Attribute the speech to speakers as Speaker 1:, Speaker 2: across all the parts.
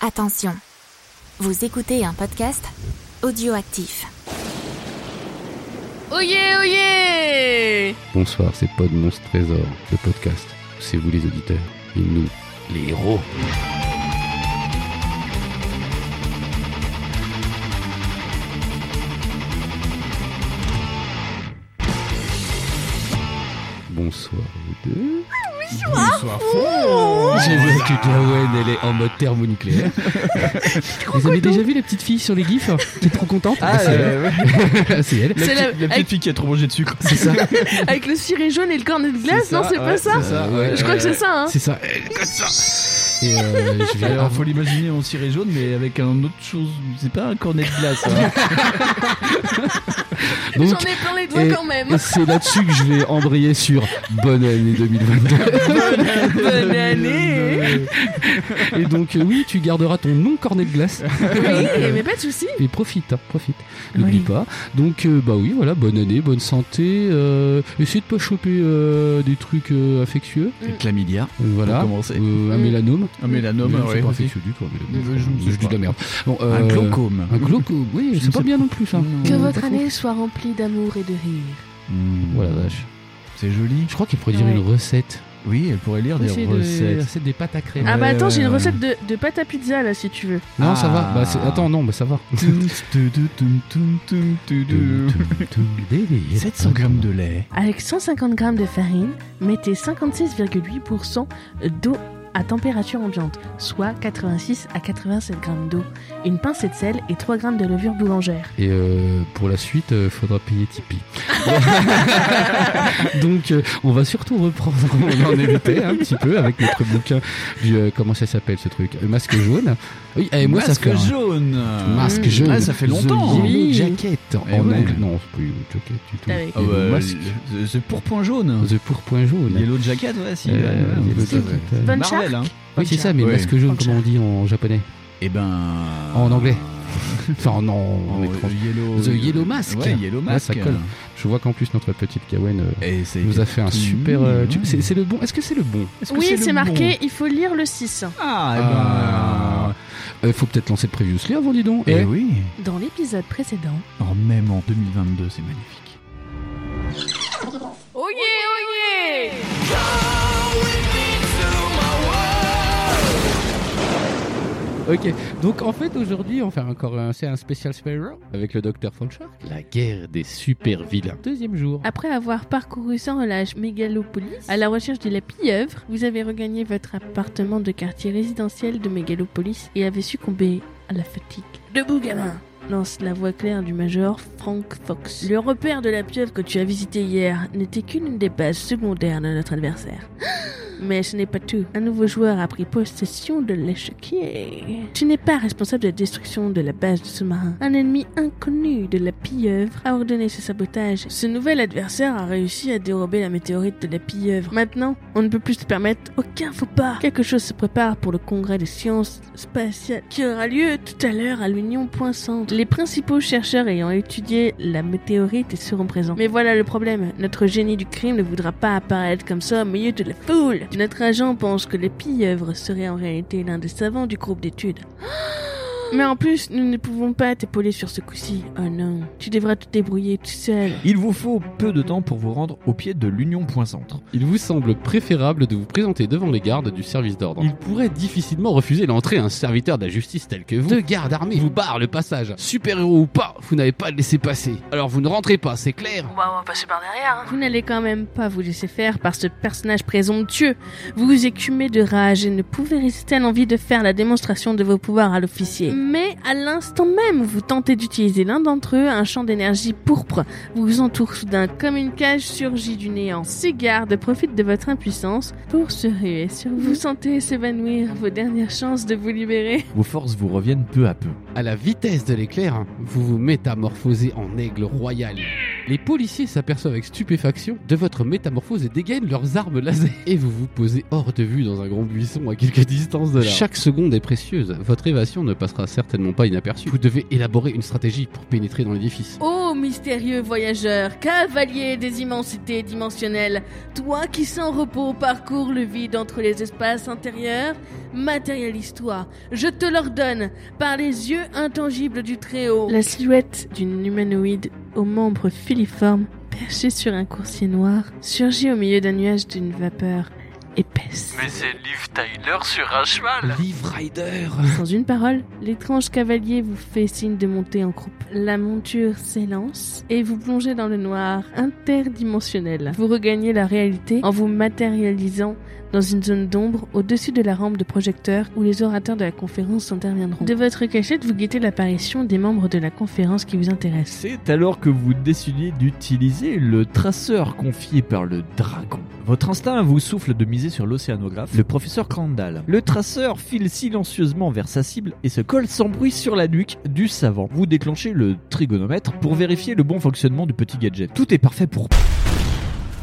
Speaker 1: Attention, vous écoutez un podcast audioactif.
Speaker 2: Oyez, oyez
Speaker 3: Bonsoir, c'est Pod Monstre Trésor, le podcast. C'est vous les auditeurs et nous, les héros. Bonsoir vous deux.
Speaker 4: J'ai vu que Gawen, elle est en mode thermonucléaire. Vous avez déjà vu la petite fille sur les gifs qui est trop contente
Speaker 3: Ah,
Speaker 4: c'est elle.
Speaker 5: euh,
Speaker 4: C'est elle.
Speaker 2: C'est la- avec,
Speaker 5: fille qui a trop mangé de sucre.
Speaker 4: C'est ça.
Speaker 2: avec le ciré jaune et le cornet de glace, non, c'est pas ça Je crois que c'est ça, hein
Speaker 4: C'est ça. Et euh, je vais
Speaker 5: faut l'imaginer en ciré jaune, mais avec un autre chose. C'est pas un cornet de glace. hein.
Speaker 4: donc,
Speaker 2: J'en ai plein les doigts
Speaker 4: et-
Speaker 2: quand même
Speaker 4: c'est là-dessus que je vais embrayer sur bonne année 2022.
Speaker 2: Bonne année
Speaker 4: Et donc euh, oui, tu garderas ton nom cornet de glace
Speaker 2: Oui, mais pas de soucis
Speaker 4: et profite, hein, profite. N'oublie pas. Donc euh, bah oui, voilà, bonne année, bonne santé. Euh, essayez de pas choper euh, des trucs euh, affectueux.
Speaker 5: Chlamydia.
Speaker 4: Euh, Voilà.
Speaker 5: Pour commencer.
Speaker 4: Euh, un
Speaker 2: Mm.
Speaker 4: mélanome.
Speaker 5: Un mélanome,
Speaker 4: Mélanome, c'est
Speaker 5: bah ouais,
Speaker 4: pas
Speaker 5: aussi.
Speaker 4: infectieux du tout. un mélanome,
Speaker 5: Euh, je ne
Speaker 4: dis
Speaker 5: sais
Speaker 4: de
Speaker 5: pas.
Speaker 4: la merde. Bon, euh,
Speaker 5: Un glaucome.
Speaker 4: Un glaucome, oui,
Speaker 5: Je
Speaker 4: c'est
Speaker 5: ne
Speaker 4: pas
Speaker 5: sais
Speaker 4: bien non plus. hein.
Speaker 2: Que
Speaker 4: Mm.
Speaker 2: votre année soit remplie d'amour et de rire.
Speaker 5: Mmh.
Speaker 4: Voilà, vache.
Speaker 5: C'est joli.
Speaker 4: Je crois qu'il pourrait dire
Speaker 2: Ouais.
Speaker 4: une recette.
Speaker 5: Oui, elle pourrait lire des
Speaker 4: Essayer de-
Speaker 5: recettes.
Speaker 4: recette des pâtes à crème.
Speaker 2: Ah bah attends, j'ai une
Speaker 5: Ouais.
Speaker 2: recette de, de pâte à pizza là si tu veux.
Speaker 4: Non, ça va.
Speaker 5: Ah.
Speaker 4: Bah, c'est- attends, non, bah ça va.
Speaker 5: Tum, tum, tum, tum, tum, tum, tum. 700 grammes de lait.
Speaker 2: Avec 150 g de farine, mettez 56,8% d'eau à température ambiante, soit 86 à 87 g d'eau, une pincée de sel et 3 g de levure boulangère.
Speaker 4: Et euh, pour la suite, euh, faudra payer Tipeee. Donc, euh, on va surtout reprendre, on en était un petit peu avec notre bouquin du. euh, comment ça s'appelle ce truc Euh, Masque jaune. Oui, et moi, ça
Speaker 5: Masque
Speaker 4: fait. un-
Speaker 5: jaune.
Speaker 4: Masque
Speaker 2: Mm.
Speaker 4: jaune.
Speaker 5: Ah, ça fait longtemps.
Speaker 4: The Yellow
Speaker 2: Oui.
Speaker 4: Jacket.
Speaker 5: Eh
Speaker 4: en
Speaker 5: ouais.
Speaker 4: anglais. Non, c'est pas une jacket du tout. Euh,
Speaker 2: Avec-
Speaker 5: Ah bah,
Speaker 4: Masque.
Speaker 5: le- C'est pourpoint jaune.
Speaker 4: The pourpoint jaune.
Speaker 5: Yellow jacket, ouais, si.
Speaker 4: Euh,
Speaker 5: ouais, ouais,
Speaker 4: Yellow
Speaker 5: c'est-
Speaker 4: Jacket.
Speaker 5: c'est
Speaker 2: Bonne
Speaker 5: Marvel, hein.
Speaker 4: Oui, c'est ça, mais
Speaker 5: Ouais.
Speaker 4: masque jaune, comment on dit en japonais
Speaker 5: Eh ben.
Speaker 4: En anglais. Enfin, non, en
Speaker 5: Oh,
Speaker 4: étranger.
Speaker 5: Yellow...
Speaker 4: The Yellow Mask.
Speaker 5: Ouais, Yellow
Speaker 4: Ouais,
Speaker 5: Mask.
Speaker 4: ça colle. Je vois qu'en plus, notre petite Kawen euh,
Speaker 5: Et ça
Speaker 4: nous
Speaker 5: été
Speaker 4: a fait un
Speaker 5: tout
Speaker 4: super.
Speaker 5: mignon,
Speaker 4: euh, tu-
Speaker 5: ouais.
Speaker 4: c'est c'est le bon. Est-ce que c'est le bon
Speaker 5: Est-ce que
Speaker 2: Oui,
Speaker 5: le
Speaker 2: c'est
Speaker 5: bon
Speaker 2: marqué, il faut lire le 6.
Speaker 4: ben.
Speaker 5: Ah, eh
Speaker 4: Ah. Euh, faut peut-être lancer le previously avant, dis donc.
Speaker 5: ben. Eh
Speaker 4: Eh.
Speaker 5: oui.
Speaker 2: Dans l'épisode précédent,
Speaker 5: Oh, même en 2022, c'est magnifique.
Speaker 2: Oyez, oyez
Speaker 4: Ok, donc en fait aujourd'hui on fait encore un, c'est un spécial Sparrow avec le docteur Falchard. La guerre des super vilains. Deuxième jour.
Speaker 2: Après avoir parcouru sans relâche Mégalopolis à la recherche de la pieuvre, vous avez regagné votre appartement de quartier résidentiel de Mégalopolis et avez succombé à la fatigue. Debout, gamin lance la voix claire du major Frank Fox. Le repère de la pieuvre que tu as visité hier n'était qu'une des bases secondaires de notre adversaire. Mais ce n'est pas tout. Un nouveau joueur a pris possession de l'échiquier. Tu n'es pas responsable de la destruction de la base du sous-marin. Un ennemi inconnu de la pieuvre a ordonné ce sabotage. Ce nouvel adversaire a réussi à dérober la météorite de la pieuvre. Maintenant, on ne peut plus se permettre aucun faux pas. Quelque chose se prépare pour le congrès des sciences spatiales qui aura lieu tout à l'heure à l'Union Poinçante. Les principaux chercheurs ayant étudié la météorite y seront présents. Mais voilà le problème. Notre génie du crime ne voudra pas apparaître comme ça au milieu de la foule. Notre agent pense que les pieuvres seraient en réalité l'un des savants du groupe d'études. Mais en plus, nous ne pouvons pas t'épauler sur ce coup-ci. Oh non, tu devras te débrouiller tout seul.
Speaker 5: Il vous faut peu de temps pour vous rendre au pied de l'Union Point Centre.
Speaker 4: Il vous semble préférable de vous présenter devant les gardes du service d'ordre. Ils pourraient difficilement refuser l'entrée à un serviteur de la justice tel que vous. Deux gardes armés vous barrent le passage. Super-héros ou pas, vous n'avez pas le laisser passer. Alors vous ne rentrez pas, c'est clair
Speaker 2: Bah, on va passer par derrière. hein. Vous n'allez quand même pas vous laisser faire par ce personnage présomptueux. Vous vous écumez de rage et ne pouvez résister à l'envie de faire la démonstration de vos pouvoirs à l'officier. Mais à l'instant même, vous tentez d'utiliser l'un d'entre eux, un champ d'énergie pourpre vous vous entoure soudain comme une cage surgit du néant. Ces gardes profitent de votre impuissance pour se ruer sur vous. Vous sentez s'évanouir vos dernières chances de vous libérer.
Speaker 5: Vos forces vous reviennent peu à peu.
Speaker 4: À la vitesse de l'éclair, vous vous métamorphosez en aigle royal. Les policiers s'aperçoivent avec stupéfaction de votre métamorphose et dégainent leurs armes laser. Et vous vous posez hors de vue dans un grand buisson à quelques distances de là. Chaque seconde est précieuse. Votre évasion ne passera certainement pas inaperçue. Vous devez élaborer une stratégie pour pénétrer dans l'édifice.
Speaker 2: Ô mystérieux voyageur, cavalier des immensités dimensionnelles, toi qui sans repos parcours le vide entre les espaces intérieurs, matérialise-toi. Je te l'ordonne, par les yeux intangibles du Très-Haut. La silhouette d'une humanoïde aux membres filiformes, perchée sur un coursier noir, surgit au milieu d'un nuage d'une vapeur épaisse.
Speaker 6: Mais c'est Liv Tyler sur un cheval
Speaker 4: Live Rider
Speaker 2: Sans une parole, l'étrange cavalier vous fait signe de monter en croupe. La monture s'élance et vous plongez dans le noir interdimensionnel. Vous regagnez la réalité en vous matérialisant dans une zone d'ombre au-dessus de la rampe de projecteur où les orateurs de la conférence interviendront. De votre cachette, vous guettez l'apparition des membres de la conférence qui vous intéressent.
Speaker 5: C'est alors que vous décidez d'utiliser le traceur confié par le dragon. Votre instinct vous souffle de miser sur l'océanographe, le professeur Crandall. Le traceur file silencieusement vers sa cible et se colle sans bruit sur la nuque du savant. Vous déclenchez le trigonomètre pour vérifier le bon fonctionnement du petit gadget. Tout est parfait pour...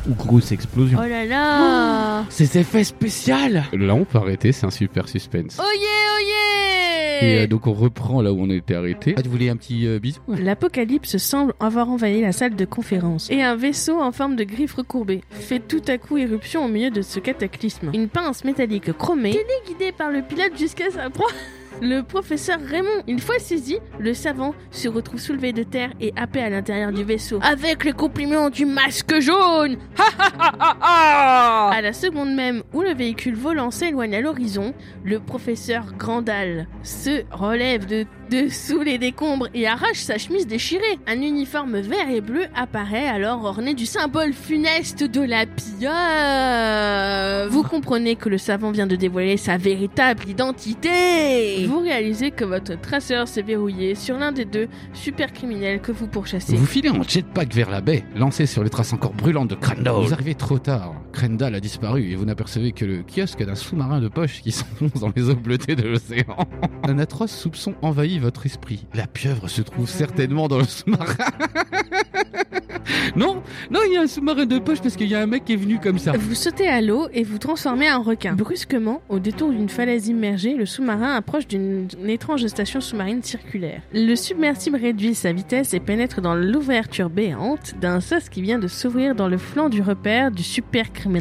Speaker 5: Ou grosse explosion.
Speaker 2: Oh là là
Speaker 4: Ces effets spéciaux Là, on peut arrêter, c'est un super suspense.
Speaker 2: Oyez, oyez
Speaker 4: Oh, Et euh, donc, on reprend là où on était arrêté. Ah, tu voulais un petit euh, bisou
Speaker 2: L'apocalypse semble avoir envahi la salle de conférence et un vaisseau en forme de griffe recourbée fait tout à coup éruption au milieu de ce cataclysme. Une pince métallique chromée, téléguidée par le pilote jusqu'à sa proie. Le professeur Raymond, une fois saisi, le savant se retrouve soulevé de terre et happé à l'intérieur du vaisseau. Avec les compliments du masque jaune Ha, ha, ha, ha, ha À la seconde même où le véhicule volant s'éloigne à l'horizon, le professeur Grandal se relève de dessous les décombres et arrache sa chemise déchirée. Un uniforme vert et bleu apparaît alors orné du symbole funeste de la pieuvre. Vous comprenez que le savant vient de dévoiler sa véritable identité. Vous réalisez que votre traceur s'est verrouillé sur l'un des deux super criminels que vous pourchassez.
Speaker 4: Vous filez en jetpack vers la baie, lancé sur les traces encore brûlantes de Crandall. Vous arrivez trop tard. Crandall a disparu et vous n'apercevez que le kiosque d'un sous-marin de poche qui s'enfonce dans les eaux bleutées de l'océan. Un atroce soupçon envahit votre esprit. La pieuvre se trouve certainement dans le sous-marin. non, non, il y a un sous-marin de poche parce qu'il y a un mec qui est venu comme ça.
Speaker 2: Vous sautez à l'eau et vous transformez en requin. Brusquement, au détour d'une falaise immergée, le sous-marin approche d'une d'une étrange station sous-marine circulaire. Le submersible réduit sa vitesse et pénètre dans l'ouverture béante d'un sas qui vient de s'ouvrir dans le flanc du repère du super criminel.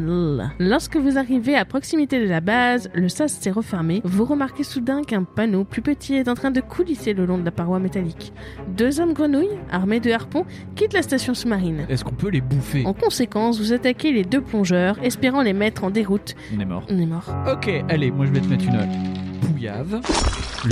Speaker 2: Lorsque vous arrivez à proximité de la base, le sas s'est refermé. Vous remarquez soudain qu'un panneau plus petit est en train de coulisser le long de la paroi métallique. Deux hommes grenouilles, armés de harpons, quittent la station sous-marine.
Speaker 5: Est-ce qu'on peut les bouffer
Speaker 2: En conséquence, vous attaquez les deux plongeurs, espérant les mettre en déroute.
Speaker 5: On est mort.
Speaker 2: On est mort.
Speaker 5: Ok, allez, moi je vais te mettre une euh, pouillave.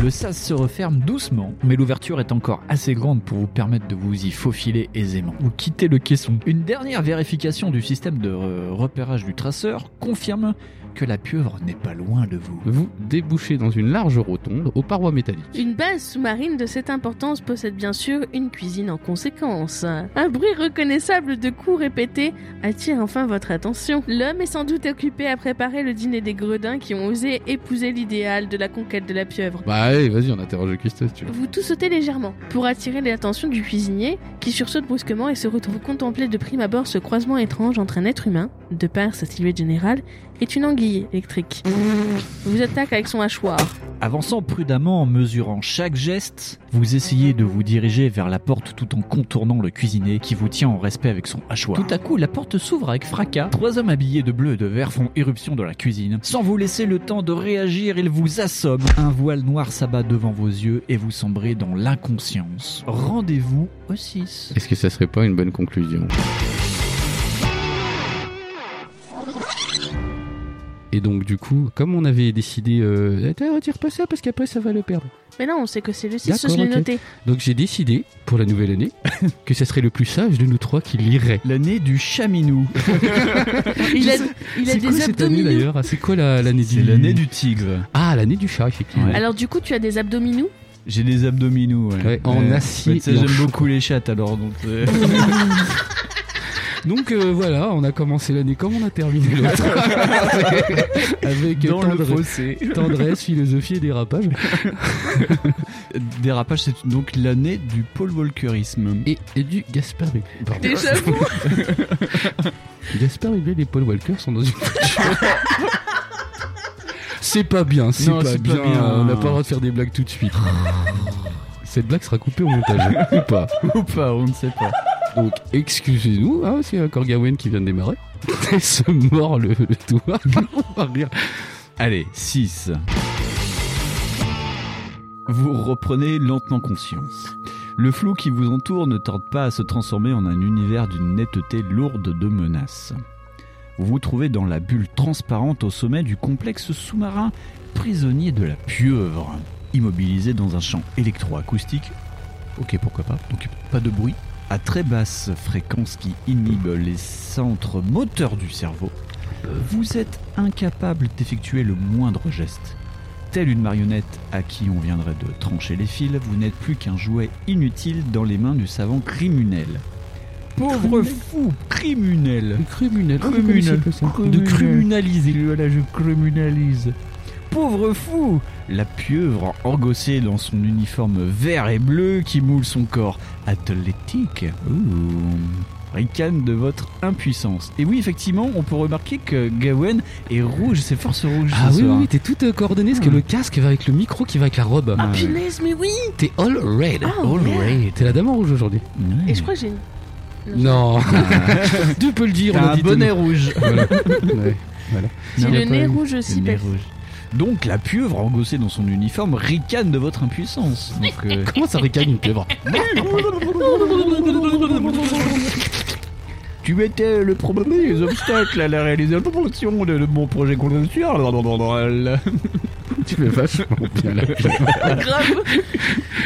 Speaker 5: Le sas se referme doucement, mais l'ouverture est encore assez grande pour vous permettre de vous y faufiler aisément. Vous quittez le caisson. Une dernière vérification du système de euh, repérage du traceur confirme que la pieuvre n'est pas loin de vous.
Speaker 4: Vous débouchez dans une large rotonde aux parois métalliques.
Speaker 2: Une base sous-marine de cette importance possède bien sûr une cuisine en conséquence. Un bruit reconnaissable de coups répétés attire enfin votre attention. L'homme est sans doute occupé à préparer le dîner des gredins qui ont osé épouser l'idéal de la conquête de la pieuvre.
Speaker 4: Bah allez, vas-y, on interroge le cuistot si tu veux.
Speaker 2: Vous tout sautez légèrement pour attirer l'attention du cuisinier qui sursaute brusquement et se retrouve contempler de prime abord ce croisement étrange entre un être humain, de par sa silhouette générale, et une anguille électrique. Vous attaque avec son hachoir.
Speaker 5: Avançant prudemment en mesurant chaque geste, vous essayez de vous diriger vers la porte tout en contournant le cuisinier qui vous tient en respect avec son hachoir. Tout à coup, la porte s'ouvre avec fracas. Trois hommes habillés de bleu et de vert font éruption dans la cuisine. Sans vous laisser le temps de réagir, ils vous assomment. Un voile noir s'abat devant vos yeux et vous sombrez dans l'inconscience. Rendez-vous au 6.
Speaker 4: Est-ce que ça serait pas une bonne conclusion Et donc du coup, comme on avait décidé, euh, Eh, retire pas ça parce qu'après ça va le perdre.
Speaker 2: Mais non, on sait que c'est le 6,
Speaker 4: D'accord,
Speaker 2: je l'ai
Speaker 4: ok.
Speaker 2: noté.
Speaker 4: Donc j'ai décidé pour la nouvelle année que ça serait le plus sage de nous trois qui lirait.
Speaker 5: L'année du chaminou.
Speaker 2: Il a, il a
Speaker 4: Ah, C'est quoi
Speaker 2: des
Speaker 4: cette année
Speaker 2: abdominaux.
Speaker 4: d'ailleurs Ah, C'est quoi la- l'année du
Speaker 5: C'est l'année du tigre.
Speaker 4: Ah, l'année du chat effectivement.
Speaker 5: Ouais.
Speaker 2: Alors du coup, tu as des abdominaux
Speaker 5: J'ai des abdominaux, ouais.
Speaker 4: Ouais, en acier
Speaker 5: mais tu sais,
Speaker 4: et en
Speaker 5: j'aime
Speaker 4: chaud.
Speaker 5: beaucoup les chattes alors, donc. euh,
Speaker 4: Donc euh, voilà, on a commencé l'année comme on a terminé l'autre. Avec tendresse,
Speaker 5: fossé.
Speaker 4: tendresse, philosophie et dérapage.
Speaker 5: Dérapage, c'est donc l'année du Paul Walkerisme.
Speaker 4: Et, et du Gaspard Huguet. Pardon.
Speaker 2: Déjà vous
Speaker 4: Gaspard Huguet et Paul Walker sont dans une voiture. c'est pas bien, c'est
Speaker 5: Non,
Speaker 4: pas,
Speaker 5: c'est pas
Speaker 4: bien.
Speaker 5: bien.
Speaker 4: On n'a pas le droit de faire des blagues tout de suite. Cette blague sera coupée au montage, ou pas.
Speaker 5: Ou pas, on ne sait pas.
Speaker 4: Donc, excusez-nous, hein, c'est encore Gawain qui vient de démarrer. Elle se mord le, le doigt. On va rire.
Speaker 5: Allez, 6. Vous reprenez lentement conscience. Le flou qui vous entoure ne tarde pas à se transformer en un univers d'une netteté lourde de menaces. Vous vous trouvez dans la bulle transparente au sommet du complexe sous-marin, prisonnier de la pieuvre, immobilisé dans un champ électroacoustique. Ok, pourquoi pas, donc pas de bruit. À très basse fréquence qui inhibe les centres moteurs du cerveau, vous êtes incapable d'effectuer le moindre geste. Telle une marionnette à qui on viendrait de trancher les fils, vous n'êtes plus qu'un jouet inutile dans les mains du savant criminel. Pauvre fou criminel
Speaker 4: Criminel.
Speaker 5: Criminel. De criminaliser Voilà, je criminalise Pauvre fou La pieuvre engossée dans son uniforme vert et bleu qui moule son corps athlétique. Ouh. Ricane de votre impuissance. Et oui, effectivement, on peut remarquer que Gawen est rouge, c'est force rouge
Speaker 4: Ah
Speaker 5: ce
Speaker 4: oui, oui,
Speaker 5: soir.
Speaker 4: oui, t'es tout euh, coordonné, parce que le casque va avec le micro qui va avec la robe.
Speaker 2: Ah punaise, mais oui
Speaker 4: T'es all red.
Speaker 2: Oh,
Speaker 4: all
Speaker 2: merde.
Speaker 4: red. Ah, T'es la dame en rouge aujourd'hui.
Speaker 5: Ouais.
Speaker 2: Et je crois que j'ai une...
Speaker 4: Non. tu peux le dire, on
Speaker 5: T'as
Speaker 4: a
Speaker 5: un
Speaker 4: dit
Speaker 5: bonnet rouge.
Speaker 4: Voilà. Ouais. Voilà.
Speaker 2: J'ai
Speaker 4: Non, y
Speaker 2: le
Speaker 4: a pas
Speaker 2: nez
Speaker 4: eu.
Speaker 2: rouge aussi. parce-
Speaker 5: Donc la pieuvre engossée dans son uniforme ricane de votre impuissance. Donc, euh,
Speaker 4: Comment ça ricane une pieuvre
Speaker 5: Tu étais le premier des obstacles à la réalisation de, de mon projet consensuel.
Speaker 4: Tu fais vachement bien la pieuvre.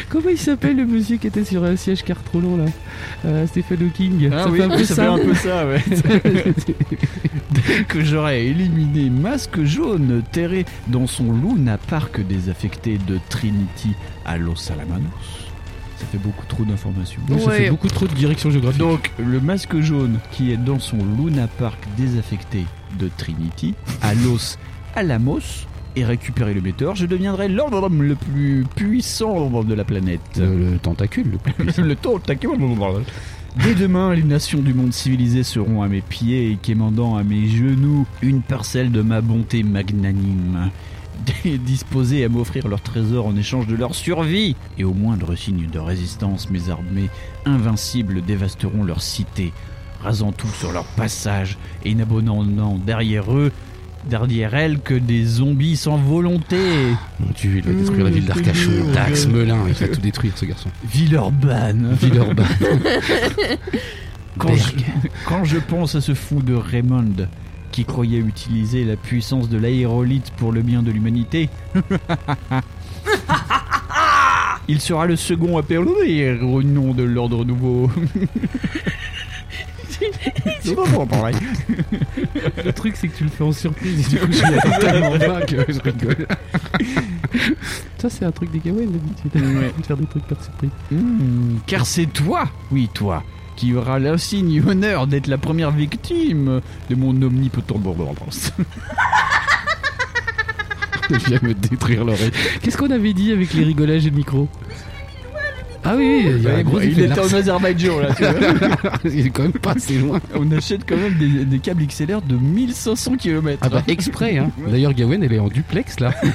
Speaker 4: Comment il s'appelle le monsieur qui était sur un siège car trop long là euh, Stephen Hawking.
Speaker 5: Ah
Speaker 4: ça
Speaker 5: oui,
Speaker 4: fait un peu
Speaker 5: ça
Speaker 4: ça.
Speaker 5: fait un peu ça, ouais. Dès que j'aurais éliminé Masque Jaune, terré dans son Luna Park désaffecté de Trinity à Los Alamanos. Ça fait beaucoup trop d'informations.
Speaker 4: Non, ça
Speaker 2: Ouais.
Speaker 4: fait beaucoup trop de direction géographique.
Speaker 5: Donc, le masque jaune qui est dans son Luna Park désaffecté de Trinity, à Los Alamos, et récupérer le météore, je deviendrai l'homme le plus puissant de la planète.
Speaker 4: Euh, le tentacule, le plus puissant.
Speaker 5: Le temps, tac, hein. Dès demain, les nations du monde civilisé seront à mes pieds et quémandant à mes genoux une parcelle de ma bonté magnanime. Disposées à m'offrir leur trésor en échange de leur survie. Et au moindre signe de résistance, mes armées invincibles dévasteront leur cité, rasant tout sur leur passage et n'abandonnant derrière eux, derrière elles, que des zombies sans volonté.
Speaker 4: Mon dieu, il va détruire la ville d'Arcachon, Dax, Melun, il va tout détruire ce garçon.
Speaker 5: Villeurbanne.
Speaker 4: Villeurbanne.
Speaker 5: Quand je,
Speaker 4: Berg.
Speaker 5: quand je pense à ce fou de Raymond qui croyait utiliser la puissance de l'aérolite pour le bien de l'humanité, il sera le second à périr au nom de l'ordre nouveau. C'est pas pour pareil.
Speaker 4: Le truc, c'est que tu le fais en surprise et du coup, je suis tellement bas que je rigole. Ça, c'est un truc des Gawain d'habitude. De faire des trucs par surprise.
Speaker 5: Hmm, car c'est toi, oui toi, qui aura l'insigne honneur d'être la première victime de mon omnipotent pense.
Speaker 4: Je viens me détruire l'oreille. Qu'est-ce qu'on avait dit avec les rigolages et le micro Ah oui, il y a un gros
Speaker 5: Bah, Il
Speaker 4: effet
Speaker 5: était en
Speaker 4: Larsen.
Speaker 5: Azerbaïdjan là, tu vois.
Speaker 4: Il est quand même pas assez loin.
Speaker 5: On achète quand même des, des câbles XLR de 1500 km.
Speaker 4: Ah bah exprès hein. D'ailleurs Gawain elle est en duplex là. Ah,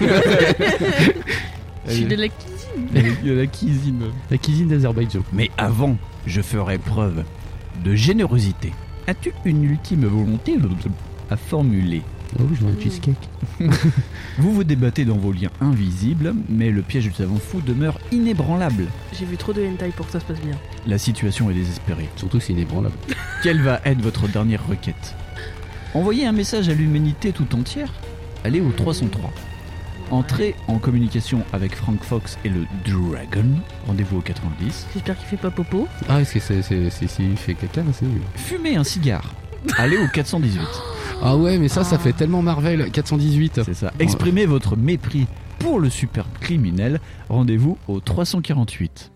Speaker 5: Eh
Speaker 2: Je suis de la cuisine.
Speaker 5: Il y a la cuisine.
Speaker 4: La cuisine d'Azerbaïdjan.
Speaker 5: Mais avant, je ferai preuve de générosité. As-tu une ultime volonté à formuler
Speaker 4: Ah oui, je vois un cheesecake.
Speaker 5: Vous vous débattez dans vos liens invisibles, mais le piège du savant fou demeure inébranlable.
Speaker 2: J'ai vu trop de hentai pour que ça se passe bien.
Speaker 5: La situation est désespérée.
Speaker 4: Surtout que c'est inébranlable.
Speaker 5: Quelle va être votre dernière requête Envoyez un message à l'humanité tout entière Allez au 303. Entrez en communication avec Frank Fox et le Dragon. Rendez-vous au 90.
Speaker 2: J'espère qu'il fait pas popo.
Speaker 4: Ah est-ce que c'est c'est c'est s'il fait caca là c'est nul.
Speaker 5: Fumer un cigare. Allez au 418.
Speaker 4: Ah ouais mais ça ça fait tellement Marvel 418.
Speaker 5: C'est ça. Exprimez votre mépris pour le super criminel. Rendez-vous au 348.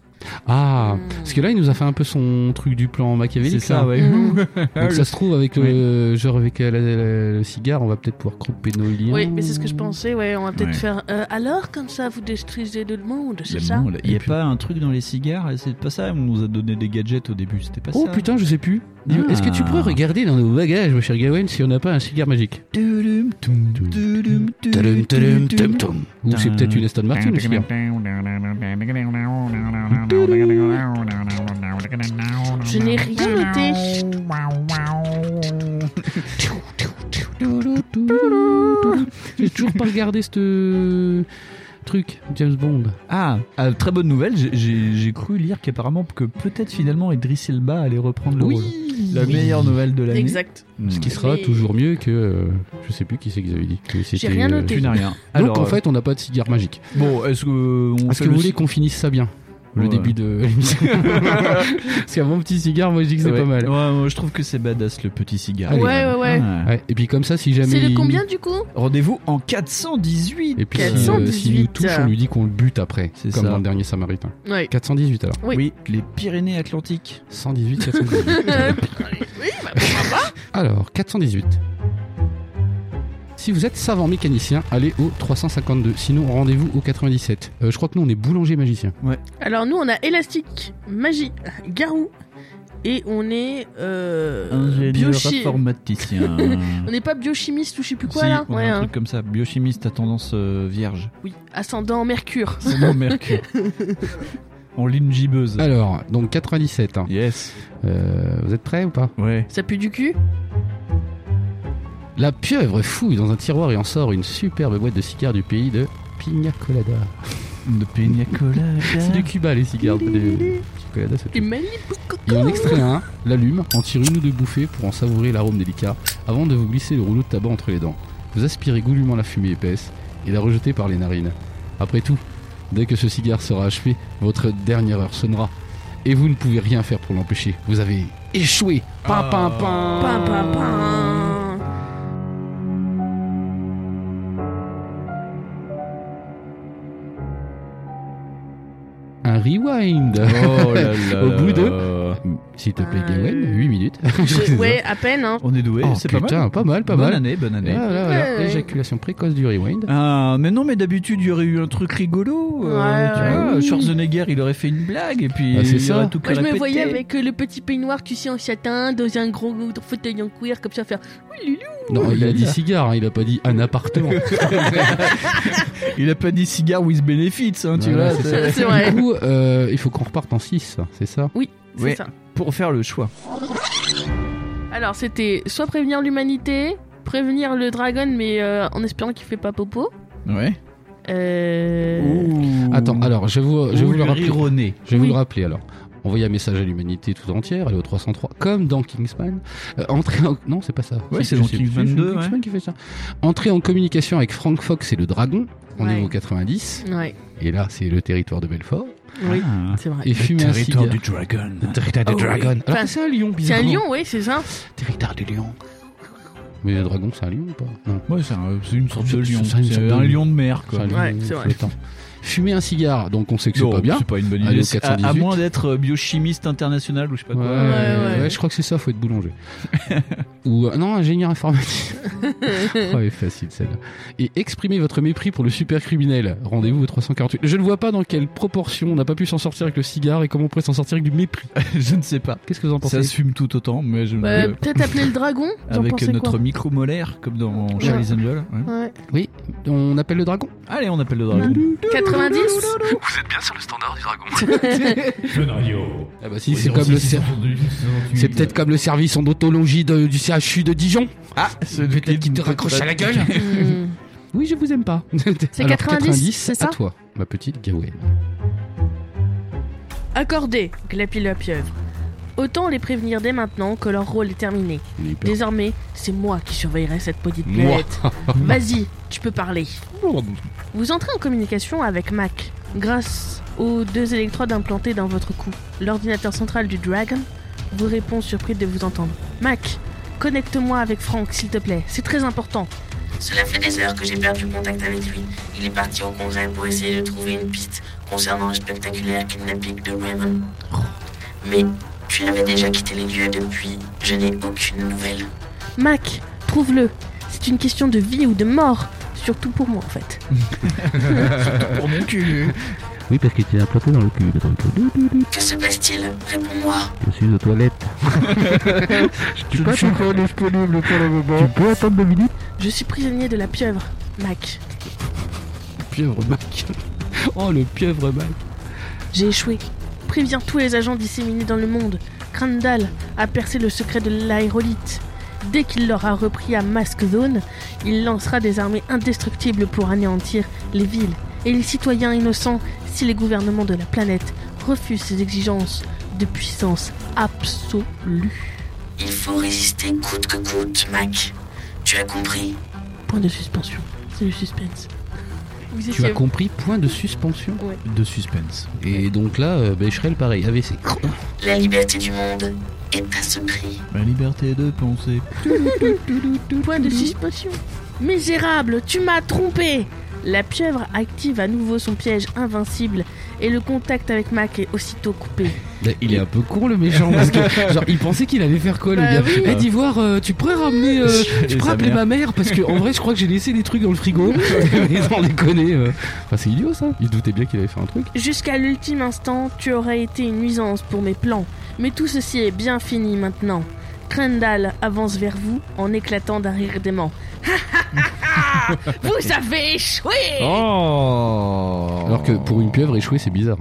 Speaker 4: Ah,
Speaker 2: Hmm.
Speaker 4: parce que là, il nous a fait un peu son truc du plan machiavélique.
Speaker 7: C'est ça,
Speaker 4: là.
Speaker 7: ouais.
Speaker 2: Mhm.
Speaker 4: Donc ça se trouve avec
Speaker 7: Ouais.
Speaker 4: le genre avec euh, la- la- le cigare, on va peut-être pouvoir crouper nos liens.
Speaker 2: Oui, mais c'est ce que je pensais. Ouais, on va peut-être
Speaker 7: Ouais.
Speaker 2: faire. euh, alors, comme ça, vous détruisez le monde, c'est
Speaker 7: Le
Speaker 2: ça
Speaker 7: monde. Il n'y
Speaker 4: Et
Speaker 7: a
Speaker 4: puis-
Speaker 7: pas un truc dans les cigares C'est pas ça On nous a donné des gadgets au début, c'était pas
Speaker 4: Oh
Speaker 7: ça
Speaker 4: putain, je sais plus. Dis-moi, Est-ce que tu
Speaker 7: Ah.
Speaker 4: pourrais regarder dans nos bagages, mon cher Gawain, si on n'a pas un cigare magique
Speaker 7: Tudum, tum, tudum, tudum,
Speaker 4: Tadam, tadam, tam,
Speaker 7: tudum.
Speaker 4: tam. Ou c'est peut-être une Aston Martin, hein. le cigare.
Speaker 2: Je n'ai
Speaker 7: Ah.
Speaker 2: rien noté.
Speaker 4: J'ai toujours pas regardé ce truc, James Bond.
Speaker 7: Ah, ah, très bonne nouvelle, j'ai- j'ai j'ai cru lire qu'apparemment que peut-être finalement Idriss Elba allait reprendre le rôle. La
Speaker 4: Oui.
Speaker 7: meilleure nouvelle de l'année.
Speaker 2: Exact.
Speaker 7: Mm.
Speaker 4: Ce qui sera
Speaker 2: Mais-
Speaker 4: toujours mieux que. euh, je sais plus qui c'est que vous avez dit. Mais c'était,
Speaker 2: rien
Speaker 4: euh,
Speaker 2: noté.
Speaker 7: Tu n'as rien.
Speaker 4: Donc
Speaker 7: Alors,
Speaker 4: en fait, on n'a pas de cigare magique.
Speaker 7: euh, bon, est-ce que euh, on
Speaker 4: Est-ce
Speaker 7: fait
Speaker 4: que vous
Speaker 7: le-
Speaker 4: voulez qu'on finisse ça bien Le
Speaker 7: Ouais.
Speaker 4: début de l'émission. Parce qu'à mon petit cigare, moi je dis que c'est
Speaker 7: Ouais.
Speaker 4: pas mal.
Speaker 7: Ouais, moi, je trouve que c'est badass le petit cigare.
Speaker 4: Allez.
Speaker 2: Ouais, ouais, ouais.
Speaker 7: Ah.
Speaker 4: Ouais, Et puis comme ça, si jamais.
Speaker 2: C'est le
Speaker 4: il-
Speaker 2: combien du
Speaker 7: Oh.
Speaker 2: coup
Speaker 7: Rendez-vous en 418.
Speaker 4: Et puis si, euh,
Speaker 2: 418.
Speaker 4: s'il nous touche, on lui dit qu'on le bute après.
Speaker 7: C'est
Speaker 4: Comme
Speaker 7: ça.
Speaker 4: dans le dernier Samaritain.
Speaker 2: Ouais.
Speaker 4: 418 alors.
Speaker 2: Oui.
Speaker 7: oui. les Pyrénées-Atlantiques.
Speaker 4: 118, 418.
Speaker 2: Euh, oui, bah,
Speaker 4: alors, 418. Si vous êtes savant mécanicien, allez au 352. Sinon, rendez-vous au 97. Euh, je crois que nous, on est boulanger magicien.
Speaker 2: Alors nous on a élastique, magie, garou et on est euh,
Speaker 7: Ingénieur
Speaker 2: biochi-
Speaker 7: informaticien.
Speaker 2: On n'est pas biochimiste ou je sais plus quoi
Speaker 7: Si,
Speaker 2: là
Speaker 7: on a
Speaker 2: Ouais,
Speaker 7: un
Speaker 2: hein.
Speaker 7: truc comme ça, biochimiste à tendance euh, vierge.
Speaker 2: Oui, ascendant mercure.
Speaker 7: C'est mon mercure. en ligne gibbeuse.
Speaker 4: Alors, donc 97. hein.
Speaker 7: Yes.
Speaker 4: Euh, vous êtes prêts ou pas
Speaker 7: Ouais.
Speaker 2: Ça pue du cul
Speaker 4: La pieuvre fouille dans un tiroir et en sort une superbe boîte de cigares du pays de Pina Colada.
Speaker 7: De Peña Colada.
Speaker 4: C'est de Cuba les cigares. Des... Pina Colada, c'est-
Speaker 2: Et Mali
Speaker 4: Il en extrait un, l'allume, en tire une ou deux bouffées pour en savourer l'arôme délicat, avant de vous glisser le rouleau de tabac entre les dents. Vous aspirez goulûment la fumée épaisse et la rejetez par les narines. Après tout, dès que ce cigare sera achevé, votre dernière heure sonnera. Et vous ne pouvez rien faire pour l'empêcher. Vous avez échoué. Pin, pin, pin.
Speaker 2: Pin, pin, pin.
Speaker 4: Un rewind.
Speaker 7: Oh là là.
Speaker 4: Au
Speaker 7: là
Speaker 4: bout de-
Speaker 7: là.
Speaker 4: Mm. S'il te plaît,
Speaker 2: Euh,
Speaker 4: Gawen, 8 minutes.
Speaker 2: Je- Ouais, à peine hein.
Speaker 7: On est doué,
Speaker 4: Oh,
Speaker 7: bah, c'est pas
Speaker 4: putain,
Speaker 7: mal.
Speaker 4: pas mal, pas
Speaker 7: bonne
Speaker 4: mal.
Speaker 7: année, bonne année.
Speaker 4: Ah, là, là,
Speaker 2: Ouais,
Speaker 4: Éjaculation précoce du rewind.
Speaker 7: Ah, mais non, mais d'habitude, il y aurait eu un truc rigolo. euh,
Speaker 2: Ouais,
Speaker 7: tu
Speaker 2: ouais,
Speaker 7: vois,
Speaker 2: oui.
Speaker 7: Schwarzenegger, il aurait fait une blague et puis
Speaker 4: Mmh. Ah, c'est
Speaker 7: il
Speaker 4: ça.
Speaker 7: aurait tout
Speaker 2: Moi je me
Speaker 7: carapété.
Speaker 2: voyais avec euh, le petit peignoir tu sais en satin dans un gros fauteuil en cuir comme ça faire Oui, loulou.
Speaker 7: Ah,
Speaker 4: Non, il a dit cigare, hein, il a pas dit un appartement.
Speaker 7: Il a pas dit cigare with benefits, hein, tu
Speaker 4: Voilà, c'est
Speaker 7: vois.
Speaker 4: ça.
Speaker 7: c'est-
Speaker 2: C'est vrai.
Speaker 4: Du coup, euh, il faut qu'on reparte en 6, c'est ça
Speaker 2: C'est
Speaker 7: Ouais.
Speaker 2: ça.
Speaker 7: Pour faire le choix.
Speaker 2: Alors c'était soit prévenir l'humanité, prévenir le dragon mais euh, en espérant qu'il fait pas popo.
Speaker 7: Ouais.
Speaker 2: Euh...
Speaker 4: Attends, alors je vais vous, je vais vous le rappeler.
Speaker 7: rironner.
Speaker 4: Je vais vous
Speaker 2: Oui.
Speaker 4: le rappeler alors. Envoyer un message à l'humanité tout entière, aller au 303, comme dans Kingsman. Euh, entrer en... Non, c'est pas ça.
Speaker 7: Ouais,
Speaker 4: Si,
Speaker 7: c'est
Speaker 4: je
Speaker 7: dans
Speaker 4: sais
Speaker 7: Kingsman
Speaker 4: plus,
Speaker 7: 2,
Speaker 4: c'est Kingsman qui fait ça. Entrer en communication avec Frank Fox et le dragon, on est
Speaker 2: Ouais.
Speaker 4: au 90,
Speaker 2: Ouais,
Speaker 4: et là c'est le territoire de Belfort.
Speaker 2: oui,
Speaker 7: Ah.
Speaker 2: c'est vrai.
Speaker 4: Et fumer un cigare.
Speaker 7: dragon.
Speaker 4: Le territoire du
Speaker 2: Oh, oui.
Speaker 4: dragon. Alors
Speaker 2: Enfin,
Speaker 4: que c'est un lion,
Speaker 2: C'est un
Speaker 4: bizarrement.
Speaker 2: lion, oui, c'est ça.
Speaker 4: Territoire du lion. Mais le dragon, c'est un lion ou pas Non.
Speaker 7: Ouais, c'est un- c'est une sorte
Speaker 4: C'est-
Speaker 7: de lion.
Speaker 4: c'est une sorte
Speaker 7: C'est
Speaker 4: de
Speaker 7: un
Speaker 4: lion.
Speaker 7: lion de mer,
Speaker 4: C'est
Speaker 7: quoi.
Speaker 4: un lion
Speaker 2: Ouais, c'est vrai.
Speaker 4: flottant. Fumer un cigare, donc on sait que c'est
Speaker 7: Non,
Speaker 4: pas bien.
Speaker 7: C'est pas une bonne
Speaker 4: Allez
Speaker 7: idée.
Speaker 4: au
Speaker 7: C'est- à- À,
Speaker 4: 418.
Speaker 7: moins d'être euh, biochimiste international ou je sais pas
Speaker 4: Ouais,
Speaker 7: quoi.
Speaker 2: ouais, ouais.
Speaker 4: ouais, je crois que c'est ça, faut être boulanger. Ou euh, non, ingénieur informatique. oh, elle est facile celle-là. Et exprimer votre mépris pour le super criminel. Rendez-vous au 348. Je ne vois pas dans quelle proportion on n'a pas pu s'en sortir avec le cigare et comment on pourrait s'en sortir avec du mépris.
Speaker 7: je ne sais pas.
Speaker 4: Qu'est-ce que vous en
Speaker 7: Ça
Speaker 4: pensez
Speaker 7: se fume tout autant, mais je.
Speaker 2: Bah,
Speaker 7: euh,
Speaker 2: Peut-être appeler le dragon. Vous en
Speaker 7: avec
Speaker 2: pensez
Speaker 7: notre
Speaker 2: quoi
Speaker 7: micro-molaire, comme dans Charlie's Angel. ouais.
Speaker 2: Ouais.
Speaker 4: Oui, on appelle le dragon.
Speaker 7: Allez, on appelle le dragon.
Speaker 2: 90
Speaker 8: Vous êtes bien sur le standard du dragon.
Speaker 4: Ah bah si, c'est comme le ser- c'est peut-être comme le service en odontologie de- du CHU de Dijon.
Speaker 7: Ah, c'est
Speaker 4: Peut-être qu'il te raccroche à la gueule.
Speaker 2: Hmm.
Speaker 4: Oui, je vous aime pas.
Speaker 9: C'est
Speaker 4: Alors,
Speaker 9: 90, c'est ça
Speaker 4: à toi, ma petite Gawain.
Speaker 2: Accordé, glapit la pieuvre. Autant les prévenir dès maintenant que leur rôle est terminé.
Speaker 4: On est hyper-
Speaker 2: Désormais, c'est moi qui surveillerai cette petite
Speaker 4: Moi.
Speaker 2: planète. Vas-y, tu peux parler. Vous entrez en communication avec Mac grâce aux deux électrodes implantées dans votre cou. L'ordinateur central du Dragon vous répond surpris de vous entendre. Mac, connecte-moi avec Frank, s'il te plaît. C'est très important.
Speaker 10: Cela fait des heures que j'ai perdu contact avec lui. Il est parti au congrès pour essayer de trouver une piste concernant le spectaculaire kidnapping de Raven. Mais tu avais déjà quitté les lieux depuis. Je n'ai aucune nouvelle.
Speaker 2: Mac, trouve-le. C'est une question de vie ou de mort. Surtout pour moi, en fait.
Speaker 7: Pour mon cul
Speaker 5: Oui, parce qu'il t'a implanté dans le cul, le truc.
Speaker 10: Que se passe-t-il Réponds-moi.
Speaker 5: Je suis aux toilettes. je suis pas encore disponible pour le moment. Tu peux attendre deux minutes
Speaker 2: Je suis prisonnier de la pieuvre, Mac.
Speaker 4: Pieuvre Mac. Oh, le pieuvre Mac.
Speaker 2: J'ai échoué. Préviens tous les agents disséminés dans le monde. Crandall a percé le secret de l'aérolite. Dès qu'il l'aura repris à Mask Zone, il lancera des armées indestructibles pour anéantir les villes et les citoyens innocents si les gouvernements de la planète refusent ces exigences de puissance absolue.
Speaker 10: Il faut résister coûte que coûte, Mac. Tu as compris
Speaker 2: Point de suspension. C'est le suspense. Vous
Speaker 4: Tu as
Speaker 2: étiez-
Speaker 4: compris, point de suspension.
Speaker 7: De suspense.
Speaker 4: Et donc là, euh, Becherel, pareil, AVC.
Speaker 10: La liberté du monde est à ce prix.
Speaker 7: La liberté de penser.
Speaker 2: Point de suspension. Misérable, tu m'as trompé La pieuvre active à nouveau son piège invincible et le contact avec Mac est aussitôt coupé.
Speaker 4: Mais Ben, il est un peu con le méchant parce que genre il pensait qu'il allait faire quoi le
Speaker 2: Bah
Speaker 4: gars.
Speaker 2: oui.
Speaker 4: Eh, d'ivoire, euh, tu pourrais ramener, euh, tu
Speaker 7: Et
Speaker 4: pourrais
Speaker 7: sa
Speaker 4: appeler
Speaker 7: mère.
Speaker 4: ma mère parce que en vrai je crois que j'ai laissé des trucs dans le frigo. Mais sans déconner. euh. Enfin c'est idiot ça. Il se doutait bien qu'il avait fait un truc.
Speaker 2: Jusqu'à l'ultime instant, tu aurais été une nuisance pour mes plans. Mais tout ceci est bien fini maintenant. Crandall avance vers vous en éclatant d'un rire dément. vous avez échoué
Speaker 7: Oh
Speaker 4: Alors que pour une pieuvre échouer c'est bizarre.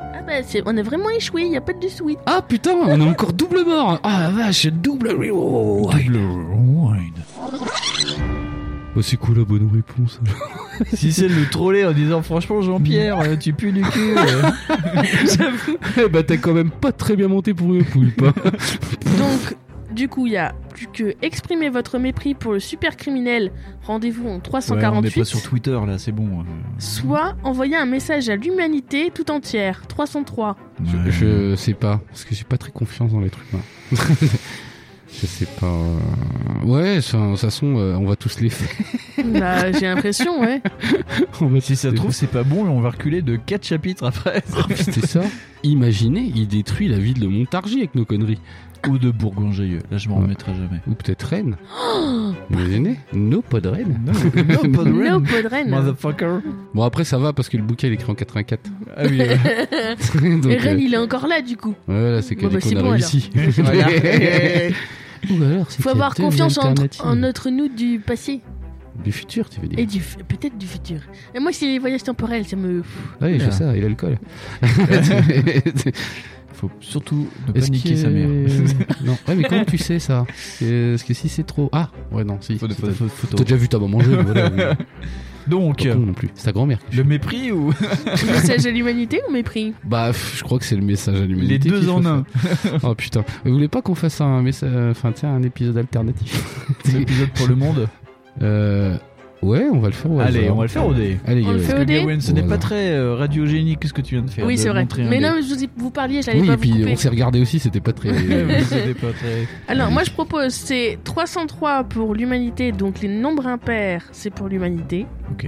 Speaker 2: Ah bah c'est- on a vraiment échoué, y a pas de dessous.
Speaker 4: Ah putain, on est encore double
Speaker 7: Oh,
Speaker 4: mort. Ah la vache, double rewind. Oh, c'est quoi la bonne réponse hein
Speaker 7: Si c'est le troller en disant franchement Jean-Pierre, euh, tu pues du cul. euh.
Speaker 4: Eh bah t'as quand même pas très bien monté pour une poule pas.
Speaker 2: Donc, du coup, il y a plus que exprimer votre mépris pour le super criminel. Rendez-vous en
Speaker 7: Ouais, on n'est
Speaker 2: 348.
Speaker 7: pas sur Twitter là, c'est bon. hein.
Speaker 2: Soit envoyer un message à l'humanité tout entière. 303.
Speaker 4: Je, je sais pas, parce que j'ai pas très confiance dans les trucs. là. je sais pas. euh, Ouais, ça- de toute façon, euh, on va tous les faire.
Speaker 2: bah, j'ai l'impression, ouais.
Speaker 4: On va
Speaker 7: Si
Speaker 4: tous
Speaker 7: ça
Speaker 4: les
Speaker 7: se trouve, c'est pas bon et on va reculer de 4 chapitres après.
Speaker 4: faire. C'était ça. Imaginez, il détruit la ville de Montargis avec nos conneries.
Speaker 7: Ou de Bourgoin-Jailleux. Là, je m'en
Speaker 4: Ouais.
Speaker 7: remettrai jamais.
Speaker 4: Ou peut-être Rennes. Imaginez, no pas de Rennes.
Speaker 7: No, pas de
Speaker 2: No
Speaker 7: Rennes.
Speaker 2: Podren.
Speaker 7: Motherfucker.
Speaker 4: Bon, après, ça va parce que le bouquet il est écrit en 84.
Speaker 7: Ah oui.
Speaker 4: Donc,
Speaker 2: Et
Speaker 4: euh,
Speaker 2: Ren, il est encore là, du coup.
Speaker 4: ouais, là, c'est que
Speaker 2: Bon, bah,
Speaker 4: dès qu'on
Speaker 2: c'est
Speaker 4: a
Speaker 2: bon,
Speaker 4: réussi. Ou alors,
Speaker 2: Faut
Speaker 4: c'est qu'il y a
Speaker 2: avoir
Speaker 4: deux
Speaker 2: confiance en,
Speaker 4: alternatives.
Speaker 2: en notre nous du passé
Speaker 4: Du futur, tu veux dire.
Speaker 2: et du f- peut-être du futur. Et moi, c'est les voyages temporels, ça me.
Speaker 4: Ouais, je
Speaker 7: Ah.
Speaker 4: sais ça, et l'alcool.
Speaker 7: Faut surtout ne pas
Speaker 4: Est-ce
Speaker 7: niquer
Speaker 4: que-
Speaker 7: sa mère.
Speaker 4: non. Ouais, mais comment tu sais ça Euh, Parce que si c'est trop. Ah, ouais, non, si.
Speaker 7: Faut-
Speaker 4: C'est-
Speaker 7: faut- faut- faut-
Speaker 4: T'as déjà vu ta maman jouer, mais voilà. mais pas
Speaker 7: Donc,
Speaker 4: con non plus. C'est ta grand-mère.
Speaker 7: le mépris ou
Speaker 2: message à l'humanité ou mépris
Speaker 4: Bah, pff, je crois que c'est le message à l'humanité.
Speaker 7: les
Speaker 4: qu'il
Speaker 7: deux
Speaker 4: faut
Speaker 7: en un
Speaker 4: faire. Oh putain. Vous voulez pas qu'on fasse un message, enfin, tiens, un épisode alternatif
Speaker 7: L'épisode pour le monde.
Speaker 4: Euh. Ouais, on va le faire. au
Speaker 7: Allez,
Speaker 4: hasard.
Speaker 7: on va le faire au dé.
Speaker 4: Allez,
Speaker 2: On le
Speaker 4: euh,
Speaker 2: fait au dé
Speaker 7: Gawain, ce n'est
Speaker 4: Voilà.
Speaker 7: pas très euh, radiogénique ce que tu viens de faire.
Speaker 2: Oui,
Speaker 7: de
Speaker 2: c'est vrai.
Speaker 7: montrer un
Speaker 2: Mais
Speaker 7: dé.
Speaker 2: non, mais je vous, ai- vous parliez, j'allais
Speaker 4: Oui,
Speaker 2: pas
Speaker 4: et puis
Speaker 2: vous couper.
Speaker 4: on s'est regardé aussi, c'était pas très.
Speaker 7: Ouais, ce n'est pas très.
Speaker 4: Mhm.
Speaker 2: Alors moi je propose c'est 303 pour l'humanité, donc les nombres impairs c'est pour l'humanité,
Speaker 7: Ok.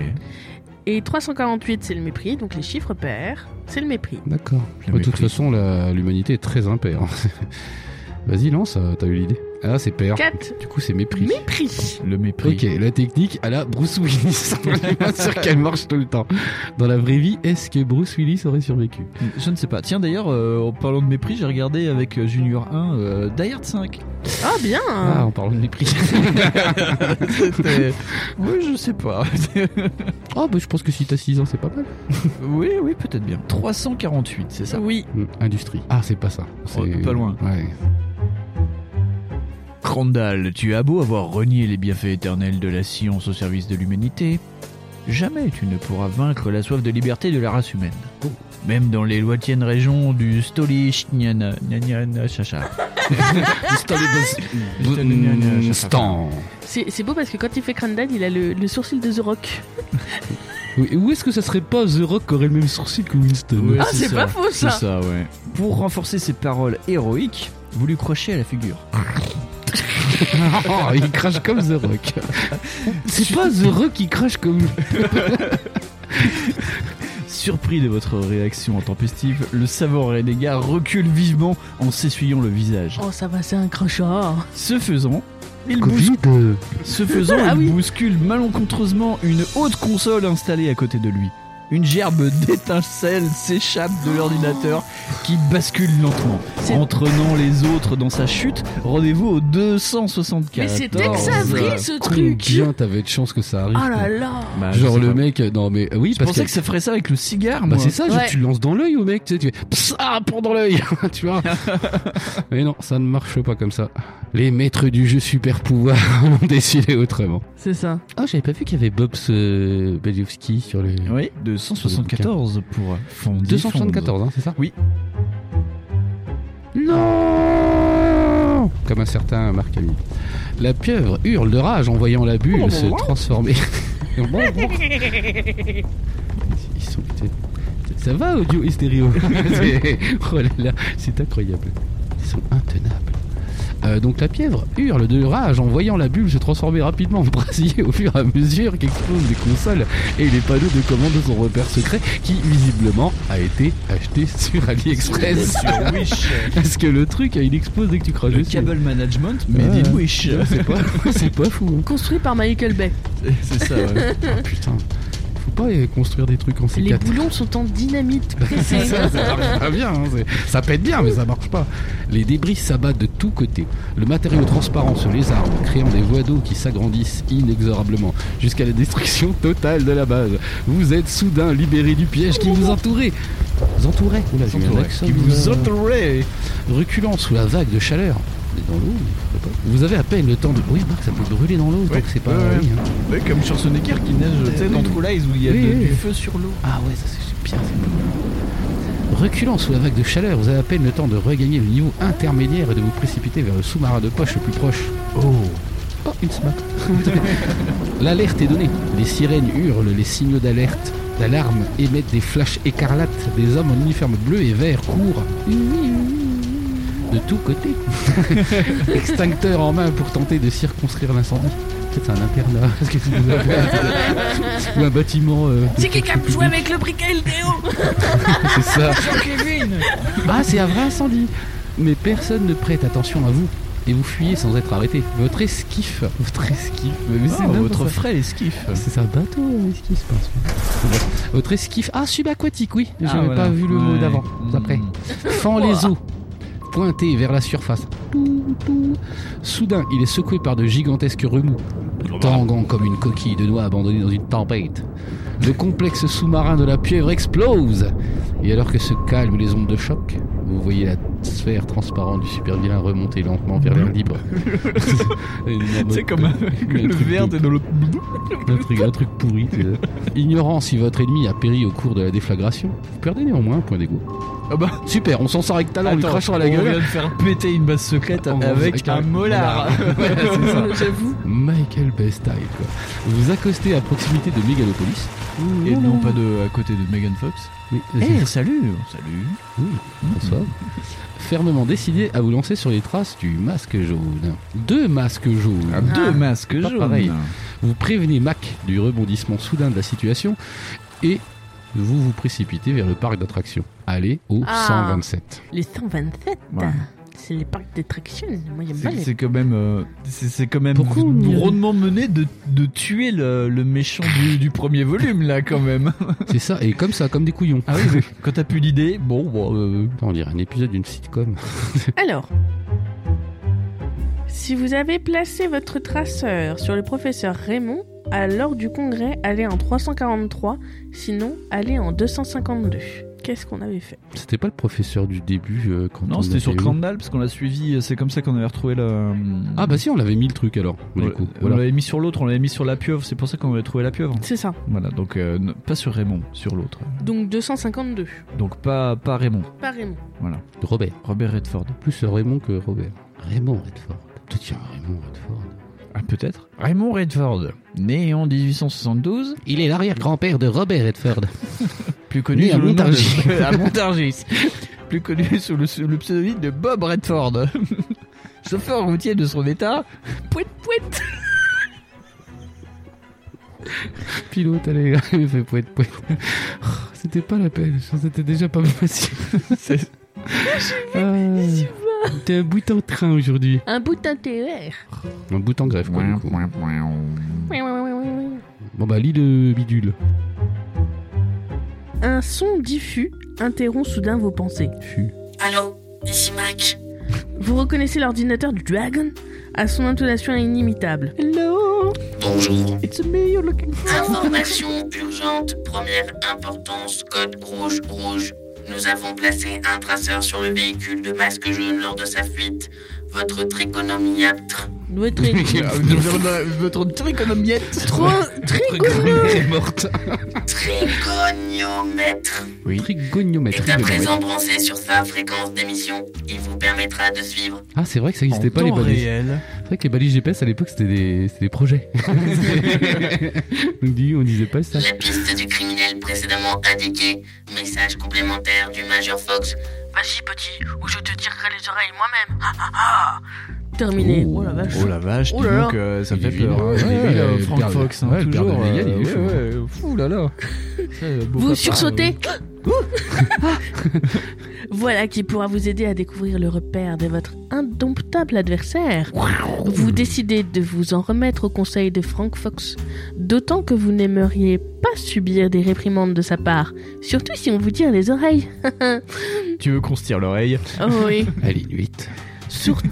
Speaker 2: et 348 c'est le mépris, donc les chiffres pairs c'est le mépris.
Speaker 4: D'accord. Bah,
Speaker 7: Le
Speaker 4: De toute
Speaker 7: mépris.
Speaker 4: façon, la- l'humanité est très impaire. Vas-y, lance, euh, t'as eu l'idée. Ah, c'est père.
Speaker 2: 4
Speaker 4: Du coup, c'est mépris.
Speaker 2: mépris.
Speaker 7: Le mépris.
Speaker 4: Ok, la technique à la Bruce Willis. On est pas sûr qu'elle marche tout le temps. Dans la vraie vie, est-ce que Bruce Willis aurait survécu
Speaker 7: Je ne sais pas. Tiens, d'ailleurs, euh, en parlant de mépris, j'ai regardé avec euh, Junior 1 euh, Die Hard 5.
Speaker 2: Ah bien
Speaker 4: Ah, en parlant de mépris.
Speaker 7: C'était- oui, je sais pas.
Speaker 4: oh, bah je pense que si t'as 6 ans, c'est pas mal.
Speaker 7: oui, oui, peut-être bien. 348, c'est ça
Speaker 2: Oui.
Speaker 4: Hmm, industrie. Ah, c'est pas ça. C'est
Speaker 7: Oh, pas loin.
Speaker 4: Ouais.
Speaker 7: Crandall, tu as beau avoir renié les bienfaits éternels de la science au service de l'humanité, jamais tu ne pourras vaincre la soif de liberté de la race humaine. Même dans les lointaines régions du Stolish, Nyana, Nyana, Chacha.
Speaker 4: Stan. ah,
Speaker 2: C'est c'est beau parce que quand il fait Crandall il a le, le sourcil de The Rock.
Speaker 4: Oui, et où est-ce que ça serait pas The Rock qui aurait le même sourcil que Winston
Speaker 7: Ouais,
Speaker 2: Ah, c'est
Speaker 7: ça.
Speaker 2: pas faux,
Speaker 7: C'est
Speaker 2: ça.
Speaker 7: ça, ouais. Pour renforcer ses paroles héroïques, vous lui crochez à la figure.
Speaker 4: Oh, il crache comme The Rock. C'est pas The Rock qui crache comme.
Speaker 7: Surpris de votre réaction intempestive, le savant renégat recule vivement en s'essuyant le visage.
Speaker 2: Oh, ça va, c'est un crochard.
Speaker 7: Ce faisant, il bouge
Speaker 11: Covid euh,
Speaker 7: Ce faisant,
Speaker 2: Ah
Speaker 7: il
Speaker 2: oui.
Speaker 7: bouscule malencontreusement une haute console installée à côté de lui. Une gerbe d'étincelles s'échappe de l'ordinateur qui bascule lentement,
Speaker 2: C'est-
Speaker 7: entraînant les autres dans sa chute. Rendez-vous au 264.
Speaker 2: Mais c'est exavril, ce truc.
Speaker 4: Combien t'avais de chance que ça arrive
Speaker 2: Oh
Speaker 4: quoi.
Speaker 2: là là.
Speaker 7: Bah,
Speaker 4: Genre
Speaker 7: je sais
Speaker 4: le
Speaker 7: pas.
Speaker 4: mec, non mais oui,
Speaker 7: Je
Speaker 4: parce
Speaker 7: pensais
Speaker 4: que.
Speaker 7: que ça ferait ça avec le cigare,
Speaker 4: Bah
Speaker 7: moi.
Speaker 4: c'est ça, genre,
Speaker 2: Ouais.
Speaker 4: tu le lances dans l'œil au mec, tu sais, tu fais Pss, ah, prends dans l'œil, tu vois. Mais non, ça ne marche pas comme ça. Les maîtres du jeu super pouvoir ont décidé autrement.
Speaker 2: C'est ça.
Speaker 4: Ah, j'avais pas vu qu'il y avait Bob euh, Beliovsky sur les.
Speaker 7: Oui, 274 pour fondre.
Speaker 4: 274, hein, c'est ça
Speaker 7: Oui.
Speaker 4: Non Comme un certain Marc Camille. La pieuvre hurle de rage en voyant la bulle se transformer. Ils sont putain- Ça va audio et stéréo C'est- Oh là là, c'est incroyable. Ils sont intenables. Euh, donc la pieuvre hurle de rage en voyant la bulle se transformer rapidement en brasier au fur et à mesure qu'explosent les consoles et les panneaux de commande de son repère secret qui visiblement a été acheté sur AliExpress.
Speaker 7: Sur Wish.
Speaker 4: Parce que le truc, il explose dès que tu craches
Speaker 7: Le
Speaker 4: dessus.
Speaker 7: cable management, mais
Speaker 4: Ouais.
Speaker 5: euh,
Speaker 7: des Wish.
Speaker 4: C'est pas, c'est pas fou.
Speaker 2: Construit par Michael Bay.
Speaker 7: C'est- C'est ça, ouais.
Speaker 4: hein. Putain, faut pas euh, construire des trucs en
Speaker 2: Les
Speaker 4: C4.
Speaker 2: boulons sont en dynamite
Speaker 4: C'est
Speaker 2: pressée.
Speaker 4: ça, ça marche pas bien. hein, c'est- Ça pète bien, mais ça marche pas. Les débris s'abattent de tous côtés. Le matériau transparent se lézarde, créant des voies d'eau qui s'agrandissent inexorablement jusqu'à la destruction totale de la base. Vous êtes soudain libéré du piège qui vous entourait. Vous entourait. Oula, j'ai eu un accent
Speaker 7: Qui vous
Speaker 4: bizarre.
Speaker 7: entourez.
Speaker 4: Reculant sous la vague de chaleur. Mais Dans l'eau, je sais pas. vous avez à peine le temps de. Oui, remarque, ça peut brûler dans l'eau, tant
Speaker 7: Ouais.
Speaker 4: que c'est pas.
Speaker 7: Ouais, ouais.
Speaker 4: oui, hein.
Speaker 7: Ouais, comme sur Sonecker qui neige tu sais, dans True Lies où il y a
Speaker 4: Oui,
Speaker 7: de-
Speaker 4: oui.
Speaker 7: du feu sur l'eau.
Speaker 4: Ah ouais, ça c'est bien, c'est bien. Reculant sous la vague de chaleur, vous avez à peine le temps de regagner le niveau intermédiaire et de vous précipiter vers le sous-marin de poche le plus proche. Oh Oh, une smack L'alerte est donnée. Les sirènes hurlent les signaux d'alerte. L'alarme émettent des flashs écarlates. Des hommes en uniforme bleu et vert courent. De tous côtés. Extincteur en main pour tenter de circonscrire l'incendie. Peut-être c'est un internat. parce que c'est des affaires. Ou un bâtiment. euh, de
Speaker 2: C'est quelqu'un
Speaker 4: fonction
Speaker 2: qui joue
Speaker 4: publique.
Speaker 2: avec le briquet et le déo.
Speaker 4: C'est ça. Ah, c'est un vrai incendie. Mais personne ne prête attention à vous. Et vous fuyez sans être arrêté. Votre esquif. Votre esquif. Mais
Speaker 7: Ah,
Speaker 5: Oh,
Speaker 4: c'est n'importe
Speaker 7: votre
Speaker 4: quoi.
Speaker 7: frère esquif.
Speaker 4: C'est un bateau,
Speaker 7: euh,
Speaker 4: un esquif, je pense. Euh, Votre esquif. Ah, subaquatique, oui. J'avais
Speaker 7: Ah, voilà.
Speaker 4: pas vu le mot
Speaker 7: Ouais.
Speaker 4: d'avant.
Speaker 7: Mm.
Speaker 4: Après. Fend les eaux. Pointé vers la surface. Tout, tout. Soudain, il est secoué par de gigantesques remous. Tanguant comme une coquille de noix abandonnée dans une tempête. Le complexe sous-marin de la pieuvre explose. Et alors que se calment les ondes de choc, vous voyez la sphère transparente du super vilain remonter lentement vers l'air libre.
Speaker 7: Mm. C'est comme un-
Speaker 5: euh,
Speaker 7: le verre de dans l'autre.
Speaker 4: Un truc, un truc pourri. tu sais. Ignorant si votre ennemi a péri au cours de la déflagration, vous perdez néanmoins un point d'ego.
Speaker 7: Ah bah,
Speaker 4: Super, on s'en sort avec talent en lui
Speaker 7: attends,
Speaker 4: crachant à la
Speaker 7: on vient
Speaker 4: gueule.
Speaker 7: de faire péter une base secrète
Speaker 4: On-
Speaker 7: avec un molar.
Speaker 4: Ouais, c'est ça.
Speaker 7: J'avoue.
Speaker 4: Michael Bay style, quoi. Vous accostez à proximité de Mégalopolis.
Speaker 7: Et non pas de à côté de Megan Fox.
Speaker 4: Oui,
Speaker 7: Eh,
Speaker 4: c'est-
Speaker 7: salut, salut.
Speaker 4: oui, François. Fermement décidé à vous lancer sur les traces du masque jaune. Deux masques jaunes.
Speaker 7: Ah, Deux masques
Speaker 4: Ah, Pas
Speaker 7: jaunes.
Speaker 4: pareil. Vous prévenez Mac du rebondissement soudain de la situation et vous vous précipitez vers le parc d'attractions. Allez au
Speaker 2: Ah.
Speaker 4: 127.
Speaker 2: Les 127.
Speaker 7: Ouais.
Speaker 2: C'est les parcs d'attraction. Moi, j'aime pas
Speaker 7: C'est
Speaker 2: les.
Speaker 7: c'est quand même, euh, c'est c'est quand même
Speaker 4: Pourquoi on y-
Speaker 7: rondement mené de, de tuer le, le méchant du, du premier volume là quand même.
Speaker 4: C'est ça, et comme ça, comme des couillons.
Speaker 7: Ah oui, quand t'as plus d'idée, bon, bon, euh,
Speaker 4: Attends, On dirait un épisode d'une sitcom.
Speaker 2: Alors. Si vous avez placé votre traceur sur le professeur Raymond, à l'heure du congrès, allez en 343, sinon allez en 252. Qu'est-ce qu'on avait fait
Speaker 4: C'était pas le professeur du début euh, quand on
Speaker 7: Non, c'était
Speaker 4: a
Speaker 7: sur
Speaker 4: fait-
Speaker 7: Crandall parce qu'on l'a suivi, euh, c'est comme ça qu'on avait retrouvé le.
Speaker 4: Ah bah si, on l'avait mis le truc alors.
Speaker 7: on,
Speaker 4: Du
Speaker 7: l'a-
Speaker 4: coup,
Speaker 7: on
Speaker 4: voilà.
Speaker 7: l'avait mis sur l'autre, on l'avait mis sur la pieuvre, c'est pour ça qu'on avait trouvé la pieuvre.
Speaker 2: C'est ça.
Speaker 7: Voilà, donc euh, ne- pas sur Raymond, sur l'autre.
Speaker 2: Donc 252.
Speaker 7: Donc pas, pas Raymond,
Speaker 2: Pas Raymond.
Speaker 4: Robert.
Speaker 7: Robert Redford.
Speaker 4: Plus Raymond que Robert. Raymond Redford. Tiens, Raymond Redford.
Speaker 7: Ah,
Speaker 5: peut-être Raymond Redford, né en 1872,
Speaker 4: Il est l'arrière-grand-père de Robert Redford.
Speaker 5: plus connu
Speaker 4: Né à
Speaker 5: sous le nom de-
Speaker 4: Montargis.
Speaker 5: à Montargis. plus connu sous le, sous le pseudonyme de Bob Redford. Chauffeur routier de son état, pouet pouet.
Speaker 4: Pilote, allez, il fait poète, poète. Oh, C'était pas la peine, c'était déjà pas facile. C'est- Ah, T'es un bout en train aujourd'hui.
Speaker 2: Un bout d'intérêt.
Speaker 4: Un bout en grève, quoi, du coup.
Speaker 2: Ouais, ouais, ouais, ouais, ouais.
Speaker 4: Bon, bah, lis le bidule.
Speaker 2: Un son diffus interrompt soudain vos pensées.
Speaker 4: Fus.
Speaker 10: Allô, ici Mac.
Speaker 2: Vous reconnaissez l'ordinateur du Dragon à son intonation inimitable. Hello,
Speaker 10: Bonjour.
Speaker 2: it's me you're looking
Speaker 10: Information urgente, première importance, code rouge, rouge. Nous avons placé un traceur sur le véhicule de masque jaune lors de sa fuite. Votre trigonomiatre.
Speaker 2: Notre
Speaker 5: Ah,
Speaker 2: équipe.
Speaker 5: Votre triconomiette.
Speaker 2: Trop trigono.
Speaker 4: est morte.
Speaker 10: Trigoniomètre.
Speaker 4: Oui. Trigoniomètre.
Speaker 10: Est à présent branché sur sa fréquence d'émission. Il vous permettra de suivre.
Speaker 4: Ah, c'est vrai que ça n'existait pas les balises. C'est vrai que les balises GPS à l'époque c'était des, c'était des projets. on, dit, on disait pas ça.
Speaker 10: La piste du criminel précédemment indiquée. Message complémentaire du Major Fox.
Speaker 2: Vas-y petit, ou je te tirerai les oreilles moi-même. Ah, Terminé.
Speaker 4: Oh,
Speaker 2: Oh, la vache.
Speaker 5: Oh la vache,
Speaker 2: Oh
Speaker 5: dis
Speaker 2: là là.
Speaker 5: donc, euh, ça me
Speaker 4: Il est
Speaker 5: fait peur.
Speaker 4: vilain, ouais,
Speaker 5: hein. Il est
Speaker 4: ouais,
Speaker 5: vilain,
Speaker 4: ouais,
Speaker 5: Franck
Speaker 4: Pierre-
Speaker 5: Fox, hein,
Speaker 4: ouais, le Pierre
Speaker 5: toujours.
Speaker 4: Davignel, il est chaud.
Speaker 5: ouais, ouais, fou là là. Ça, le beau
Speaker 2: Vous
Speaker 5: papa,
Speaker 2: sursautez Voilà qui pourra vous aider à découvrir le repère de votre indomptable adversaire. Vous décidez de vous en remettre au conseil de Frank Fox, d'autant que vous n'aimeriez pas subir des réprimandes de sa part, surtout si on vous tire les oreilles.
Speaker 5: euh, Tu veux qu'on se tire l'oreille
Speaker 2: Oh oui.
Speaker 4: À l'inuit.
Speaker 2: Sur-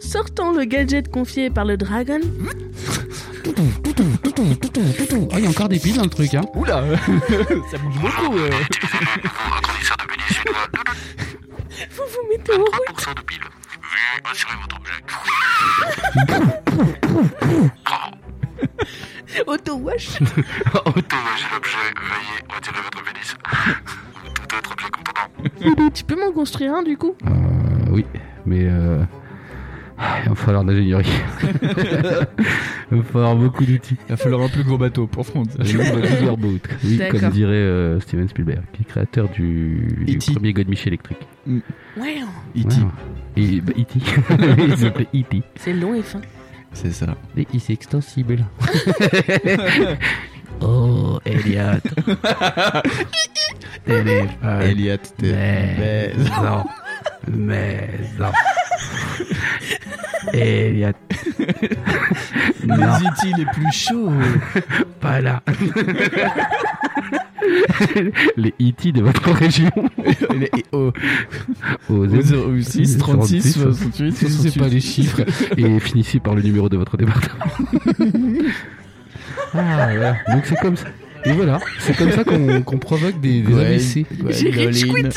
Speaker 2: Sortant le gadget confié par le dragon,
Speaker 4: Oh, il y a encore des piles dans le truc, hein.
Speaker 5: Oula Ça bouge beaucoup euh.
Speaker 6: Agrandisseur de pilier suédois,
Speaker 2: vous vous mettez au
Speaker 6: 3% de pile. Veuillez assurer votre objet.
Speaker 2: auto-wash.
Speaker 6: Autologer l'objet, veuillez retirer votre pénis. Ou Tout autre objet contenant.
Speaker 2: Eh ben, tu peux m'en construire un du coup
Speaker 4: Euh, oui, mais euh... ah, il va falloir d'ingénierie. il va falloir beaucoup d'outils.
Speaker 5: Il va falloir un plus gros bateau pour fondre ça.
Speaker 4: Le nom va devenir beau. Oui,
Speaker 2: D'accord.
Speaker 4: comme dirait euh, Steven Spielberg, qui est créateur du, du
Speaker 5: E.T..
Speaker 4: premier Godmich électrique.
Speaker 2: Ouais.
Speaker 5: E.T.
Speaker 4: Ouais. Et bah, E.T. il s'appelait E E.T.
Speaker 2: C'est long et fin.
Speaker 5: C'est ça.
Speaker 4: Et il s'est extensible. oh, Elliot. Téléphone.
Speaker 5: Elliot, t'es-
Speaker 4: Mais
Speaker 5: Mais-
Speaker 4: non. Mais non. Elliot. non,
Speaker 5: Les E.T. les plus chauds euh,
Speaker 4: pas là. Les E.T. de votre région.
Speaker 5: les, oh,
Speaker 4: Aux
Speaker 5: 06 36 68
Speaker 4: sais
Speaker 5: 68
Speaker 4: pas les chiffres. Et finissez par le numéro de votre département. ah, voilà. Donc c'est comme ça. Et voilà, c'est comme ça qu'on qu'on provoque des, des AVC.
Speaker 2: J'ai
Speaker 5: Gwendoline.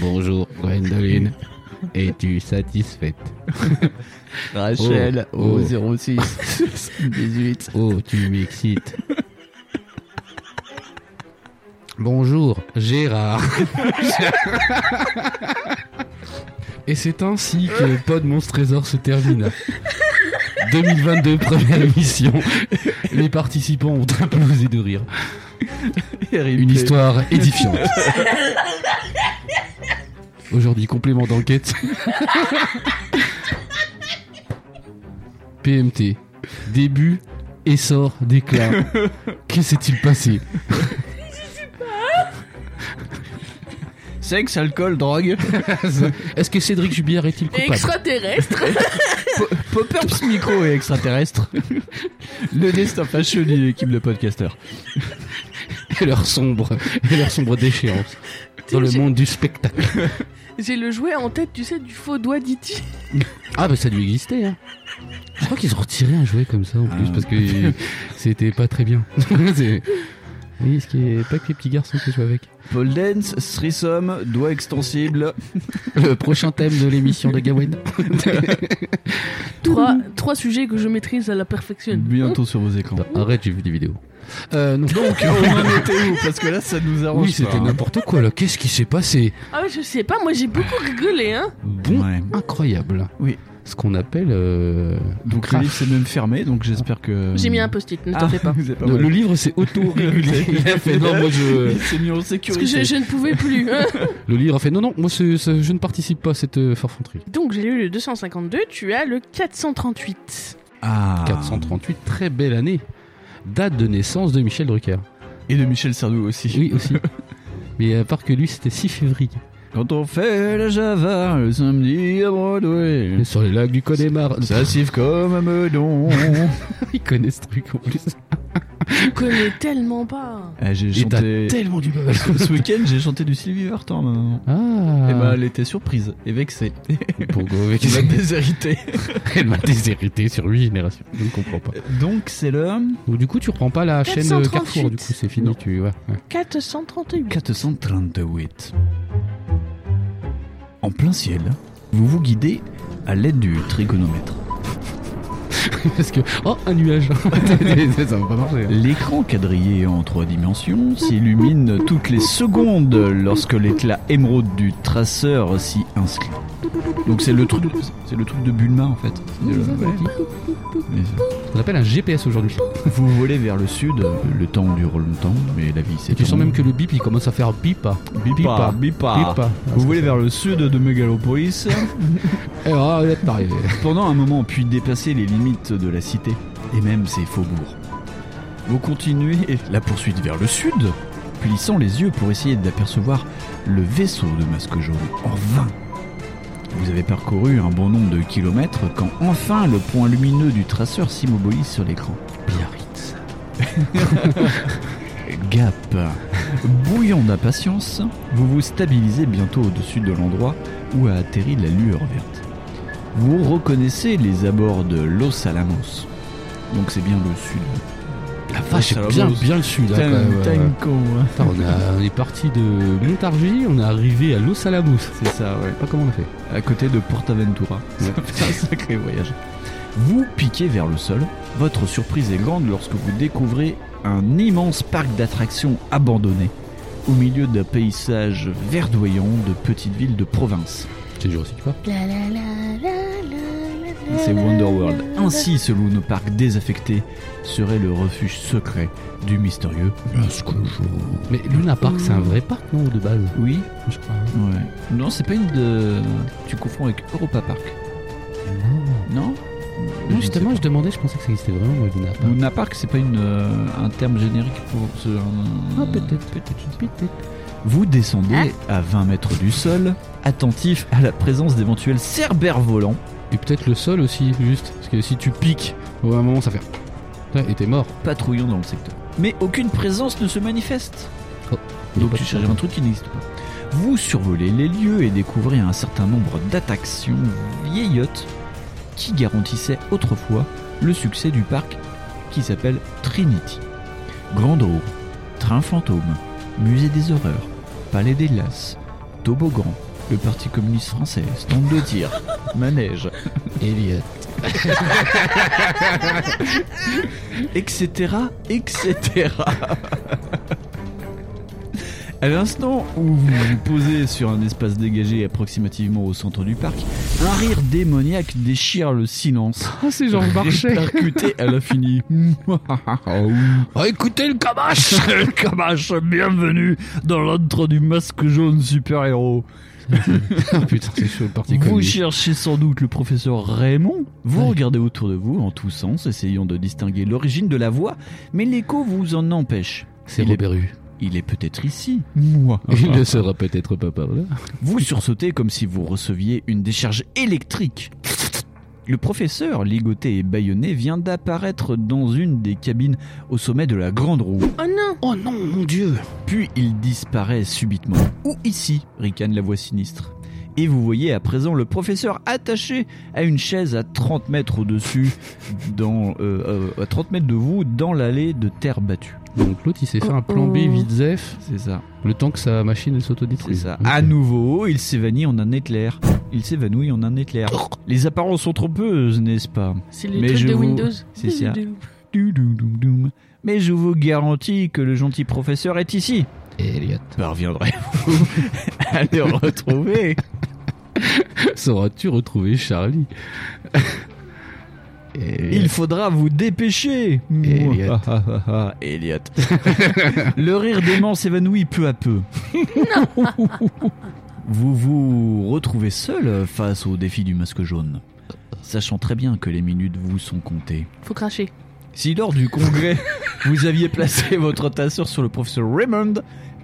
Speaker 4: Bonjour Gwendoline. Es-tu satisfaite
Speaker 5: Rachel
Speaker 4: Oh.
Speaker 5: au 06 18
Speaker 4: Oh, tu m'excites. Bonjour Gérard. Et c'est ainsi que le Pod Monstre Trésor se termine. 2022, première émission. Les participants ont implosé de rire. Une histoire édifiante. Aujourd'hui, complément d'enquête. PMT. Début, essor, déclin. Que s'est-il passé
Speaker 5: Sexe, alcool, drogue
Speaker 4: Est-ce que Cédric Jubière est-il coupable
Speaker 2: Extraterrestre
Speaker 5: Pop-ups micro et extraterrestre Le destin fâcheux de l'équipe de podcasteurs
Speaker 4: Et leur sombre, et leur sombre déchéance dans le
Speaker 2: J'ai-
Speaker 4: monde du spectacle.
Speaker 2: J'ai le jouet en tête, tu sais, du faux doigt d'Iti.
Speaker 4: Ah bah ça a dû exister. Hein. Je crois qu'ils ont retiré un jouet comme ça en plus
Speaker 5: Ah.
Speaker 4: parce que c'était pas très bien. C'est- oui, ce qui est pas que les petits garçons qui jouent avec.
Speaker 5: Paul Dance, threesome, doigt extensible
Speaker 4: Le prochain thème de l'émission de Gawain.
Speaker 2: Trois, trois sujets que je maîtrise à la perfection.
Speaker 5: Bientôt sur vos écrans
Speaker 4: Arrête, j'ai vu des vidéos. Euh, non.
Speaker 5: Donc on en était où Parce que là ça nous arrange
Speaker 4: oui, c'était n'importe quoi là. Qu'est-ce qui s'est passé
Speaker 2: Ah ouais, je sais pas, moi j'ai beaucoup rigolé, hein.
Speaker 4: Bon, incroyable.
Speaker 5: Oui.
Speaker 4: ce qu'on appelle euh,
Speaker 7: Donc
Speaker 4: Craft.
Speaker 7: le livre s'est même fermé, donc j'espère que.
Speaker 2: J'ai mis un post-it, ne t'en
Speaker 7: Ah,
Speaker 2: fais pas.
Speaker 7: vous êtes
Speaker 4: le,
Speaker 7: mal.
Speaker 4: le livre s'est auto-régulé. Il a fait non, moi je.
Speaker 7: Il s'est mis
Speaker 2: Euh,
Speaker 7: en
Speaker 2: Parce que je,
Speaker 7: sécurité.
Speaker 2: je ne pouvais plus. hein.
Speaker 4: Le livre a fait non, non, moi c'est- c'est- je ne participe pas à cette euh, forfanterie.
Speaker 2: Donc j'ai lu le 252, tu as le 438.
Speaker 7: Ah.
Speaker 4: 438, très belle année. Date de naissance de Michel Drucker.
Speaker 7: Et de Michel Sardou aussi.
Speaker 4: Oui, aussi. Mais à part que lui, c'était 6 février.
Speaker 7: Quand on fait la Java le samedi à Broadway.
Speaker 4: Sur les lacs du Connemara.
Speaker 7: Ça siffle comme un meudon.
Speaker 4: il connaît ce truc en plus.
Speaker 2: Je connais tellement pas.
Speaker 7: Ah, j'ai
Speaker 4: Et t'as
Speaker 7: chanté.
Speaker 4: tellement du mal.
Speaker 7: Ce week-end, j'ai chanté du Sylvie Vartan, ma maman.
Speaker 4: Ah.
Speaker 7: Et bah, elle était surprise et vexée.
Speaker 4: Pourquoi
Speaker 7: Qui m'a déshéritée.
Speaker 4: Elle m'a déshérité sur 8 générations. Je ne comprends pas.
Speaker 7: Donc, c'est le
Speaker 4: Donc du coup, tu reprends pas la chaîne euh, Carrefour.
Speaker 2: 438.
Speaker 4: Du coup, c'est fini.
Speaker 7: Non.
Speaker 4: Tu ouais, ouais.
Speaker 2: 438.
Speaker 7: 438. En plein ciel, vous vous guidez à l'aide du trigonomètre.
Speaker 4: Parce que oh un nuage. ça va pas marcher.
Speaker 7: L'écran quadrillé en trois dimensions s'illumine toutes les secondes lorsque l'éclat émeraude du traceur s'y inscrit. Donc c'est le truc, c'est le truc de Bulma en fait. C'est le- Mais-
Speaker 4: On appelle un GPS aujourd'hui.
Speaker 7: Vous volez vers le sud, le temps dure longtemps, mais la vie c'est.
Speaker 4: Et tu sens même que le bip, il commence à faire bip. Bipa.
Speaker 7: Bipa, bipa.
Speaker 4: Bip.
Speaker 7: Vous volez vers le sud de Megalopolis
Speaker 4: Et alors, il est arrivé.
Speaker 7: pendant un moment, puis dépasser les limites de la cité et même ses faubourgs. Vous continuez la poursuite vers le sud, plissant les yeux pour essayer d'apercevoir le vaisseau de Masque Jaune. En vain Vous avez parcouru un bon nombre de kilomètres quand enfin le point lumineux du traceur s'immobilise sur l'écran. Biarritz. Gap. Bouillant d'impatience, vous vous stabilisez bientôt au-dessus de l'endroit où a atterri la lueur verte vous reconnaissez les abords de Los Alamos. Donc c'est bien le sud.
Speaker 4: La vache, Ah, c'est
Speaker 7: Ça va,
Speaker 4: bien,
Speaker 7: bon,
Speaker 4: bien le sud. hein,
Speaker 7: Putain,
Speaker 4: quand même.
Speaker 7: putain,
Speaker 4: Putain,
Speaker 7: con, hein.
Speaker 4: on, a- on est parti de Montargis, on est arrivé à Los Alamos.
Speaker 7: C'est ça, ouais.
Speaker 4: Pas comment on a fait.
Speaker 7: À côté de Portaventura. Ça fait un sacré voyage. Vous piquez vers le sol. Votre surprise est grande lorsque vous découvrez un immense parc d'attractions abandonné au milieu d'un paysage verdoyant de petites villes de province.
Speaker 4: C'est Jurassic Park.
Speaker 2: La, la, la, la, la, la,
Speaker 7: C'est
Speaker 2: la,
Speaker 7: Wonderworld.
Speaker 2: la, la, la.
Speaker 7: Ainsi, ce Luna Park désaffecté serait le refuge secret du mystérieux Masque Jaune.
Speaker 4: Mais Luna Park, c'est un vrai parc, non, de base
Speaker 7: Oui,
Speaker 4: Je crois.
Speaker 7: Ouais. Non, c'est pas une de. Tu confonds avec Europa Park. Non Je
Speaker 4: Non,
Speaker 7: ne
Speaker 4: justement,
Speaker 7: sais
Speaker 4: je demandais, je pensais que ça existait vraiment, moi, Luna
Speaker 7: pas.
Speaker 4: Park.
Speaker 7: Luna Park, c'est pas une, euh, un terme générique pour ce.
Speaker 4: Ah, peut-être, peut-être, peut-être.
Speaker 7: Vous
Speaker 4: Hein
Speaker 7: descendez à 20 mètres du sol, attentif à la présence d'éventuels cerbères volants.
Speaker 4: Et peut-être le sol aussi, juste. Parce que si tu piques, au un moment, ça fait. Putain, Et t'es mort.
Speaker 7: patrouillant dans le secteur. Mais aucune présence ne se manifeste.
Speaker 4: Oh.
Speaker 7: Donc tu cherches un truc qui n'existe pas. Vous survolez les lieux et découvrez un certain nombre d'attractions vieillottes qui garantissaient autrefois le succès du parc qui s'appelle Trinity. Grande eau, train fantôme, musée des horreurs, palais des glaces, toboggan, le parti communiste français, stand de tir, manège,
Speaker 4: Elliot.
Speaker 7: etc., etc. À l'instant où vous vous posez sur un espace dégagé approximativement au centre du parc, un rire démoniaque déchire le silence,
Speaker 4: Ah, c'est Georges Marchais.
Speaker 7: percuté à l'infini.
Speaker 4: Oh, écoutez le cabache
Speaker 7: Kamash, bienvenue dans l'antre du masque jaune super-héros.
Speaker 4: Ah, Putain, c'est chaud, le parti
Speaker 7: Vous
Speaker 4: communiste.
Speaker 7: cherchez sans doute le professeur Raymond. Vous
Speaker 4: Ouais.
Speaker 7: regardez autour de vous en tous sens, essayant de distinguer l'origine de la voix, mais l'écho vous en empêche.
Speaker 4: C'est
Speaker 7: Il est-
Speaker 4: Robert Hue.
Speaker 7: Il est peut-être ici. Moi.
Speaker 4: Il ne sera peut-être pas par là.
Speaker 7: Vous sursautez comme si vous receviez une décharge électrique. Le professeur, ligoté et bâillonné, vient d'apparaître dans une des cabines au sommet de la grande roue.
Speaker 2: Oh non
Speaker 4: Oh non, mon dieu
Speaker 7: Puis il disparaît subitement. Ou ici, ricane la voix sinistre. Et vous voyez à présent le professeur attaché à une chaise à 30 mètres au-dessus, dans, euh, euh, à 30 mètres de vous, dans l'allée de terre battue.
Speaker 4: Donc l'autre, il s'est fait un plan B vite zef,
Speaker 7: Oh. C'est ça.
Speaker 4: le temps que sa machine elle
Speaker 7: C'est
Speaker 4: s'autodétruise.
Speaker 7: ça.
Speaker 4: Ok.
Speaker 7: À nouveau, il s'évanouit en un éclair. Il s'évanouit en un éclair. Les apparences sont trompeuses, n'est-ce pas
Speaker 2: C'est le
Speaker 7: Mais
Speaker 2: truc
Speaker 7: je
Speaker 2: de
Speaker 7: vous-
Speaker 2: Windows.
Speaker 7: c'est ça. Dou dou dou doum. Mais je vous garantis que le gentil professeur est ici.
Speaker 4: Elliot.
Speaker 7: Parviendrez-vous à le retrouver
Speaker 4: Sauras-tu retrouver Charlie Et-
Speaker 7: Il faudra vous dépêcher
Speaker 4: Elliot.
Speaker 7: Ah, ah, ah, ah, Elliot. Le rire dément s'évanouit peu à peu. vous vous retrouvez seul face au défi du masque jaune, sachant très bien que les minutes vous sont comptées.
Speaker 2: Faut cracher.
Speaker 7: Si lors du congrès, vous aviez placé votre tasseur sur le professeur Raymond,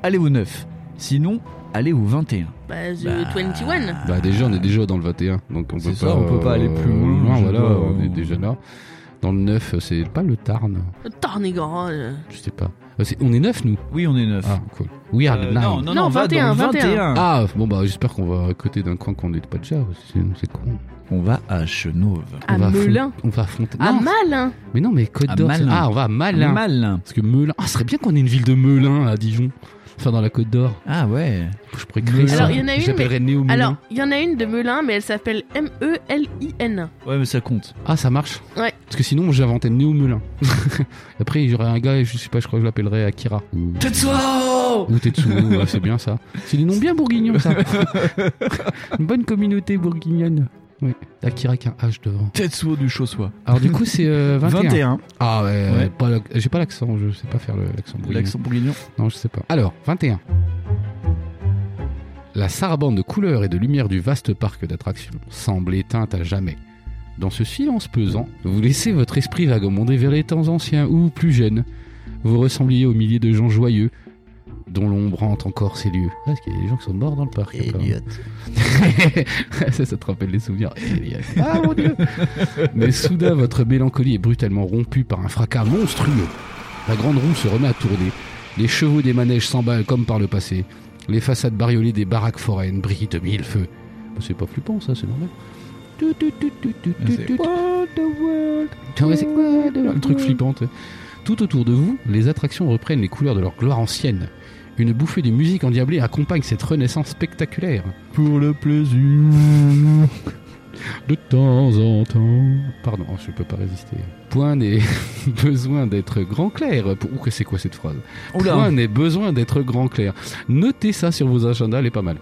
Speaker 7: allez au 9. Sinon, allez au 21.
Speaker 2: Bah, The
Speaker 7: Bah,
Speaker 2: 21.
Speaker 4: Bah déjà on est déjà dans le 21 donc on peut
Speaker 7: C'est
Speaker 4: pas euh,
Speaker 7: ça, on peut pas aller plus loin, je
Speaker 4: voilà,
Speaker 7: sais pas,
Speaker 4: on est
Speaker 7: on-
Speaker 4: déjà là. Dans le 9, c'est pas le Tarn,
Speaker 2: Oh, Tarn-et-Garonne.
Speaker 4: je sais pas. Euh, c'est- On est 9 nous
Speaker 7: Oui, on est 9.
Speaker 4: Ah cool. We are the
Speaker 7: Euh,
Speaker 4: nine.
Speaker 7: non, non,
Speaker 2: Non,
Speaker 7: non, va dans
Speaker 2: 21,
Speaker 7: le 21.
Speaker 4: Ah bon bah j'espère qu'on va à côté d'un coin qu'on n'est pas déjà, sinon c'est con.
Speaker 7: On va à Chenauve.
Speaker 2: À
Speaker 4: on va à Fon-
Speaker 2: Melun.
Speaker 4: On va à Fontaine.
Speaker 2: À
Speaker 4: Non,
Speaker 2: Malin.
Speaker 4: mais non mais Côte
Speaker 7: À
Speaker 4: d'Or. c'est-
Speaker 7: Malin.
Speaker 4: Ah on va à Malin.
Speaker 7: Malin.
Speaker 4: Parce que Melun, ah ce serait bien qu'on ait une ville de Melun à Dijon. Enfin dans la Côte d'Or.
Speaker 7: Ah ouais.
Speaker 4: Je pourrais créer
Speaker 7: Melun.
Speaker 4: ça.
Speaker 2: Alors, il y en a une,
Speaker 4: J'appellerais Néo Melun.
Speaker 2: Alors, il y en a une de Melun, mais elle s'appelle E M-E-L-I-N.
Speaker 7: Ouais, mais ça compte.
Speaker 4: Ah, ça marche
Speaker 2: Ouais.
Speaker 4: Parce que sinon, j'inventais Néo Melun. Après, il y aurait un gars, je sais pas, je crois que je l'appellerais Akira. Ou,
Speaker 2: Oh.
Speaker 7: Tetsuo
Speaker 4: ou Tetsuo, ouais, c'est bien ça. C'est des noms bien bourguignons, ça. Une bonne communauté bourguignonne. Oui. Akira avec un H devant.
Speaker 7: Tetsuo du Chaussois.
Speaker 4: Alors, du coup, c'est euh, 21.
Speaker 7: 21.
Speaker 4: Ah, ouais,
Speaker 7: Ouais.
Speaker 4: pas l'ac- j'ai pas l'accent, je sais pas faire le- l'accent bourguignon.
Speaker 7: L'accent bourguignon.
Speaker 4: Non, je sais pas. Alors, 21. La sarabande de couleurs et de lumière du vaste parc d'attractions semble éteinte à jamais. Dans ce silence pesant, vous laissez votre esprit vagabonder vers les temps anciens ou plus jeunes. Vous ressembliez au millier de gens joyeux dont l'ombre hante encore ces lieux. Parce qu'il y a des gens qui sont morts dans le parc. apparemment. ça, ça te rappelle les souvenirs. Elliot. Ah mon dieu Mais soudain, votre mélancolie est brutalement rompue par un fracas monstrueux. La grande roue se remet à tourner. Les chevaux des manèges s'emballent comme par le passé. Les façades bariolées des baraques foraines brillent de mille feux. Bah, c'est pas flippant, ça, c'est normal. Tu, tu, tu, tu, tu,
Speaker 7: Ah,
Speaker 4: tu,
Speaker 7: c'est-
Speaker 4: tu. Ah ouais, c'est- Le truc flippant. tu sais. Tout autour de vous, les attractions reprennent les couleurs de leur gloire ancienne. Une bouffée de musique endiablée accompagne cette renaissance spectaculaire.
Speaker 7: Pour le plaisir.
Speaker 4: De temps en temps. Pardon, oh, je peux pas résister. Point n'est besoin d'être grand clair. Pour... Ouh, que c'est quoi cette phrase Point n'est besoin d'être grand clair. Notez ça sur vos agendas, elle est pas mal.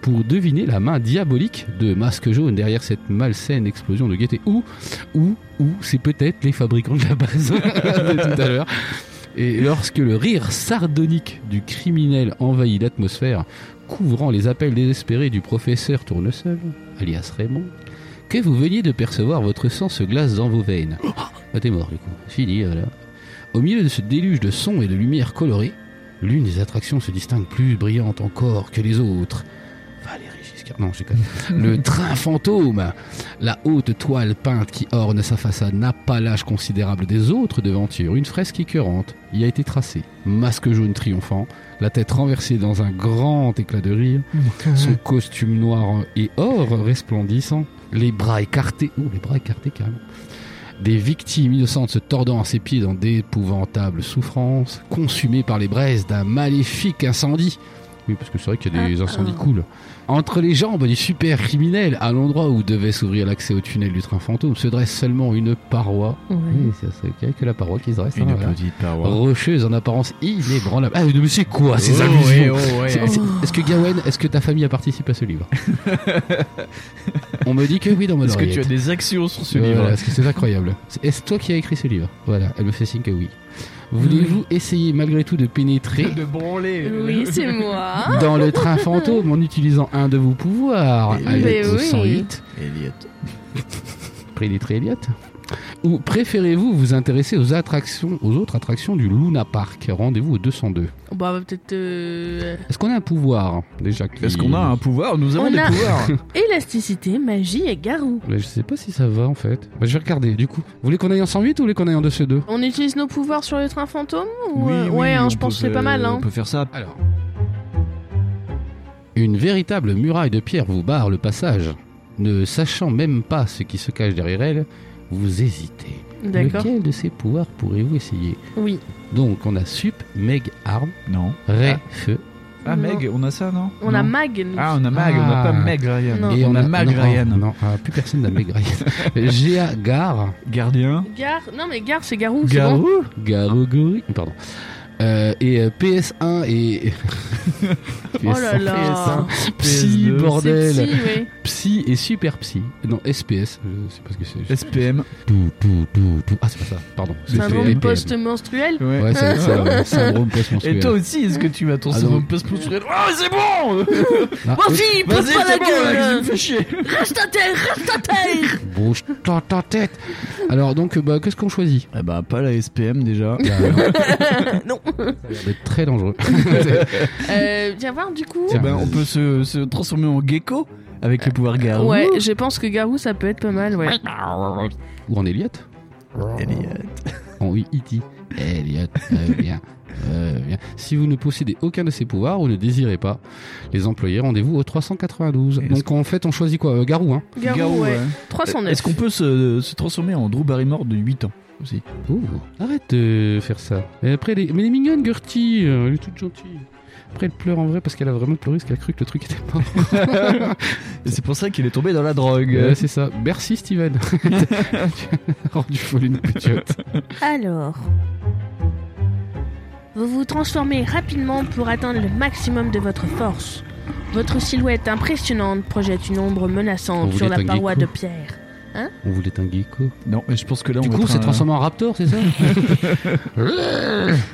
Speaker 4: Pour deviner la main diabolique de Masque Jaune derrière cette malsaine explosion de gaieté. Ou, ou, ou, c'est peut-être les fabricants de la base de tout à l'heure. Et lorsque le rire sardonique du criminel envahit l'atmosphère, couvrant les appels désespérés du professeur Tournesol, alias Raymond, que vous veniez de percevoir, votre sang se glace dans vos veines. Ah, t'es mort du coup. Fini, voilà. Au milieu de ce déluge de sons et de lumières colorées, l'une des attractions se distingue plus brillante encore que les autres. Valérie Giscard, non, j'ai quand même. Le train fantôme La haute toile peinte qui orne sa façade n'a pas l'âge considérable des autres devantures. Une fresque écœurante y a été tracée. Masque jaune triomphant, la tête renversée dans un grand éclat de rire, son costume noir et or resplendissant, les bras écartés, oh les bras écartés carrément, des victimes innocentes se tordant à ses pieds dans d'épouvantables souffrances, consumées par les braises d'un maléfique incendie. Oui, parce que c'est vrai qu'il y a des
Speaker 2: Ah,
Speaker 4: incendies
Speaker 2: ah.
Speaker 4: cool. Entre les jambes du super criminel, à l'endroit où devait s'ouvrir l'accès au tunnel du train fantôme, se dresse seulement une paroi. Oui, c'est- c'est qu'il y a que la paroi qui se dresse. hein,
Speaker 7: Une
Speaker 4: voilà.
Speaker 7: petite paroi.
Speaker 4: Rocheuse en apparence inébranlable. Ah, mais c'est quoi
Speaker 7: Oh,
Speaker 4: ces allusions C'est- c'est- Est-ce que Gawen, est-ce que ta famille a participé à ce livre On me dit que oui dans mon
Speaker 7: Est-ce que tu as
Speaker 4: oreillette.
Speaker 7: des actions sur ce
Speaker 4: Voilà,
Speaker 7: livre
Speaker 4: parce que c'est incroyable. C'est- Est-ce toi qui as écrit ce livre Voilà, elle me fait signe que oui. Voulez-vous essayer malgré tout de pénétrer
Speaker 7: De branler.
Speaker 2: Oui, c'est moi.
Speaker 4: dans le train fantôme en utilisant un de vos pouvoirs
Speaker 7: Eh, Mais
Speaker 4: Allez, au
Speaker 2: oui.
Speaker 4: 108,
Speaker 7: Elliot.
Speaker 4: pénétrer Elliot Ou préférez-vous vous intéresser aux attractions, aux autres attractions du Luna Park Rendez-vous au 202.
Speaker 2: Bah, bah, peut-être. euh,
Speaker 4: Est-ce qu'on a un pouvoir déjà qui-
Speaker 7: Est-ce qu'on a un pouvoir Nous avons
Speaker 2: On
Speaker 7: des
Speaker 2: a-
Speaker 7: pouvoirs.
Speaker 2: Élasticité, magie et garou.
Speaker 4: Ouais, je sais pas si ça va en fait. Bah, je vais regarder du coup. Vous voulez qu'on aille en 108 ou vous voulez qu'on aille en 202
Speaker 2: On utilise nos pouvoirs sur le train fantôme ou,
Speaker 7: Oui,
Speaker 2: euh,
Speaker 7: oui,
Speaker 2: Ouais, hein,
Speaker 7: on
Speaker 2: je pense
Speaker 7: peut
Speaker 2: que c'est pas
Speaker 7: faire-
Speaker 2: mal.
Speaker 7: On
Speaker 2: Hein.
Speaker 7: peut faire ça.
Speaker 4: Alors. Une véritable muraille de pierre vous barre le passage. Ne sachant même pas ce qui se cache derrière elle, vous hésitez.
Speaker 2: D'accord.
Speaker 4: Lequel de ces pouvoirs pourrez-vous essayer
Speaker 2: Oui.
Speaker 4: Donc on a Sup, Meg, Arm,
Speaker 7: Non.
Speaker 4: Ray, Feu.
Speaker 7: Ah,
Speaker 2: Non.
Speaker 7: Meg, on a ça, non
Speaker 2: On
Speaker 7: Non.
Speaker 2: a Mag, nous.
Speaker 7: Ah, on a Mag, on n'a
Speaker 4: Ah.
Speaker 7: pas Meg Ryan.
Speaker 2: Non.
Speaker 7: Et on, a, Mag
Speaker 4: non,
Speaker 7: Ryan.
Speaker 4: Non, ah, plus personne n'a Meg Ryan. Géa, Gar,
Speaker 7: Gardien.
Speaker 2: Gar... Non, mais Gar, c'est garou. c'est bon.
Speaker 7: Garou
Speaker 4: Garogori, pardon. Euh, et euh, PS1 et.
Speaker 2: Oh là là.
Speaker 4: Psy,
Speaker 7: PS2.
Speaker 2: C'est
Speaker 4: bordel.
Speaker 2: Psy, ouais.
Speaker 4: Psy et Super Psy. Non, SPS, je sais pas ce que c'est.
Speaker 7: SPM.
Speaker 4: Tout, tout, tout, tout. Ah, c'est pas ça, pardon. C'est
Speaker 2: Syndrome
Speaker 4: PM.
Speaker 2: post-menstruel
Speaker 4: Ouais, c'est ça, ouais. syndrome post-menstruel.
Speaker 7: Et toi aussi, est-ce que tu as ton
Speaker 4: Ah,
Speaker 7: syndrome
Speaker 4: donc-
Speaker 7: post-menstruel Oh, c'est bon
Speaker 4: Ah,
Speaker 2: Mon fille, pose
Speaker 7: Vas-y,
Speaker 2: pas la
Speaker 7: c'est bon, là, tu
Speaker 2: gueule
Speaker 7: me fais chier
Speaker 2: Reste à terre, reste à terre
Speaker 4: euh, Bouge ta, ta tête. Alors, donc, bah, qu'est-ce qu'on choisit Bah,
Speaker 7: Eh bah, pas la SPM déjà.
Speaker 2: Non
Speaker 4: Ça a l'air d'être très dangereux.
Speaker 2: Euh, Viens voir du coup.
Speaker 7: Eh ben, on peut se, se transformer en gecko avec
Speaker 4: Euh,
Speaker 7: le pouvoir garou.
Speaker 2: Ouais, je pense que Garou ça peut être pas mal, ouais.
Speaker 4: Ou en Elliot
Speaker 7: Elliot.
Speaker 4: En E E.T. Elliot, reviens, reviens. Si vous ne possédez aucun de ces pouvoirs ou ne désirez pas, les employés, rendez-vous au 392.
Speaker 7: Et
Speaker 4: Donc, en fait, on choisit quoi Euh, Garou, hein
Speaker 2: Garou, ouais. 309.
Speaker 7: Est-ce qu'on peut se, se transformer en Drew Barrymore de 8 ans aussi
Speaker 4: Ouh, arrête de faire ça. Et après, les... mais elle est mignonne, Gertie. euh, Elle est toute gentille. Après, elle pleure en vrai parce qu'elle a vraiment pleuré parce qu'elle a cru que le truc était pas.
Speaker 7: Et c'est pour ça qu'il est tombé dans la drogue.
Speaker 4: Euh, c'est ça. Merci, Steven. tu as rendu folle une petite.
Speaker 2: Alors. Vous vous transformez rapidement pour atteindre le maximum de votre force. Votre silhouette impressionnante projette une ombre
Speaker 4: On
Speaker 2: menaçante
Speaker 4: voulait
Speaker 2: sur la
Speaker 4: un
Speaker 2: paroi
Speaker 4: gecko.
Speaker 2: de pierre.
Speaker 4: On voulait un gecko.
Speaker 7: Non, mais je pense que là,
Speaker 4: Du
Speaker 7: on
Speaker 4: coup,
Speaker 7: mettra
Speaker 4: c'est
Speaker 7: un-
Speaker 4: transformé en raptor, c'est ça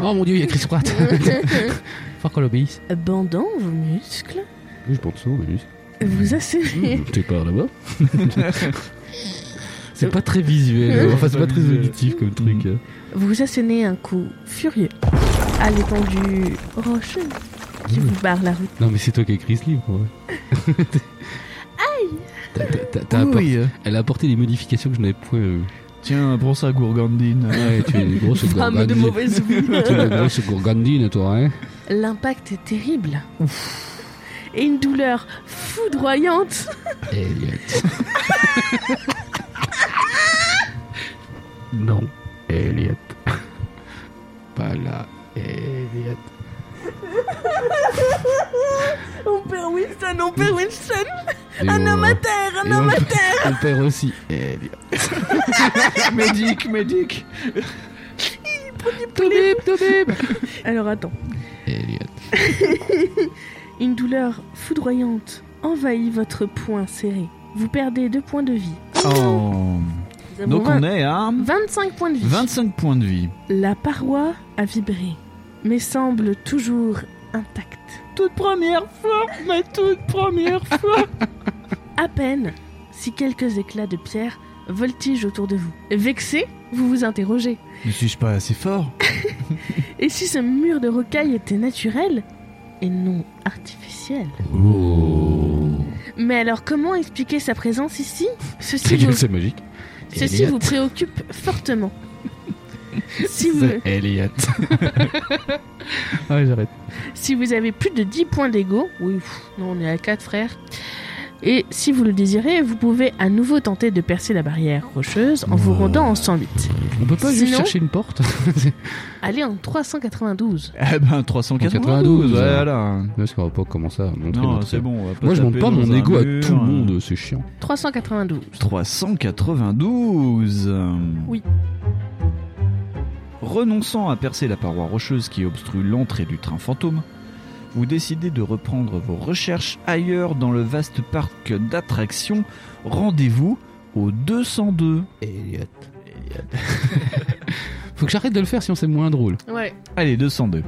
Speaker 4: Oh mon dieu, il y a Chris Pratt. Faut qu'on l'obéisse.
Speaker 2: Abandon vos muscles,
Speaker 4: Oui, je pense ça, mais
Speaker 2: vous assurez
Speaker 4: T'es pas là-bas C'est pas très visuel, Mm. enfin, c'est pas très auditif comme truc. hein.
Speaker 2: Vous assénez un coup furieux à l'étendue rocheux qui vous barre la route.
Speaker 4: Non, mais c'est toi qui as écrit ce livre, ouais. Aïe
Speaker 7: Oui, euh,
Speaker 4: Elle a apporté des modifications que je n'avais point euh, vues.
Speaker 7: tiens, prends ça, Gourgandine.
Speaker 4: Ouais, tu es une grosse
Speaker 2: Femme Ah, de mauvais
Speaker 4: gourgandine.
Speaker 2: souvenirs.
Speaker 4: Tu es une grosse gourgandine, toi, hein
Speaker 2: L'impact est terrible. Et une douleur foudroyante
Speaker 4: Elliot. non, Elliot. Pas là, Elliot.
Speaker 2: On perd Winston, on perd Winston Un
Speaker 4: Et
Speaker 2: homme à
Speaker 4: voilà.
Speaker 2: terre, un
Speaker 4: Et
Speaker 2: homme à
Speaker 4: on-
Speaker 2: terre
Speaker 4: On perd aussi Elliot.
Speaker 7: médic, médic
Speaker 2: Alors attends.
Speaker 4: Elliot.
Speaker 2: Une douleur foudroyante envahit votre poing serré. Vous perdez 2 points de vie.
Speaker 7: Oh.
Speaker 2: Nous avons
Speaker 7: Donc,
Speaker 2: vingt-
Speaker 7: on est à
Speaker 2: 25 points de vie.
Speaker 7: 25 points de vie.
Speaker 2: La paroi a vibré, mais semble toujours intacte.
Speaker 7: Toute première fois, ma toute première fois.
Speaker 2: À peine si quelques éclats de pierre voltigent autour de vous. Vexé, vous vous interrogez.
Speaker 7: Ne suis-je pas assez fort
Speaker 2: Et si ce mur de rocaille était naturel et non artificiel Mais alors comment expliquer sa présence ici Ceci, vous,
Speaker 4: c'est magique.
Speaker 2: ceci vous préoccupe fortement. si, vous,
Speaker 4: Elliot. ah, j'arrête.
Speaker 2: si vous avez plus de 10 points d'ego, oui, pff, non, on est à 4 frères. Et si vous le désirez, vous pouvez à nouveau tenter de percer la barrière rocheuse en vous rendant en 108.
Speaker 4: On peut pas juste
Speaker 2: Sinon-
Speaker 4: chercher une porte
Speaker 2: Allez en 392.
Speaker 7: Eh ben, 392,
Speaker 4: 392,
Speaker 7: voilà.
Speaker 4: Parce qu'on va pas commencer à montrer
Speaker 7: Non,
Speaker 4: notre-
Speaker 7: c'est bon. on va
Speaker 4: Moi, je montre
Speaker 7: taper
Speaker 4: pas
Speaker 7: dans
Speaker 4: mon
Speaker 7: un
Speaker 4: ego à tout
Speaker 7: mur,
Speaker 4: le
Speaker 7: euh.
Speaker 4: monde, c'est chiant.
Speaker 2: 392.
Speaker 7: 392.
Speaker 2: Oui.
Speaker 7: Renonçant à percer la paroi rocheuse qui obstrue l'entrée du train fantôme, vous décidez de reprendre vos recherches ailleurs dans le vaste parc d'attractions. Rendez-vous au 202.
Speaker 4: Elliot. Faut que j'arrête de le faire sinon c'est moins drôle.
Speaker 2: Ouais.
Speaker 7: Allez, 202.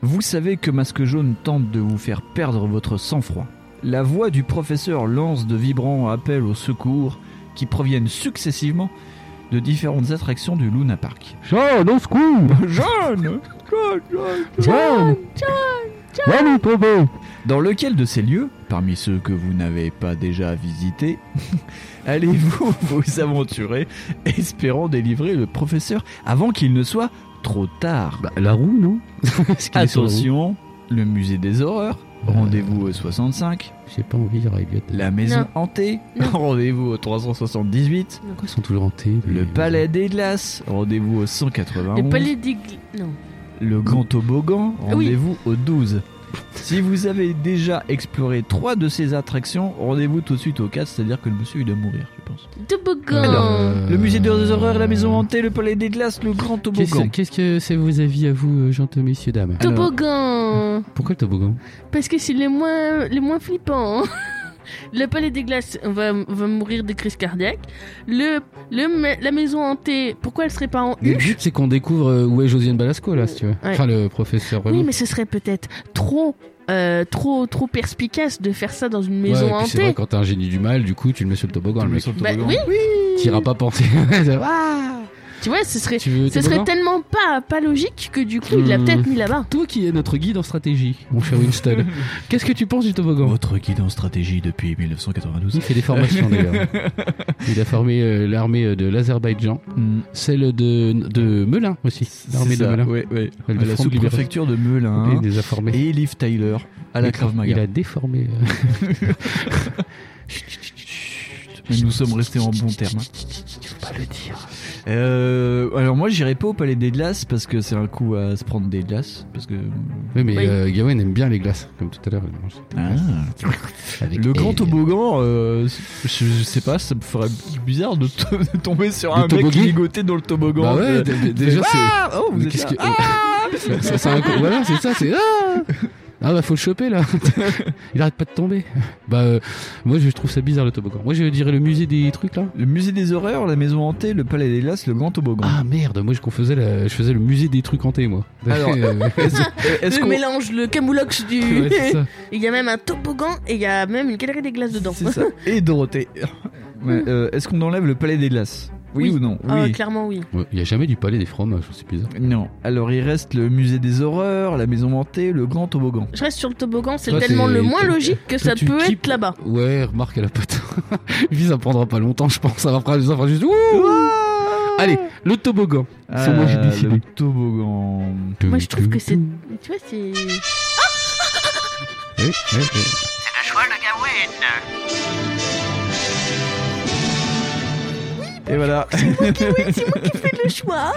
Speaker 7: Vous savez que Masque Jaune tente de vous faire perdre votre sang-froid. La voix du professeur lance de vibrants appels au secours qui proviennent successivement de différentes attractions du Luna Park.
Speaker 12: Jean, au secours
Speaker 7: Jaune
Speaker 12: Jean
Speaker 4: Bah,
Speaker 12: Va nous tomber
Speaker 7: Dans lequel de ces lieux, parmi ceux que vous n'avez pas déjà visités, allez-vous vous aventurer espérant délivrer le professeur avant qu'il ne soit trop tard
Speaker 4: Bah, la roue, non
Speaker 7: Attention, le musée des horreurs,
Speaker 4: Euh.
Speaker 7: rendez-vous au 65.
Speaker 4: J'ai pas envie de Elliot.
Speaker 7: La maison
Speaker 2: Non.
Speaker 7: hantée,
Speaker 2: Non.
Speaker 7: rendez-vous au 378.
Speaker 4: Pourquoi ils sont toujours hantés
Speaker 7: Le
Speaker 4: les-
Speaker 7: palais des glaces, rendez-vous au 191.
Speaker 2: Les palais d'Igl- Non.
Speaker 7: Le grand toboggan,
Speaker 2: Oui.
Speaker 7: rendez-vous au 12. Si vous avez déjà exploré trois de ces attractions, rendez-vous tout de suite au 4, c'est-à-dire que le monsieur il doit mourir, je pense.
Speaker 2: Toboggan.
Speaker 4: Alors,
Speaker 7: Le musée des
Speaker 4: Euh,
Speaker 7: horreurs, la maison hantée, le palais des glaces, le grand
Speaker 4: Qu'est-ce
Speaker 7: toboggan.
Speaker 4: qu'est-ce que c'est vos avis à vous, euh, gentils messieurs, dames Ah
Speaker 2: Toboggan.
Speaker 4: Pourquoi le toboggan
Speaker 2: Parce que c'est le moins, le moins flippant. Le palais des glaces on va, on va mourir de crise cardiaque. Le, le, ma- la maison hantée, pourquoi elle serait pas en
Speaker 4: Le
Speaker 2: U
Speaker 4: but, c'est qu'on découvre euh, où est Josiane Balasco, là, si tu veux.
Speaker 2: Ouais.
Speaker 4: Enfin, le professeur, vraiment.
Speaker 2: Oui, mais ce serait peut-être trop, euh, trop, trop perspicace de faire ça dans une
Speaker 4: Ouais,
Speaker 2: maison
Speaker 4: et puis c'est vrai,
Speaker 2: hantée.
Speaker 4: quand t'es un génie du mal, du coup, tu le mets sur le toboggan, le mec.
Speaker 2: Bah oui,
Speaker 4: T'iras pas penser.
Speaker 2: tu vois, ce serait,
Speaker 4: tu veux
Speaker 2: ce serait
Speaker 4: toboggan
Speaker 2: tellement pas, pas logique que du coup, il l'a
Speaker 4: Hmm.
Speaker 2: peut-être mis là-bas.
Speaker 4: Toi qui es notre guide en stratégie, mon cher Winston. Qu'est-ce que tu penses du toboggan
Speaker 5: Votre guide en stratégie depuis 1992.
Speaker 4: Il fait des formations d'ailleurs. Il a formé euh, l'armée euh, de l'Azerbaïdjan,
Speaker 7: Hmm.
Speaker 4: celle de, de Melun aussi. L'armée
Speaker 7: C'est
Speaker 4: de
Speaker 7: ça,
Speaker 4: Melun.
Speaker 7: ouais, ouais.
Speaker 4: Ouais, le
Speaker 7: À la
Speaker 4: front de libération.
Speaker 7: sous-préfecture de
Speaker 4: Il
Speaker 7: Melun.
Speaker 4: les a formés.
Speaker 7: Et Liv Tyler à la
Speaker 4: Il-
Speaker 7: Krav Maga.
Speaker 4: Il a déformé. euh,
Speaker 7: Mais nous sommes restés en bons termes.
Speaker 4: pas le dire.
Speaker 7: Euh, alors moi j'irai pas au palais des glaces parce que c'est un coup à se prendre des glaces parce que
Speaker 4: Oui, mais
Speaker 2: Oui.
Speaker 4: euh, Gawain aime bien les glaces, comme tout à l'heure. il mange des glaces avec
Speaker 7: le
Speaker 4: des-
Speaker 7: grand toboggan euh, je, je sais pas ça me ferait bizarre de, t- de tomber sur Ah, un
Speaker 4: De
Speaker 7: mec
Speaker 4: toboggan.
Speaker 7: ligoté dans le toboggan
Speaker 4: Bah ouais,
Speaker 7: Euh,
Speaker 4: d- d- déjà, c'est.
Speaker 7: ah oh vous
Speaker 4: Mais
Speaker 7: êtes
Speaker 4: qu'est-ce
Speaker 7: là.
Speaker 4: que-
Speaker 7: Ah
Speaker 4: ça, c'est un coup- Voilà, c'est ça, c'est. Ah Ah bah faut le choper là Il arrête pas de tomber Bah euh, moi je trouve ça bizarre le toboggan. Moi je dirais le musée des trucs là.
Speaker 7: le musée des horreurs la maison hantée le palais des glaces le grand toboggan
Speaker 4: Ah merde, moi je qu'on faisait la- je faisais le musée des trucs hantés moi.
Speaker 7: Alors,
Speaker 4: Euh,
Speaker 7: Euh, est-ce
Speaker 2: le
Speaker 7: qu'on
Speaker 2: mélange, le camoulox du.
Speaker 4: ouais, c'est ça.
Speaker 2: il y a même un toboggan et il y a même une galerie des glaces dedans.
Speaker 7: c'est ça et Dorothée Ouais, euh, est-ce qu'on enlève le palais des glaces oui,
Speaker 2: Oui.
Speaker 7: ou non
Speaker 2: Ah,
Speaker 7: oui
Speaker 2: clairement, oui.
Speaker 4: Ouais, Il y a jamais du palais des fromages, c'est bizarre.
Speaker 7: non alors il reste le musée des horreurs la maison hantée le grand toboggan
Speaker 2: Je reste sur le toboggan, c'est
Speaker 4: Toi,
Speaker 2: tellement
Speaker 4: t'es-
Speaker 2: le moins
Speaker 4: t'es-
Speaker 2: logique que
Speaker 4: toi,
Speaker 2: ça
Speaker 4: tu
Speaker 2: peut
Speaker 4: kiffes-
Speaker 2: être là-bas.
Speaker 4: Ouais, remarque à la pote. Puis ça prendra pas longtemps je pense, ça va prendre ça va juste... Ouh Allez, le toboggan. C'est moi, j'ai
Speaker 7: Ah,
Speaker 4: décidé. Eh,
Speaker 7: le toboggan
Speaker 2: Moi, je trouve que c'est. Tu vois, c'est.
Speaker 4: Ouais, ouais, ouais.
Speaker 6: le choix de Gawain.
Speaker 7: Et voilà.
Speaker 2: Fais le choix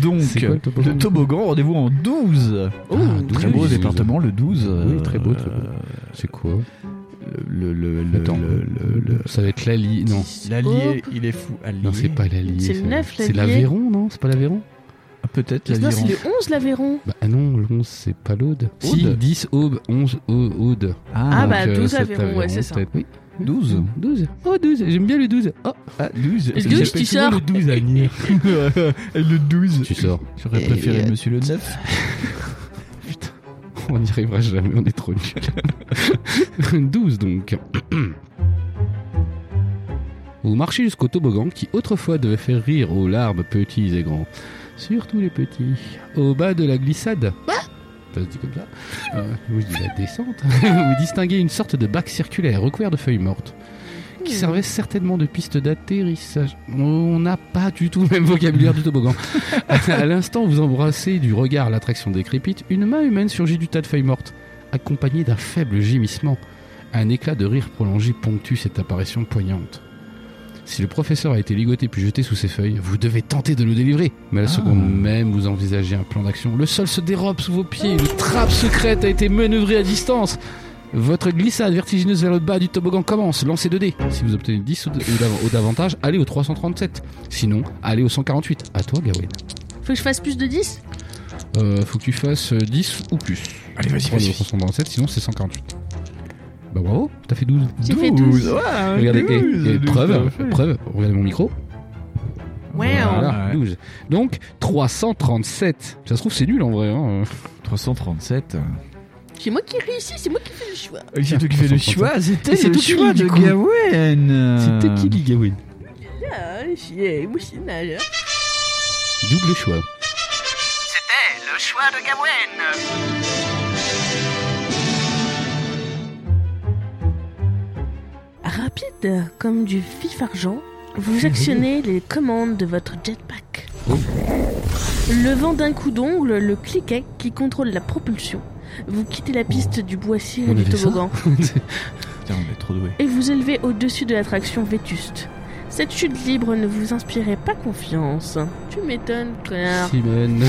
Speaker 7: Donc,
Speaker 4: C'est quoi le toboggan
Speaker 7: le toboggan, rendez-vous en 12.
Speaker 4: Ah,
Speaker 7: très
Speaker 4: 12.
Speaker 7: beau département, le 12.
Speaker 4: Oui, très beau,
Speaker 7: euh,
Speaker 4: très beau. C'est quoi
Speaker 7: Le, le, le,
Speaker 4: Attends.
Speaker 7: le- le- le-
Speaker 4: Ça va être l'Ali... Non.
Speaker 7: L'allié, il est fou. Allié.
Speaker 4: Non, c'est pas l'Allier.
Speaker 2: C'est le neuf,
Speaker 4: C'est
Speaker 2: l'Allier.
Speaker 4: l'Aveyron, non C'est pas l'Aveyron
Speaker 7: Ah, Peut-être
Speaker 2: Non, c'est
Speaker 7: l'Allié.
Speaker 2: le 11 l'Aveyron.
Speaker 4: Bah non, le 11, c'est pas l'Aude. Si,
Speaker 7: Aude
Speaker 4: 10, Aube, 11, Au- Aude.
Speaker 2: Ah,
Speaker 4: Donc, euh,
Speaker 2: bah, 12
Speaker 4: cet
Speaker 2: Aveyron, ouais, c'est ça.
Speaker 4: peut-être. Oui.
Speaker 7: 12.
Speaker 4: 12. Oh, 12, j'aime bien le 12. Oh,
Speaker 7: Ah, 12.
Speaker 2: Le 12, tu sors.
Speaker 7: Le 12, Allié. le 12.
Speaker 4: tu sors. Eh,
Speaker 7: J'aurais
Speaker 4: Et-
Speaker 7: préféré monsieur le 9.
Speaker 4: On n'y arrivera jamais, on est trop nuls. 12 donc. Vous marchez jusqu'au toboggan qui autrefois devait faire rire aux larmes petits et grands. Surtout les petits. Au bas de la glissade. Ça se dit comme ça. Euh, oui, je dis la descente. Vous distinguez une sorte de bac circulaire recouvert de feuilles mortes qui servait certainement de piste d'atterrissage. On n'a pas du tout le même vocabulaire du toboggan. à l'instant, où vous embrassez du regard l'attraction décrépite, une main humaine surgit du tas de feuilles mortes, accompagnée d'un faible gémissement. Un éclat de rire prolongé ponctue cette apparition poignante. Si le professeur a été ligoté puis jeté sous ses feuilles, vous devez tenter de le délivrer. Mais à la
Speaker 7: Ah.
Speaker 4: seconde même, vous envisagez un plan d'action. Le sol se dérobe sous vos pieds, une trappe secrète a été manœuvrée à distance. Votre glissade vertigineuse vers le bas du toboggan commence. Lancez 2 dés. Si vous obtenez 10 ou, ou dav- ou davantage, allez au 337. Sinon, allez au 148. À toi, Gawain.
Speaker 2: Faut que je fasse plus de 10
Speaker 4: Euh, faut que tu fasses euh, 10 ou plus.
Speaker 7: Allez, vas-y,
Speaker 4: Prends le
Speaker 7: vas-y.
Speaker 4: 337, sinon c'est 148. Bah bravo, t'as fait 12.
Speaker 2: J'ai fait 12.
Speaker 7: Ouais,
Speaker 4: Regardez, et-
Speaker 7: 12,
Speaker 4: et
Speaker 7: 12,
Speaker 4: preuve,
Speaker 7: parfait.
Speaker 4: preuve, regardez mon micro. Voilà,
Speaker 7: Ouais.
Speaker 4: 12. Donc, 337. Ça se trouve, c'est nul en vrai. Hein.
Speaker 7: 337.
Speaker 2: C'est moi qui réussis, c'est moi qui fais le choix.
Speaker 7: Et Ah C'est toi qui fais le choix,
Speaker 5: Ah,
Speaker 4: Et
Speaker 7: c'était
Speaker 4: c'est
Speaker 7: le
Speaker 4: toi qui
Speaker 7: choix
Speaker 4: lis,
Speaker 7: de
Speaker 4: du coup.
Speaker 7: Gawain
Speaker 4: C'était qui dit Gawain
Speaker 2: Ah, je suis émotionnelle.
Speaker 4: Double choix.
Speaker 6: C'était le choix de Gawain.
Speaker 2: Rapide comme du vif argent, vous actionnez les commandes de votre jetpack.
Speaker 7: Oh.
Speaker 2: Levant d'un coup d'ongle le cliquet qui contrôle la propulsion, vous quittez la piste
Speaker 7: Oh.
Speaker 2: du boissier
Speaker 4: On
Speaker 2: et du
Speaker 4: avait ça
Speaker 2: toboggan
Speaker 7: Putain, on est trop doué.
Speaker 2: et vous élevez au-dessus de l'attraction vétuste. Cette chute libre ne vous inspirait pas confiance. Tu m'étonnes, Claire.
Speaker 4: Simone.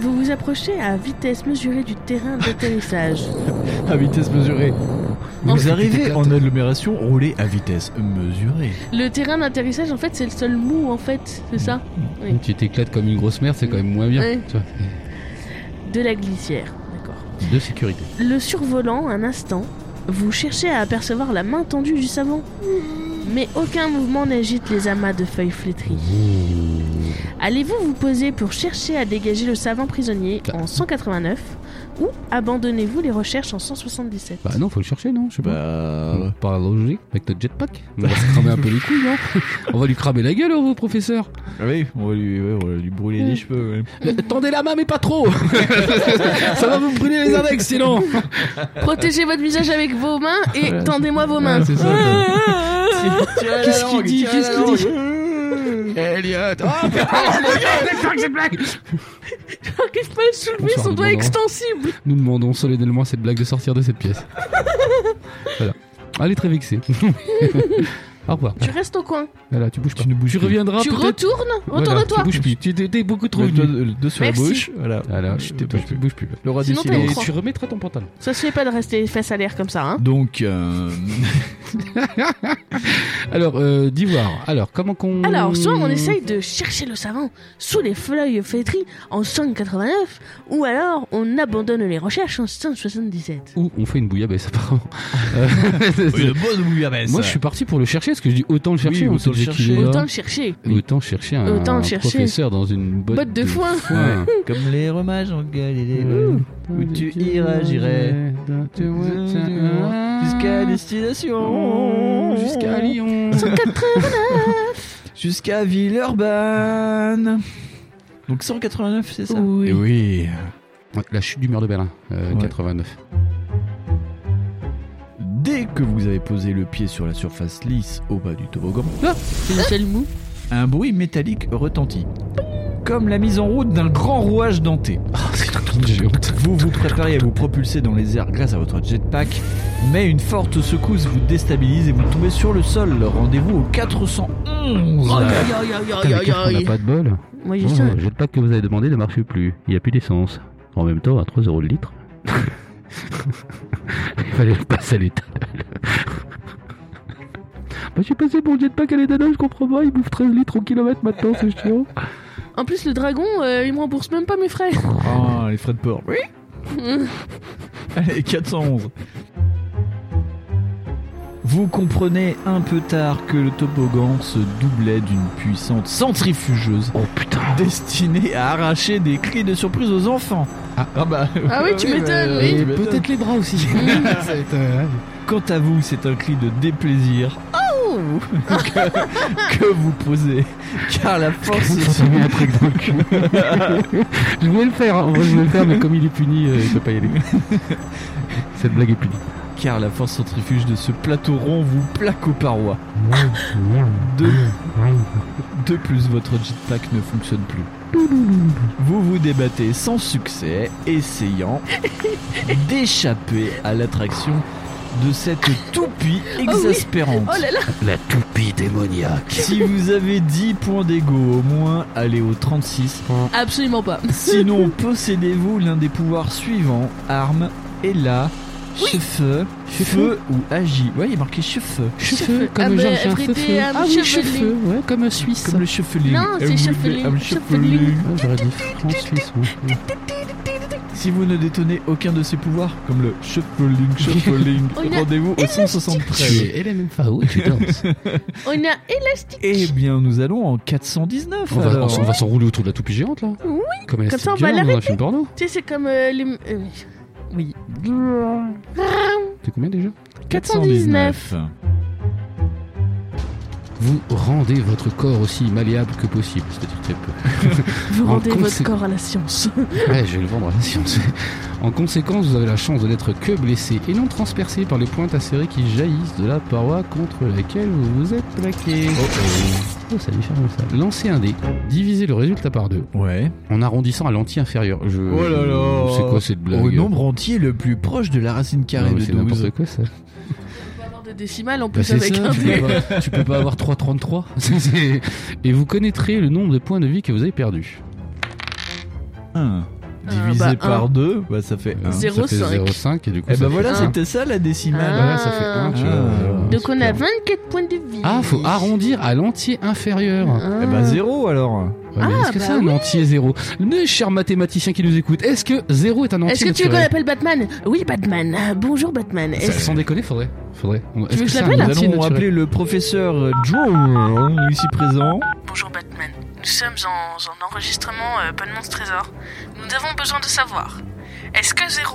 Speaker 2: Vous vous approchez à vitesse mesurée du terrain d'atterrissage.
Speaker 7: À vitesse mesurée.
Speaker 4: c'est
Speaker 7: Vous arrivez
Speaker 4: éclatant.
Speaker 7: en agglomération, roulez à vitesse mesurée.
Speaker 2: Le terrain d'atterrissage, en fait, c'est le seul mou, en fait, c'est ça Oui.
Speaker 4: Tu t'éclates comme une grosse merde, c'est quand même moins bien.
Speaker 2: Ouais.
Speaker 4: Tu vois,
Speaker 2: De la glissière, d'accord.
Speaker 4: de sécurité.
Speaker 2: Le survolant, un instant, vous cherchez à apercevoir la main tendue du savant. Mais aucun mouvement n'agite les amas de feuilles flétries. Allez-vous vous poser pour chercher à dégager le savant prisonnier en 189 ou abandonnez-vous les recherches en 177
Speaker 4: Bah non, faut le chercher, non Je sais pas.
Speaker 7: Bah.
Speaker 4: Par logique, avec notre jetpack. On va se cramer un peu les couilles, non On va lui cramer la gueule, hein, au professeur.
Speaker 7: Ah Oui, on va lui, ouais, on va lui brûler les cheveux. ouais.
Speaker 4: Euh, Tendez la main, mais pas trop Ça va vous brûler les index, sinon
Speaker 2: Protégez votre visage avec vos mains et
Speaker 4: Bah. Ouais,
Speaker 2: tendez-moi vos mains.
Speaker 4: Ouais, c'est ça.
Speaker 7: Qu'est-ce qu'il dit Qu'est-ce qu'il dit
Speaker 4: Elliot Oh putain, mon Dieu, j'espère que j'ai blague
Speaker 2: J'arrive pas à soulever
Speaker 4: Bonsoir,
Speaker 2: son doigt
Speaker 4: Armand.
Speaker 2: extensible.
Speaker 4: Nous demandons solennellement à cette blague de sortir de cette pièce. voilà. Elle est très vexée. Au revoir.
Speaker 2: Tu restes au coin.
Speaker 4: Voilà, tu bouges pas.
Speaker 7: Tu ne bouges
Speaker 4: Tu
Speaker 7: plus.
Speaker 4: reviendras
Speaker 2: tu
Speaker 4: Oh, peut-être.
Speaker 2: retournes
Speaker 4: Voilà,
Speaker 2: Retourne-toi.
Speaker 4: Tu bouges plus.
Speaker 7: Tu étais beaucoup
Speaker 4: trop
Speaker 7: Le doigt- le doigt sur la
Speaker 2: Merci.
Speaker 7: bouche. Voilà.
Speaker 4: Voilà,
Speaker 7: Je
Speaker 4: je
Speaker 7: t'ai
Speaker 4: te
Speaker 7: pas
Speaker 4: bouge
Speaker 7: vu. euh,
Speaker 4: plus. Bouge plus.
Speaker 7: Le roi du
Speaker 2: Sinon, t'as
Speaker 7: silence.
Speaker 2: le croix.
Speaker 4: Tu remettras ton pantalon.
Speaker 2: Ça se fait pas de rester face à l'air comme ça, hein.
Speaker 7: Donc, euh,
Speaker 4: Alors, euh, d'ivoire. Alors, comment qu'on.
Speaker 2: Alors, soit
Speaker 4: Hmm.
Speaker 2: on essaye de chercher le savant sous les feuilles flétries en 189, ou alors on abandonne les recherches en 177.
Speaker 4: Ou on fait une bouillabaisse, apparemment. Euh,
Speaker 7: une bonne bouillabaisse.
Speaker 4: Moi, je suis parti pour le chercher. Est-ce que je dis autant le chercher
Speaker 7: Oui,
Speaker 4: on
Speaker 7: autant
Speaker 4: sait
Speaker 7: le
Speaker 4: déjà qu'il
Speaker 7: chercher.
Speaker 4: est là.
Speaker 2: Autant le chercher.
Speaker 4: Autant chercher un,
Speaker 2: Autant le chercher.
Speaker 4: professeur dans une botte,
Speaker 2: Botte de foin.
Speaker 4: foin.
Speaker 7: comme les romages en Galilée. Où tu iras, j'irai. Jusqu'à destination.
Speaker 4: Jusqu'à Lyon.
Speaker 2: 189
Speaker 7: Jusqu'à Villeurbanne. Donc 189, c'est ça
Speaker 2: Oui.
Speaker 7: oui.
Speaker 4: Ouais, La chute du mur de Berlin, euh,
Speaker 7: Ouais.
Speaker 4: 89.
Speaker 7: Dès que vous avez posé le pied sur la surface lisse au bas du toboggan,
Speaker 2: Ah, C'est le seul mou.
Speaker 7: un bruit métallique retentit. Comme la mise en route d'un grand rouage denté. Vous vous préparez à vous propulser dans les airs grâce à votre jetpack, mais une forte secousse vous déstabilise et vous tombez sur le sol. Rendez-vous au 411.
Speaker 4: Putain, mais qu'est-ce qu'on a pas de bol
Speaker 2: Moi, j'ai
Speaker 4: Oh,
Speaker 2: ça.
Speaker 4: Le jetpack que vous avez demandé ne marche plus. Il n'y a plus d'essence. En même temps, à 3 euros le litre. Il fallait le passer à l'éthanol. bah, j'ai passé mon jetpack à l'éthanol, je comprends pas. Il bouffe 13 litres au kilomètre maintenant, c'est chiant.
Speaker 2: En plus, le dragon, euh, il me rembourse même pas mes frais.
Speaker 7: Ah, les frais de port. Oui. Allez, 411. Vous comprenez un peu tard que le toboggan se doublait d'une puissante centrifugeuse
Speaker 4: Oh putain.
Speaker 7: destinée à arracher des cris de surprise aux enfants. Ah, bah. euh,
Speaker 2: Ah oui, tu
Speaker 4: euh,
Speaker 2: m'étonnes, oui.
Speaker 7: tu m'étonnes.
Speaker 4: les bras aussi.
Speaker 7: Quant à vous, c'est un cri de déplaisir Oh que, que vous posez, car la force est
Speaker 4: mis un truc dans le cul. je voulais le faire, hein. En vrai, je voulais le faire, mais comme il est puni, euh, il peut pas y aller. Cette blague est punie.
Speaker 7: car la force centrifuge de ce plateau rond vous plaque aux parois. De, de plus, votre jetpack ne fonctionne plus. Vous vous débattez sans succès, essayant d'échapper à l'attraction de cette toupie exaspérante.
Speaker 2: Oh là là,
Speaker 4: La toupie démoniaque.
Speaker 7: Si vous avez 10 points d'ego au moins, allez au 36.
Speaker 2: absolument pas.
Speaker 7: Sinon, possédez-vous l'un des pouvoirs suivants arme, Ella, cheveux, feu ou agi. Ouais, il est marqué cheveux.
Speaker 2: Cheveux, comme Ah bah, Jean-Pierre Frédé, Cheveux. un Ah oui, chevelu. cheveux,
Speaker 4: ouais, comme Suisse.
Speaker 7: Comme le cheveling.
Speaker 2: Non, c'est
Speaker 7: Ah oui,
Speaker 2: cheveling,
Speaker 7: ah oui,
Speaker 2: cheveling.
Speaker 4: J'aurais dit France Suisse.
Speaker 7: Si vous ne détonnez aucun de ces pouvoirs, comme le cheveling, cheveling,
Speaker 2: Oh, il a-
Speaker 7: rendez-vous au 173.
Speaker 4: Hélène Fao et tu danses.
Speaker 2: On a élastique.
Speaker 7: Eh bien, nous allons en 419.
Speaker 4: On va,
Speaker 7: alors.
Speaker 4: on s- on va s'enrouler autour de la toupie géante là.
Speaker 2: Oui.
Speaker 4: Comme, Elastic
Speaker 2: ça, on va
Speaker 4: Girl dans un film porno.
Speaker 2: Tu sais, c'est comme euh, les. euh, oui.
Speaker 4: C'est combien déjà
Speaker 2: 419.
Speaker 4: Vous rendez votre corps aussi malléable que possible, c'est-à-dire très peu.
Speaker 2: Vous
Speaker 4: En
Speaker 2: rendez votre
Speaker 4: consé-
Speaker 2: corps à la science.
Speaker 4: Ouais, je vais le vendre à la science. En conséquence, vous avez la chance de n'être que blessé et non transpercé par les pointes acérées qui jaillissent de la paroi contre laquelle vous vous êtes plaqué. Oh, oh. ça diffère comme ça. Lancez un dé, divisez le résultat par deux,
Speaker 7: Ouais.
Speaker 4: en arrondissant à l'anti inférieur. Je...
Speaker 7: Oh là là.
Speaker 4: Euh, C'est quoi cette blague
Speaker 7: Au nombre entier le plus proche de la racine carrée
Speaker 4: Non, mais
Speaker 7: de
Speaker 4: C'est
Speaker 7: 12.
Speaker 4: n'importe quoi ça.
Speaker 2: de décimales en
Speaker 4: Bah,
Speaker 2: plus
Speaker 4: c'est
Speaker 2: avec
Speaker 4: ça,
Speaker 2: un
Speaker 4: tu peux, pas, tu peux pas avoir 3,33. C'est- c'est- Et vous connaîtrez le nombre de points de vie que vous avez perdus. Hein,
Speaker 7: Un. Divisé
Speaker 2: Euh, bah,
Speaker 7: par
Speaker 2: un.
Speaker 7: 2, bah, ça fait 1.
Speaker 2: Zéro.
Speaker 4: Ça fait
Speaker 2: 0,5.
Speaker 4: 0,5 et du coup.
Speaker 7: Eh
Speaker 4: ça
Speaker 7: bah
Speaker 4: fait
Speaker 7: voilà,
Speaker 4: un.
Speaker 7: c'était ça la décimale.
Speaker 4: Bah ouais, ça fait un, tu vois.
Speaker 7: Ah.
Speaker 2: Donc on a
Speaker 4: Super.
Speaker 2: 24 points de vie.
Speaker 4: Ah, faut arrondir à l'entier inférieur.
Speaker 13: Hein
Speaker 7: Eh
Speaker 4: ben,
Speaker 7: bah 0 alors.
Speaker 4: Ouais, mais
Speaker 2: Ah,
Speaker 4: est-ce que
Speaker 2: bah
Speaker 4: c'est un
Speaker 2: oui.
Speaker 4: entier zéro Mes chers mathématiciens qui nous écoutent, est-ce que zéro est un entier
Speaker 2: Est-ce que tu veux qu'on
Speaker 4: naturel
Speaker 2: appelle Batman Oui, Batman.
Speaker 13: Euh,
Speaker 2: Ah, Bonjour, Batman.
Speaker 4: Ça,
Speaker 2: Est-ce-
Speaker 4: Sans déconner, faudrait. faudrait. Est-ce
Speaker 2: veux que je
Speaker 4: c'est un
Speaker 2: l'appelle
Speaker 7: Nous
Speaker 4: entier
Speaker 7: allons
Speaker 4: naturel
Speaker 7: appeler le professeur euh, Joe, ici présent.
Speaker 13: Bonjour Batman, nous sommes en, en enregistrement euh, Podmans Trésor. Nous avons besoin de savoir, est-ce que 0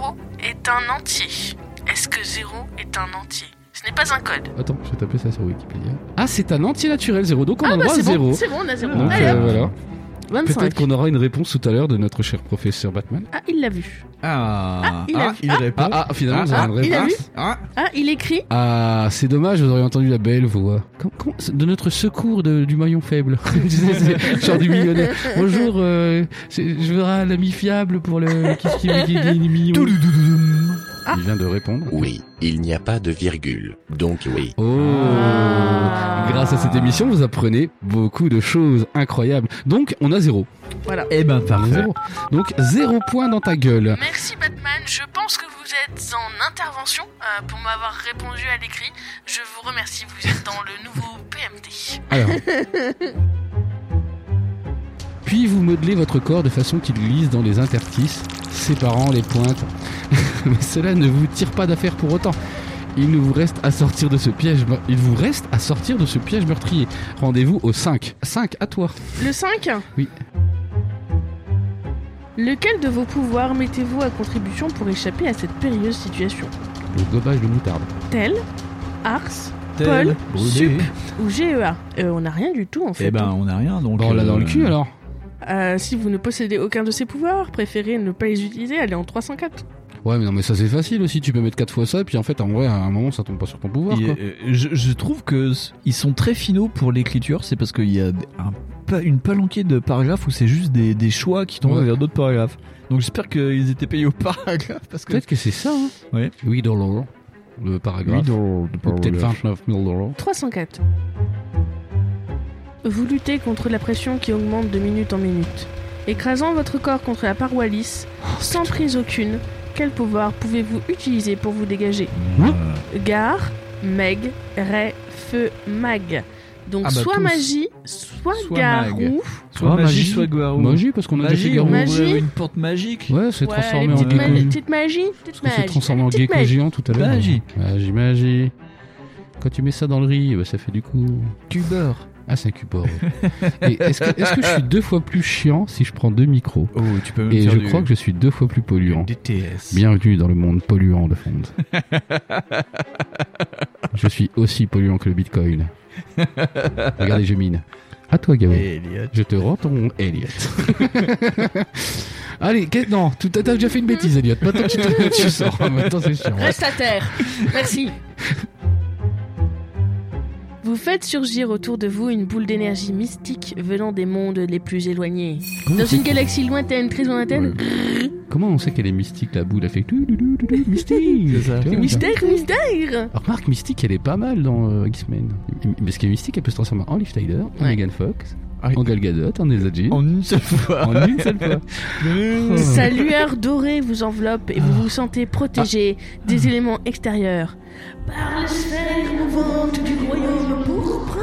Speaker 13: est un entier Est-ce que 0 est un entier Ce n'est pas un code.
Speaker 4: Attends, je vais taper ça sur Wikipédia. Ah, c'est un entier naturel zéro, donc on a
Speaker 2: Ah
Speaker 4: le
Speaker 2: bah
Speaker 4: droit à
Speaker 2: c'est
Speaker 4: zéro.
Speaker 2: bon, c'est bon, on a zéro.
Speaker 4: Donc
Speaker 2: Allez,
Speaker 4: euh,
Speaker 2: hop,
Speaker 4: voilà.
Speaker 2: 25.
Speaker 4: Peut-être qu'on aura une réponse tout à l'heure de notre cher professeur Batman.
Speaker 2: Ah, il l'a vu.
Speaker 7: Ah,
Speaker 2: il a vu.
Speaker 7: répond.
Speaker 4: Ah, ah finalement, vous avez une
Speaker 2: il a
Speaker 4: réponse.
Speaker 2: vu
Speaker 7: Ah,
Speaker 2: Ah, il écrit
Speaker 4: Ah, c'est dommage, vous auriez entendu la belle voix. Com- com- de notre secours de- du maillon faible. Tu sais, c'est genre du millionnaire. Bonjour, euh, c'est- je verrai l'ami fiable pour le. Qu'est-ce qui qui gagne des millions Il vient de répondre.
Speaker 14: Oui, il n'y a pas de virgule, donc oui.
Speaker 4: Oh
Speaker 2: Ah.
Speaker 4: Ah. Grâce à cette émission, vous apprenez beaucoup de choses incroyables. Donc, on a zéro.
Speaker 7: Eh ben
Speaker 4: On a
Speaker 7: parfait.
Speaker 4: zéro. Donc, zéro point dans ta gueule.
Speaker 13: Merci Batman, je pense que vous êtes en intervention euh, pour m'avoir répondu à l'écrit. Je vous remercie, vous êtes dans le nouveau PMT.
Speaker 4: Alors. Puis vous modelez votre corps de façon qu'il glisse dans les interstices, séparant les pointes. Mais cela ne vous tire pas d'affaire pour autant. Il ne vous reste à sortir de ce piège. me- Il vous reste à sortir de ce piège meurtrier. Rendez-vous au 5. 5 à toi.
Speaker 2: le 5
Speaker 4: Oui.
Speaker 2: Lequel de vos pouvoirs mettez-vous à contribution pour échapper à cette périlleuse situation
Speaker 4: Le gobage de moutarde.
Speaker 2: Tel, Ars
Speaker 7: Tel,
Speaker 2: Paul,
Speaker 7: brûlé.
Speaker 2: sup. ou GEA Euh, On n'a rien du tout en fait. hein.
Speaker 7: Eh ben on a rien donc.
Speaker 4: Bon, là dans le cul
Speaker 7: euh,
Speaker 4: alors.
Speaker 2: Euh, si vous ne possédez aucun de ces pouvoirs, préférez ne pas les utiliser, allez en 304.
Speaker 4: Ouais, mais non, mais ça c'est facile aussi. Tu peux mettre 4 fois ça, puis en fait, en vrai, à un moment, ça tombe pas sur ton pouvoir.
Speaker 7: il-
Speaker 4: Quoi.
Speaker 7: euh, je, je trouve que s- ils sont très finaux pour l'écriture, c'est parce qu'il y a un pa- une palanquée de paragraphes où c'est juste des, des choix qui tombent
Speaker 4: Ouais.
Speaker 7: vers d'autres paragraphes. Donc j'espère qu'ils étaient payés au paragraphe parce que.
Speaker 4: Peut-être que c'est ça. Hein.
Speaker 7: Ouais.
Speaker 4: 8 dollars. Le paragraphe. Ou Peut-être 29 000 dollars.
Speaker 2: 304. Vous luttez contre la pression qui augmente de minute en minute. Écrasant votre corps contre la paroi lisse, sans prise aucune, quel pouvoir pouvez-vous utiliser pour vous dégager
Speaker 4: Hein
Speaker 7: Euh,
Speaker 2: Gare, meg, ray, feu, mag. Donc
Speaker 7: Ah bah
Speaker 2: soit
Speaker 7: tous.
Speaker 2: magie, soit,
Speaker 7: Soit
Speaker 2: garou.
Speaker 7: soit
Speaker 4: Ah,
Speaker 7: magie,
Speaker 4: magie.
Speaker 7: soit Guarou.
Speaker 4: Magie, parce qu'on a déjà fait
Speaker 7: Magie,
Speaker 4: Garou.
Speaker 7: on
Speaker 2: Magie.
Speaker 7: voulait une porte magique.
Speaker 4: Ouais, c'est
Speaker 2: Ouais,
Speaker 4: transformé
Speaker 2: les
Speaker 4: en
Speaker 2: petites ma- les
Speaker 4: gecko.
Speaker 2: petites magies, petites
Speaker 4: On s'est
Speaker 2: magies,
Speaker 4: transformé en
Speaker 2: petites
Speaker 4: gecko
Speaker 2: magies.
Speaker 4: géant tout à l'heure.
Speaker 7: Magie.
Speaker 4: Magie, magie. Quand tu mets ça dans le riz, bah, ça fait du coup.
Speaker 7: Cuber.
Speaker 4: Ah, c'est un cubeur. Et est-ce que, est-ce que je suis deux fois plus chiant si je prends deux micros
Speaker 7: Oh, tu peux même
Speaker 4: Et
Speaker 7: faire
Speaker 4: je
Speaker 7: du-
Speaker 4: crois que je suis deux fois plus polluant.
Speaker 7: DTS.
Speaker 4: Bienvenue dans le monde polluant de Fonds. je suis aussi polluant que le bitcoin. Regardez, je mine. À toi, Gabo.
Speaker 7: Elliot.
Speaker 4: Je te rends ton Elliot. Allez, qu'est- non, tout à t'as déjà fait une bêtise, Elliot. Maintenant, tu, te- tu sors. Maintenant, c'est chiant.
Speaker 2: Reste à terre. Merci. Vous faites surgir autour de vous une boule d'énergie mystique venant des mondes les plus éloignés.
Speaker 4: Comment
Speaker 2: Dans
Speaker 4: c'est-
Speaker 2: une galaxie lointaine, très lointaine.
Speaker 4: Comment on sait qu'elle est mystique, la boule Elle fait tout, tout, tout, tout, tout, mystique.
Speaker 7: C'est ça.
Speaker 4: Tu vois,
Speaker 2: Mystère, mystère
Speaker 4: Alors, remarque, Mystique, elle est pas mal dans euh, X-Men. Parce que Mystique, elle peut se transformer en Liv Tyler, en
Speaker 2: Ouais.
Speaker 4: Megan Fox,
Speaker 7: Ah oui.
Speaker 4: en Gal Gadot, en Elsa Jean,
Speaker 7: En une seule fois.
Speaker 4: en une seule fois.
Speaker 2: Sa lueur dorée vous enveloppe et vous vous sentez protégé des éléments extérieurs. Par la sphère mouvante du royaume pourpre,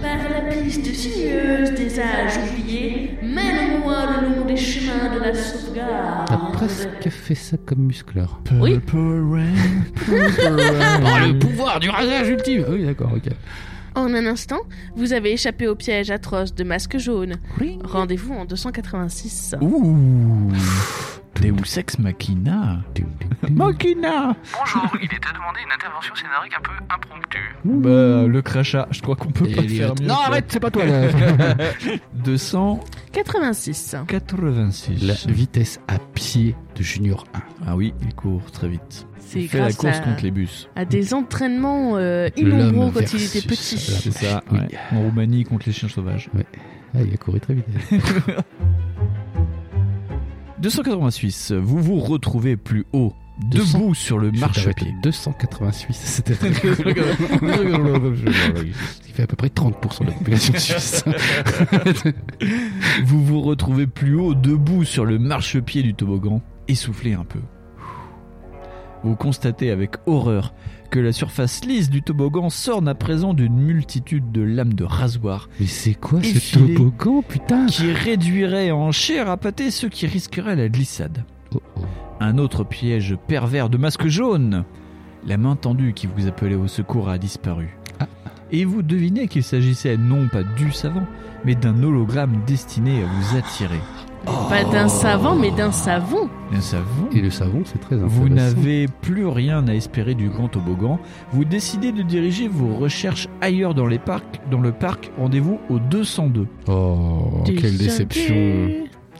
Speaker 2: par la piste sinueuse des âges oubliés, mène-moi le long des chemins de la sauvegarde.
Speaker 4: T'as Ah, presque fait ça comme muscleur. Ah,
Speaker 2: Oui.
Speaker 4: le pouvoir du rasage ultime Oui, d'accord, ok.
Speaker 2: En un instant, vous avez échappé au piège atroce de Masque Jaune. Rendez-vous en 286.
Speaker 7: Ouh. Deus ex machina.
Speaker 4: Ah,
Speaker 7: Machina.
Speaker 6: Bonjour, il était demandé une intervention scénarique un peu impromptue.
Speaker 7: Bah, le crachat, je crois qu'on peut pas faire mieux.
Speaker 4: non,
Speaker 7: quoi.
Speaker 4: arrête, c'est pas toi. La...
Speaker 2: 86.
Speaker 7: 286.
Speaker 4: la vitesse à pied de Junior 1.
Speaker 7: Ah oui, il court très vite.
Speaker 2: C'est
Speaker 7: Il fait la
Speaker 2: grâce
Speaker 7: course
Speaker 2: à,
Speaker 7: contre les bus.
Speaker 2: à des entraînements euh,
Speaker 4: L'homme
Speaker 2: innombrables quand il
Speaker 4: versus
Speaker 2: était petit.
Speaker 4: la-
Speaker 7: C'est ça,
Speaker 4: Oui.
Speaker 7: ouais. en Roumanie contre les chiens sauvages.
Speaker 4: Ah, il a couru très vite.
Speaker 7: 286, vous vous retrouvez plus haut debout sur le
Speaker 4: Je
Speaker 7: marchepied.
Speaker 4: t'arrête, 286, c'était très Ce qui fait à peu près 30% de la population suisse.
Speaker 7: vous vous retrouvez plus haut, debout sur le marchepied du toboggan, essoufflé un peu. Vous constatez avec horreur que la surface lisse du toboggan s'orne à présent d'une multitude de lames de rasoir.
Speaker 4: Mais c'est quoi ce
Speaker 7: effilées
Speaker 4: toboggan, putain
Speaker 7: Qui réduirait en chair à pâté ceux qui risqueraient la glissade.
Speaker 4: Oh,
Speaker 7: Un autre piège pervers de masque jaune. La main tendue qui vous appelait au secours a disparu. Et vous devinez qu'il s'agissait non pas du savant, mais d'un hologramme destiné à vous attirer.
Speaker 2: Pas d'un savant, mais d'un savon.
Speaker 7: Un savon
Speaker 4: Et le savon, c'est très intéressant.
Speaker 7: Vous n'avez plus rien à espérer du grand toboggan. Vous décidez de diriger vos recherches ailleurs dans les parcs. Dans le parc, rendez-vous au 202.
Speaker 4: Oh, quelle déception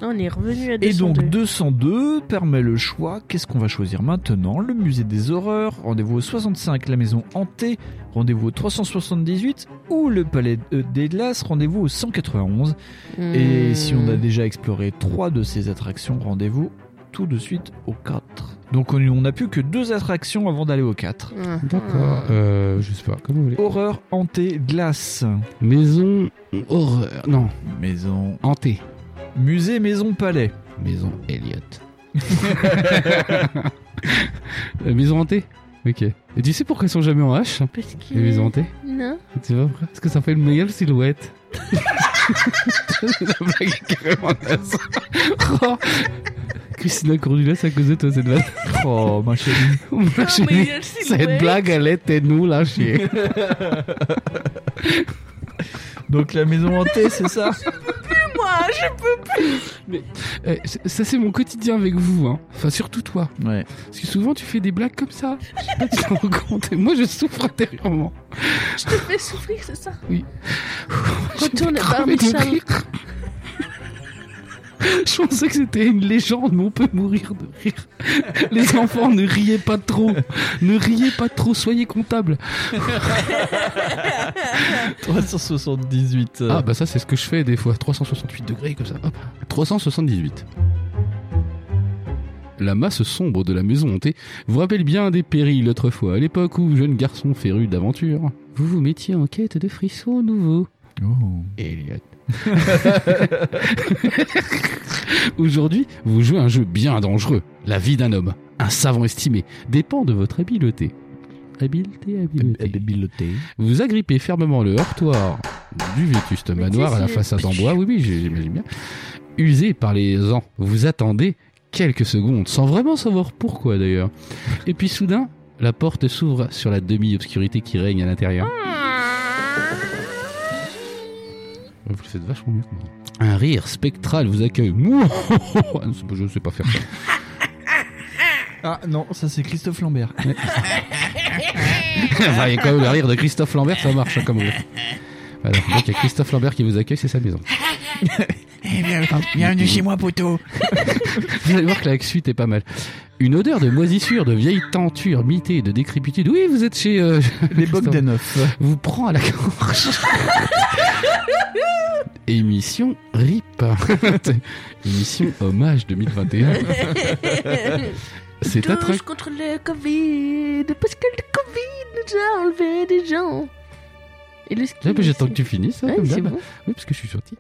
Speaker 2: On est revenu à
Speaker 7: Et
Speaker 2: 202.
Speaker 7: donc 202 permet le choix. Qu'est-ce qu'on va choisir maintenant Le musée des horreurs, rendez-vous au 65, la maison hantée, rendez-vous au 378 ou le palais euh, des glaces, rendez-vous au 191. Et
Speaker 15: Hmm.
Speaker 7: si on a déjà exploré trois de ces attractions, rendez-vous tout de suite au 4. Donc on on n'a plus que deux attractions avant d'aller au 4.
Speaker 2: Hmm.
Speaker 4: D'accord, euh, je sais pas, comme vous voulez.
Speaker 7: Horreur, hantée, glace.
Speaker 4: Maison, horreur, non.
Speaker 7: Maison.
Speaker 4: Hantée.
Speaker 7: Musée, maison, palais.
Speaker 4: Maison Elliot. Euh, maison hantée Ok. Et tu sais pourquoi ils sont jamais en H
Speaker 2: Parce que...
Speaker 4: Les maisons hantées
Speaker 2: Non.
Speaker 4: Tu vois pourquoi Parce que ça fait une meilleure silhouette. La blague est carrément naze. Oh. Christina Cordula, c'est à cause de toi cette blague.
Speaker 7: Oh, ma chérie.
Speaker 4: ma
Speaker 2: Oh, mais il y a
Speaker 4: chérie.
Speaker 2: le
Speaker 4: Cette
Speaker 2: silhouette.
Speaker 4: blague, elle était nous lâchée.
Speaker 7: Donc la maison hantée, c'est ça
Speaker 2: Moi, je peux plus.
Speaker 4: Eh, c- ça, c'est mon quotidien avec vous, hein. Enfin, surtout toi.
Speaker 7: Ouais.
Speaker 4: Parce que souvent, tu fais des blagues comme ça. Je sais pas si tu t'en rends compte. Et moi, je souffre intérieurement.
Speaker 2: Je te fais souffrir, c'est ça
Speaker 4: Oui.
Speaker 2: Retourne
Speaker 4: J'ai
Speaker 2: par
Speaker 4: cramé de
Speaker 2: Michel.
Speaker 4: rire. Je pensais que c'était une légende, mais on peut mourir de rire. Les enfants, ne riez pas trop. Ne riez pas trop, soyez comptables.
Speaker 7: 378. euh,
Speaker 4: Ah bah ça c'est ce que je fais des fois, 368 degrés comme ça. Hop. 378. La masse sombre de la maison hantée vous rappelle bien des périls autrefois, à l'époque où, jeune garçon féru d'aventure, vous vous mettiez en quête de frissons nouveaux.
Speaker 5: Oh.
Speaker 4: Elliot. Aujourd'hui, vous jouez un jeu bien dangereux. La vie d'un homme, un savant estimé, dépend de votre habileté. Habileté, habileté.
Speaker 7: Habileté.
Speaker 4: Vous agrippez fermement le hortoir du vétuste manoir à la
Speaker 7: c'est-
Speaker 4: façade en bois, oui, oui, j'imagine bien. Usé par les ans, vous attendez quelques secondes, sans vraiment savoir pourquoi d'ailleurs. Et puis soudain, la porte s'ouvre sur la demi-obscurité qui règne à l'intérieur. Vous le faites vachement mieux que moi. Un rire spectral vous accueille. Mouah Ah non, c'est pas- Je ne sais pas faire ça.
Speaker 7: Ah non, ça c'est Christophe Lambert.
Speaker 4: Enfin, il y a quand même le rire de Christophe Lambert, ça marche hein, comme rire. Voilà, donc il y a Christophe Lambert qui vous accueille, c'est sa maison.
Speaker 5: Eh
Speaker 16: Bienvenue chez moi, poteau.
Speaker 4: Vous allez voir que la suite est pas mal. Une odeur de moisissure, de vieille tenture mitée, de décrépitude. Oui, vous êtes chez... euh,
Speaker 7: Les
Speaker 4: Christophe.
Speaker 7: Bogdanov.
Speaker 4: Vous prend à la gorge. Émission RIP. Émission Hommage 2021. C'est attra-
Speaker 2: Tous contre le Covid, parce que le Covid nous a enlevé des gens. Et le ski.
Speaker 4: Là, Ah, mais j'attends
Speaker 2: aussi.
Speaker 4: que tu finisses. hein,
Speaker 2: Ouais,
Speaker 4: comme
Speaker 2: c'est
Speaker 4: d'hab.
Speaker 2: bon.
Speaker 4: Oui, parce que je suis sorti.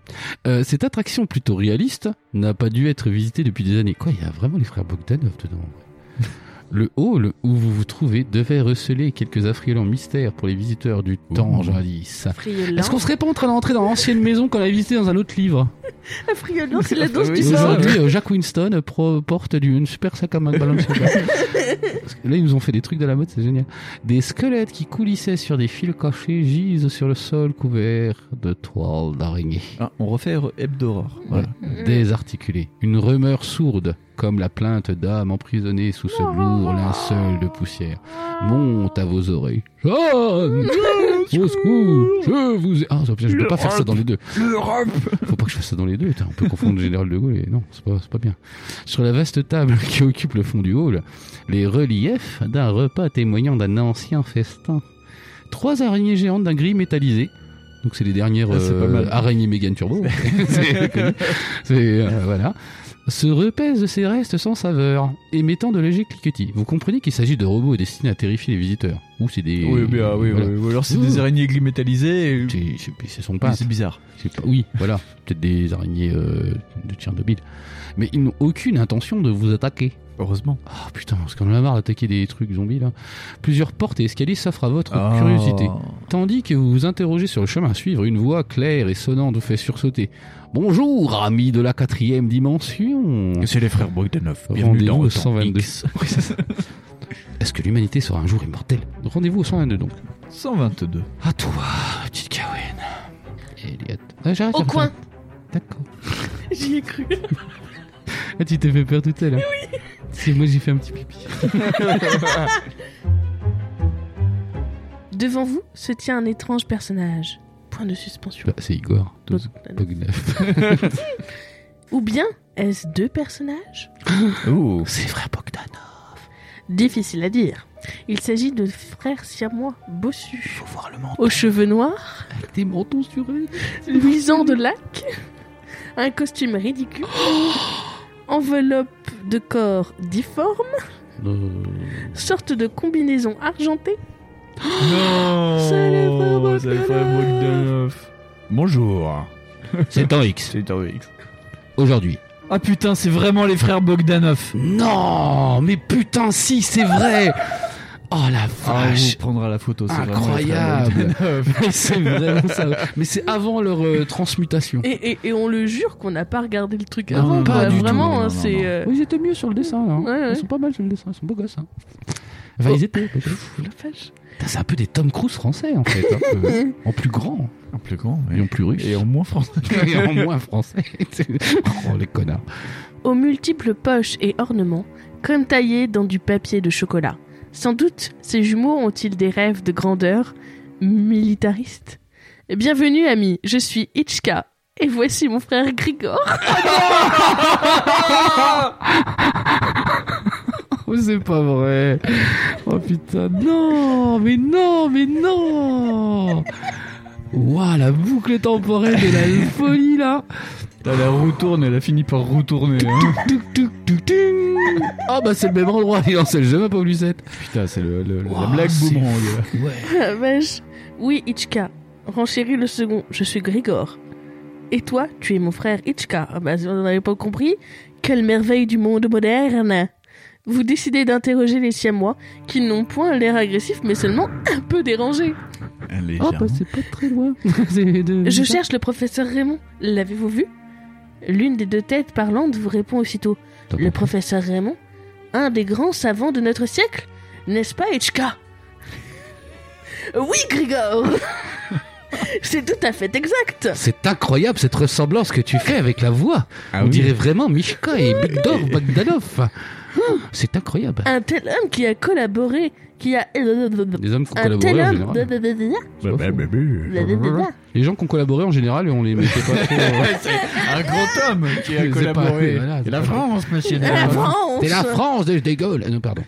Speaker 4: Euh, cette attraction plutôt réaliste n'a pas dû être visitée depuis des années. Quoi, il y a vraiment les frères Bogdanov dedans. en vrai. Le hall où vous vous trouvez devait receler quelques affriolants mystères pour les visiteurs du temps jadis.
Speaker 2: Friolant.
Speaker 4: Est-ce qu'on serait pas en train de rentrer dans l'ancienne maison qu'on a visitée dans un autre livre
Speaker 2: Ah, Friolant, c'est la danse
Speaker 7: bah Oui,
Speaker 2: du
Speaker 7: c'est
Speaker 2: sang.
Speaker 7: ça.
Speaker 4: Aujourd'hui, euh, Jacques Winston euh, pro- porte du, une super sac à main de ballon. Parce que Là, ils nous ont fait des trucs de la mode, c'est génial. Des squelettes qui coulissaient sur des fils cachés gisent sur le sol couvert de toiles d'araignée.
Speaker 7: Ah, on refait Hebdoror. Voilà.
Speaker 4: Désarticulé. Une rumeur sourde, comme la plainte d'âme emprisonnée sous ce lourd linceul de poussière, monte à vos oreilles. Jeanne Au secours Je vous ai... Ah, ça, putain, je ne peux pas faire ça dans les deux. Faut pas que je fasse ça dans les deux. putain, on peut confondre le général de Gaulle et... Non, c'est pas, c'est pas bien. Sur la vaste table qui occupe le fond du hall, les reliefs d'un repas témoignant d'un ancien festin. Trois araignées géantes d'un gris métallisé. Donc c'est les dernières
Speaker 7: Ah, c'est pas
Speaker 4: euh,
Speaker 7: mal.
Speaker 4: araignées Megan Turbo. c'est connu. C'est, euh, voilà. se repèse de ses restes sans saveur, émettant de légers cliquetis. Vous comprenez qu'il s'agit de robots destinés à terrifier les visiteurs. Ou c'est des.
Speaker 5: Oui, mais, ah, oui,
Speaker 4: Voilà.
Speaker 5: oui, ou alors c'est des
Speaker 4: Ouh.
Speaker 5: araignées glimétalisées. et-
Speaker 4: C'est- c'est- C'est son peintre.
Speaker 5: C'est bizarre.
Speaker 4: C'est pas- Oui, voilà. Peut-être des araignées euh, de Tchernobyl. Mais ils n'ont aucune intention de vous attaquer.
Speaker 5: Heureusement.
Speaker 4: Oh putain, parce qu'on en a marre d'attaquer des trucs zombies là. Plusieurs portes et escaliers s'offrent à votre
Speaker 5: Ah.
Speaker 4: curiosité. Tandis que vous vous interrogez sur le chemin à suivre, une voix claire et sonnante vous fait sursauter. Bonjour, amis de la quatrième dimension.
Speaker 5: C'est les frères Bogdanov. Bienvenue dans
Speaker 4: Rendez-vous au
Speaker 5: Autant X.
Speaker 4: 122. Oui, c'est ça. Est-ce que l'humanité sera un jour immortelle Rendez-vous au 122 donc.
Speaker 5: 122.
Speaker 4: À toi, petite Kawen. Elliot. Ah, j'arrête
Speaker 13: Au
Speaker 4: la
Speaker 13: coin.
Speaker 4: phrase. D'accord.
Speaker 13: J'y ai cru.
Speaker 4: Ah, tu t'es fait peur tout à l'heure. C'est moi, j'ai fait un petit pipi.
Speaker 2: Devant vous se tient un étrange personnage. Point de suspension.
Speaker 4: Bah, c'est Igor.
Speaker 2: Donc,
Speaker 4: Bogdanov.
Speaker 2: Ou bien est-ce deux personnages
Speaker 5: Ouh.
Speaker 4: C'est vrai, Bogdanov.
Speaker 2: Difficile à dire. Il s'agit de frères siamois bossus,
Speaker 4: Faut voir le menton.
Speaker 2: aux cheveux noirs,
Speaker 4: Avec des mentons sur eux.
Speaker 2: luisants de lac, un costume ridicule, enveloppe de corps difforme, sorte de combinaison argentée.
Speaker 7: Oh,
Speaker 5: Non
Speaker 2: C'est les frères Bogdanov.
Speaker 5: c'est les frères Bogdanov. Bonjour.
Speaker 4: C'est en X.
Speaker 5: C'est Tao X.
Speaker 4: Aujourd'hui.
Speaker 5: Ah putain, c'est vraiment les frères Bogdanov.
Speaker 4: Non, mais putain, si, c'est vrai. Oh la
Speaker 5: Ah,
Speaker 4: vache.
Speaker 5: on prendra la photo, c'est vraiment les frères
Speaker 4: Incroyable.
Speaker 5: Bogdanov.
Speaker 4: Mais c'est vraiment ça. Mais c'est avant leur euh, transmutation.
Speaker 2: Et, et- et on le jure qu'on n'a pas regardé le truc
Speaker 4: Ah,
Speaker 2: avant.
Speaker 4: pas
Speaker 2: quoi.
Speaker 4: du tout,
Speaker 2: Vraiment,
Speaker 5: non,
Speaker 2: hein,
Speaker 5: non, non.
Speaker 2: c'est. euh,
Speaker 4: Oui, ils étaient mieux sur le dessin. hein.
Speaker 2: Ouais, ouais. Oh.
Speaker 4: Ils sont pas mal sur le dessin. Ils sont beaux gosses. hein. Enfin, ils étaient. peut-être.
Speaker 2: pff, la vache.
Speaker 4: Putain, C'est un peu des Tom Cruise français en fait. un peu. en plus grand.
Speaker 5: En plus grand,
Speaker 4: Et en plus riche.
Speaker 5: Et en moins français.
Speaker 4: Et en moins français. oh les connards.
Speaker 2: Aux multiples poches et ornements, comme taillés dans du papier de chocolat. Sans doute, ces jumeaux ont-ils des rêves de grandeur militariste Bienvenue, amis, je suis Ichka, et voici mon frère Grigor.
Speaker 4: Oh, c'est pas vrai. Oh putain, non, mais non, mais non. Waouh, la boucle temporelle de la folie là.
Speaker 5: T'as la roue tourne, elle a fini par roue tourner. hein.
Speaker 4: Touc, touc, touc, ting. Ah bah c'est le même endroit, il en sait le jeu, ma pauvre Lucette.
Speaker 5: Putain, c'est le, le- le- la
Speaker 4: Wow,
Speaker 5: blague
Speaker 4: c'est
Speaker 5: boomerang.
Speaker 4: fou.
Speaker 5: là.
Speaker 4: Ouais.
Speaker 2: Ah, vache. Oui, Ichka, renchérit le second, je suis Grigor. Et toi, tu es mon frère Ichka. Ah bah, si vous n'avez pas compris, quelle merveille du monde moderne Vous décidez d'interroger les siamois, qui n'ont point l'air agressif, mais seulement un peu dérangés.
Speaker 4: Oh bah c'est pas très loin. C'est de-
Speaker 2: Je cherche le professeur Raymond. L'avez-vous vu L'une des deux têtes parlantes vous répond aussitôt. Le professeur Raymond Un des grands savants de notre siècle N'est-ce pas, Hitchka Oui, Grigor C'est tout à fait exact
Speaker 4: C'est incroyable cette ressemblance que tu fais avec la voix.
Speaker 5: Ah
Speaker 4: On
Speaker 5: oui.
Speaker 4: dirait vraiment Mishka et Victor Bagdanov. C'est incroyable.
Speaker 2: Un tel homme qui a collaboré, qui a...
Speaker 4: Les hommes qui ont
Speaker 2: Un
Speaker 4: collaboré
Speaker 2: tel
Speaker 4: en
Speaker 2: homme...
Speaker 4: général.
Speaker 5: Bah, bah, bah, bah.
Speaker 4: Les gens qui ont collaboré en général, on les mettait pas trop.
Speaker 5: Un grand homme qui a
Speaker 4: C'est pas-
Speaker 5: collaboré.
Speaker 4: voilà, c'est
Speaker 5: la
Speaker 4: pas-
Speaker 5: France, monsieur.
Speaker 2: La France.
Speaker 4: C'est la France de De Gaulle. Ah Non, pardon.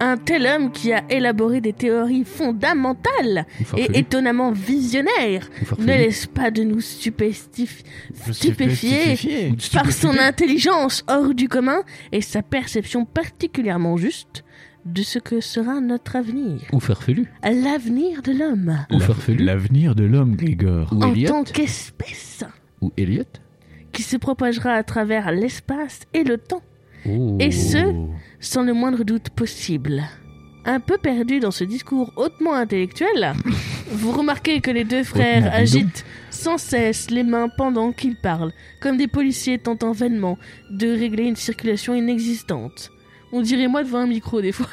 Speaker 2: Un tel homme qui a élaboré des théories fondamentales
Speaker 4: Ou farfelu,
Speaker 2: et étonnamment visionnaires.
Speaker 4: ou farfelu.
Speaker 2: Ne laisse pas de nous stupéstifier stupéfié
Speaker 5: Stupéfié.
Speaker 2: par son intelligence hors du commun et sa perception particulièrement juste de ce que sera notre avenir,
Speaker 4: Ou farfelu.
Speaker 2: à l'avenir de l'homme
Speaker 4: Ou farfelu.
Speaker 5: L'avenir de l'homme, Grégor.
Speaker 4: Ou
Speaker 2: en
Speaker 4: Elliot.
Speaker 2: tant qu'espèce
Speaker 4: Ou Elliot.
Speaker 2: qui se propagera à travers l'espace et le temps Et ce-
Speaker 4: Oh.
Speaker 2: sans le moindre doute possible. Un peu perdu dans ce discours hautement intellectuel, vous remarquez que les deux frères
Speaker 4: Hautement, dis donc.
Speaker 2: agitent sans cesse les mains pendant qu'ils parlent, comme des policiers tentant vainement de régler une circulation inexistante. On dirait moi devant un micro des fois.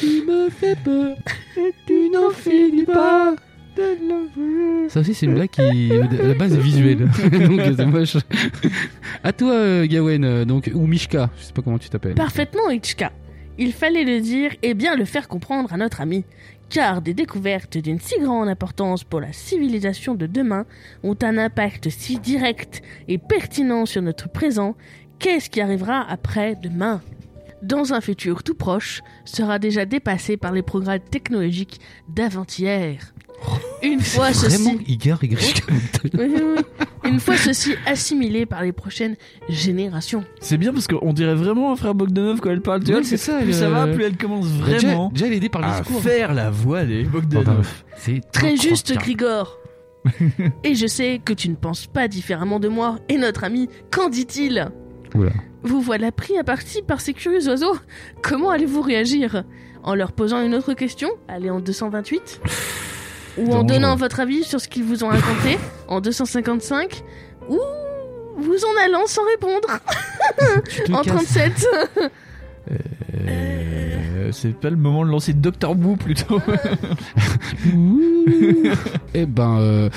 Speaker 4: Tu me fais peur et tu n'en finis pas. Ça aussi, c'est une blague qui, à la base, est visuelle. donc, c'est moche. À toi, euh, Gawen, euh, donc, ou Mishka, je sais pas comment tu t'appelles.
Speaker 2: Parfaitement, Ichka. Il fallait le dire et bien le faire comprendre à notre ami, car des découvertes d'une si grande importance pour la civilisation de demain ont un impact si direct et pertinent sur notre présent, qu'est-ce qui arrivera après demain Dans un futur tout proche, sera déjà dépassé par les progrès technologiques d'avant-hier. Une fois
Speaker 4: Vraiment,
Speaker 2: ceci.
Speaker 4: Igar et Grishka.
Speaker 2: Oui, oui, oui. Une une fois ceci assimilé par les prochaines générations.
Speaker 7: C'est bien parce qu'on dirait vraiment un frère Bogdanov quand elle parle. Tu
Speaker 4: Ouais,
Speaker 7: vois,
Speaker 4: c'est
Speaker 7: plus-
Speaker 4: ça,
Speaker 7: Plus ça
Speaker 4: le-
Speaker 7: va, plus elle commence
Speaker 4: Déjà-
Speaker 7: vraiment
Speaker 4: déjà, elle est aidée par le
Speaker 7: à
Speaker 4: discours. euh,
Speaker 7: faire la voix des Bogdanov.
Speaker 4: C'est
Speaker 2: Très juste, Grigor. et je sais que tu ne penses pas différemment de moi. Et notre ami, qu'en dit-il
Speaker 4: Oula.
Speaker 2: Vous voilà pris à partie par ces curieux oiseaux. Comment allez-vous réagir En leur posant une autre question Allez en 228 Ou en
Speaker 7: Dangereux.
Speaker 2: donnant votre avis sur ce qu'ils vous ont raconté En 255 Ou vous en allant sans répondre En 37
Speaker 7: Euh, C'est pas le moment de lancer Doctor Who plutôt.
Speaker 4: Eh ben, euh,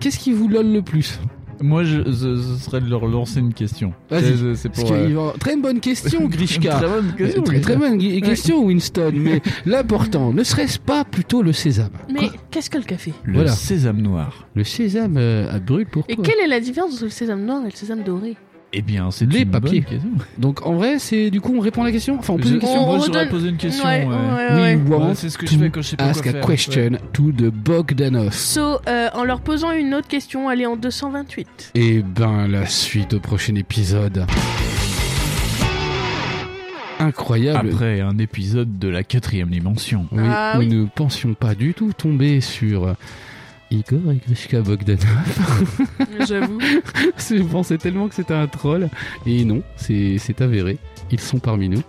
Speaker 4: qu'est-ce qui vous lol le plus
Speaker 7: Moi, je, ce, ce serait de leur lancer une question.
Speaker 4: Vas-y.
Speaker 7: C'est- C'est
Speaker 4: Parce
Speaker 7: pour.
Speaker 4: que-
Speaker 7: euh,
Speaker 4: Très bonne question, Grishka.
Speaker 7: Très bonne question,
Speaker 4: Euh, Très, très
Speaker 7: Grishka.
Speaker 4: bonne gui- question, Winston. Mais l'important, ne serait-ce pas plutôt le sésame
Speaker 2: Mais qu'est-ce que le café
Speaker 7: Le
Speaker 4: Voilà.
Speaker 7: sésame noir.
Speaker 4: Le sésame euh, brûle pour
Speaker 2: Et quelle est la différence entre le sésame noir et le sésame doré
Speaker 7: Eh bien, c'est
Speaker 4: les
Speaker 7: une
Speaker 4: papiers.
Speaker 7: bonne question.
Speaker 4: Donc en vrai, c'est du coup on répond à la question. Enfin, on pose
Speaker 7: Je-
Speaker 4: une question.
Speaker 2: on
Speaker 7: Moi, j'aurais
Speaker 2: redonne-
Speaker 7: posé une question. euh,
Speaker 2: Ouais,
Speaker 7: ouais.
Speaker 2: ouais,
Speaker 4: We
Speaker 2: Ah ouais.
Speaker 4: want
Speaker 7: Ouais, c'est ce que je fais
Speaker 4: to
Speaker 7: quand je sais pas
Speaker 4: ask
Speaker 7: quoi
Speaker 4: a
Speaker 7: faire.
Speaker 4: question to the Bogdanov.
Speaker 2: So, euh, en leur posant une autre question, allez en 228.
Speaker 4: Et ben la suite au prochain épisode.
Speaker 5: Ah,
Speaker 4: Incroyable.
Speaker 7: Après un épisode de la quatrième dimension.
Speaker 4: Oui,
Speaker 2: Ah
Speaker 4: nous
Speaker 2: oui.
Speaker 4: ne pensions pas du tout tomber sur euh, Igor et Grishka Bogdanov.
Speaker 2: J'avoue.
Speaker 4: Je pensais tellement que c'était un troll. Et non, c'est c'est avéré. Ils sont parmi nous.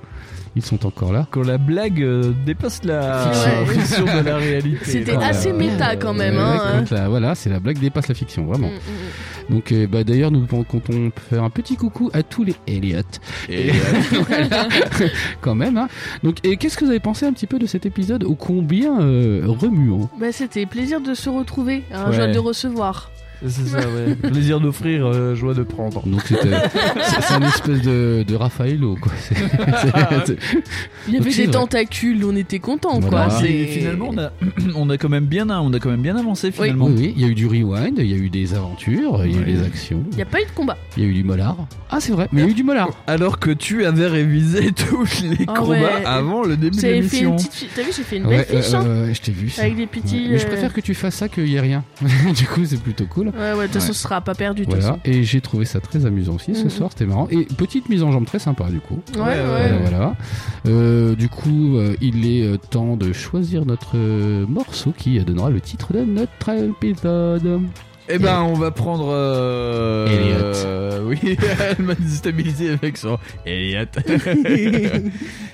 Speaker 4: Ils sont encore là.
Speaker 7: Quand la blague euh, dépasse la
Speaker 2: Fiction. Ouais.
Speaker 7: fiction de la réalité. Ah,
Speaker 2: C'était
Speaker 7: Voilà.
Speaker 2: assez méta quand même.
Speaker 4: Ouais,
Speaker 2: hein,
Speaker 4: quand la- voilà, c'est la blague dépasse la fiction, vraiment.
Speaker 2: Mm, mm,
Speaker 4: Donc euh, bah, d'ailleurs, nous comptons faire un petit coucou à tous les Elliot. Et voilà, quand même. hein. Donc, et qu'est-ce que vous avez pensé un petit peu de cet épisode ô combien euh, remuant
Speaker 2: mm. Bah, C'était plaisir de se retrouver, hein,
Speaker 7: Ouais.
Speaker 2: joie de recevoir.
Speaker 7: C'est ça, ouais. Plaisir d'offrir, euh, joie de prendre.
Speaker 4: Donc c'était, c'est, c'est une espèce de, de Raffaello quoi. C'est- c'est- c'est-
Speaker 2: Il y
Speaker 4: Donc,
Speaker 2: avait
Speaker 4: c'est
Speaker 2: des
Speaker 4: vrai.
Speaker 2: tentacules, on était contents
Speaker 4: Voilà.
Speaker 2: quoi.
Speaker 7: Et
Speaker 2: Ah, c'est-
Speaker 7: Ah, finalement, on a, on a quand même bien, hein, on a quand même bien avancé finalement.
Speaker 4: Oui, oui, il y a eu du rewind, il y a eu des aventures, il y a eu
Speaker 7: Ouais.
Speaker 4: des actions,
Speaker 2: Il n'y a pas eu de combat.
Speaker 4: il y a eu du molar. Ah c'est vrai, mais il y a eu du molar.
Speaker 7: Alors que tu avais révisé tous les
Speaker 2: Ah
Speaker 7: combats
Speaker 2: ouais.
Speaker 7: avant le début de
Speaker 2: J'ai fait
Speaker 7: l'émission.
Speaker 2: une petite fiche- T'as vu, j'ai fait une
Speaker 4: Ouais,
Speaker 2: belle fiche.
Speaker 4: euh,
Speaker 2: hein,
Speaker 4: euh, ouais, je t'ai vu. ça.
Speaker 2: Avec des
Speaker 4: Ouais.
Speaker 2: petits.
Speaker 4: Mais je
Speaker 2: euh,
Speaker 4: préfère que tu fasses ça qu'il y ait rien. du coup, c'est plutôt cool.
Speaker 2: Ouais, ouais, de toute façon, ce sera pas perdu. de toute
Speaker 4: Voilà, et j'ai trouvé ça très amusant aussi ce
Speaker 2: Mhm.
Speaker 4: soir, c'était marrant. Et petite mise en jambe très sympa du coup.
Speaker 2: façon. Ouais,
Speaker 7: Ouais,
Speaker 2: ouais.
Speaker 4: Voilà, voilà. Euh, du coup, euh, il est euh, temps de choisir notre euh, morceau qui euh, donnera le titre de notre épisode.
Speaker 7: Eh ben, on va prendre. Euh...
Speaker 4: Elliot.
Speaker 7: euh, oui, elle m'a déstabilisé avec son Elliot.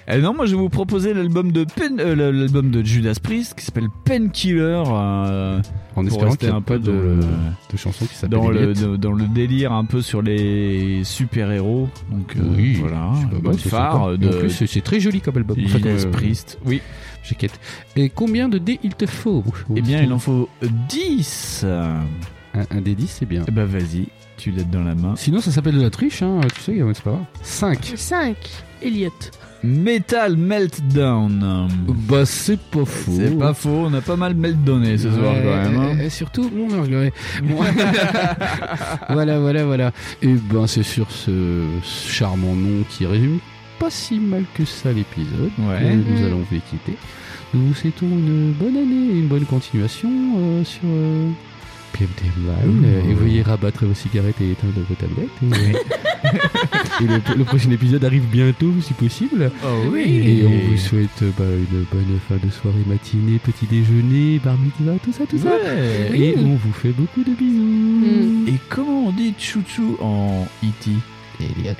Speaker 7: Euh, non, moi je vais vous proposer l'album de Pen, euh, l'album de Judas Priest qui s'appelle Painkiller. Euh,
Speaker 4: En
Speaker 7: pour
Speaker 4: espérant
Speaker 7: rester
Speaker 4: qu'il y ait
Speaker 7: un peu
Speaker 4: de,
Speaker 7: dans le,
Speaker 4: de chansons qui s'appellent
Speaker 7: dans le
Speaker 4: Elliot.
Speaker 7: dans- dans le délire un peu sur les super héros. Donc euh,
Speaker 4: Oui,
Speaker 7: voilà,
Speaker 4: c'est pas mal,
Speaker 7: album
Speaker 4: c'est
Speaker 7: phare
Speaker 4: sympa. Et
Speaker 7: de
Speaker 4: En plus, c'est- c'est très joli comme album. En fait,
Speaker 7: Judas
Speaker 4: euh,
Speaker 7: Priest. Oui.
Speaker 4: j'ai quête. Et combien de dés il te faut
Speaker 7: Eh bien, il en faut 10
Speaker 4: un, un dé 10, c'est bien.
Speaker 7: Eh ben, vas-y, tu l'as dans la main.
Speaker 4: Sinon, ça s'appelle de la triche, hein, tu sais, c'est pas grave. 5.
Speaker 2: 5. Elliot.
Speaker 7: Metal Meltdown.
Speaker 4: Bah, c'est pas faux.
Speaker 7: C'est pas faux, on a pas mal meltdowné ce soir
Speaker 4: Ouais,
Speaker 7: quand même. hein.
Speaker 4: et- et surtout mon anglais. Bon. voilà, voilà, voilà. Et ben c'est sur ce charmant nom qui résume pas si mal que ça l'épisode.
Speaker 7: Ouais.
Speaker 4: que Nous
Speaker 2: Mhm.
Speaker 4: allons vous quitter. Nous vous souhaitons une bonne année et une bonne continuation euh, sur euh, PMT Online.
Speaker 7: Ouh.
Speaker 4: Et veuillez rabattre vos cigarettes et éteindre vos tablettes. Et, et le, le prochain épisode arrive bientôt si possible.
Speaker 7: Oh
Speaker 4: Et on vous souhaite euh, bah, une bonne fin de soirée, matinée, petit déjeuner, bar mitzvah, tout ça, tout ça.
Speaker 7: Ouais.
Speaker 4: Et on vous fait beaucoup de bisous.
Speaker 2: Mm.
Speaker 7: Et comment on dit chouchou en E E.T.
Speaker 4: Elliot.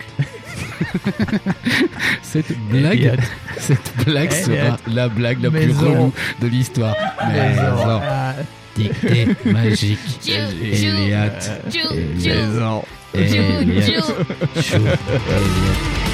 Speaker 4: cette blague,
Speaker 7: Elliot.
Speaker 4: cette blague sera
Speaker 7: Elliot.
Speaker 4: la blague la plus
Speaker 7: Maison.
Speaker 4: relou de l'histoire. Maison.
Speaker 7: Ah,
Speaker 4: Dictée magique.
Speaker 13: Tchou, tchou,
Speaker 4: Elliot.
Speaker 13: tchou,
Speaker 4: Elliot.
Speaker 13: tchou.
Speaker 4: Elliot.
Speaker 13: Tchou,
Speaker 4: Chou. Elliot.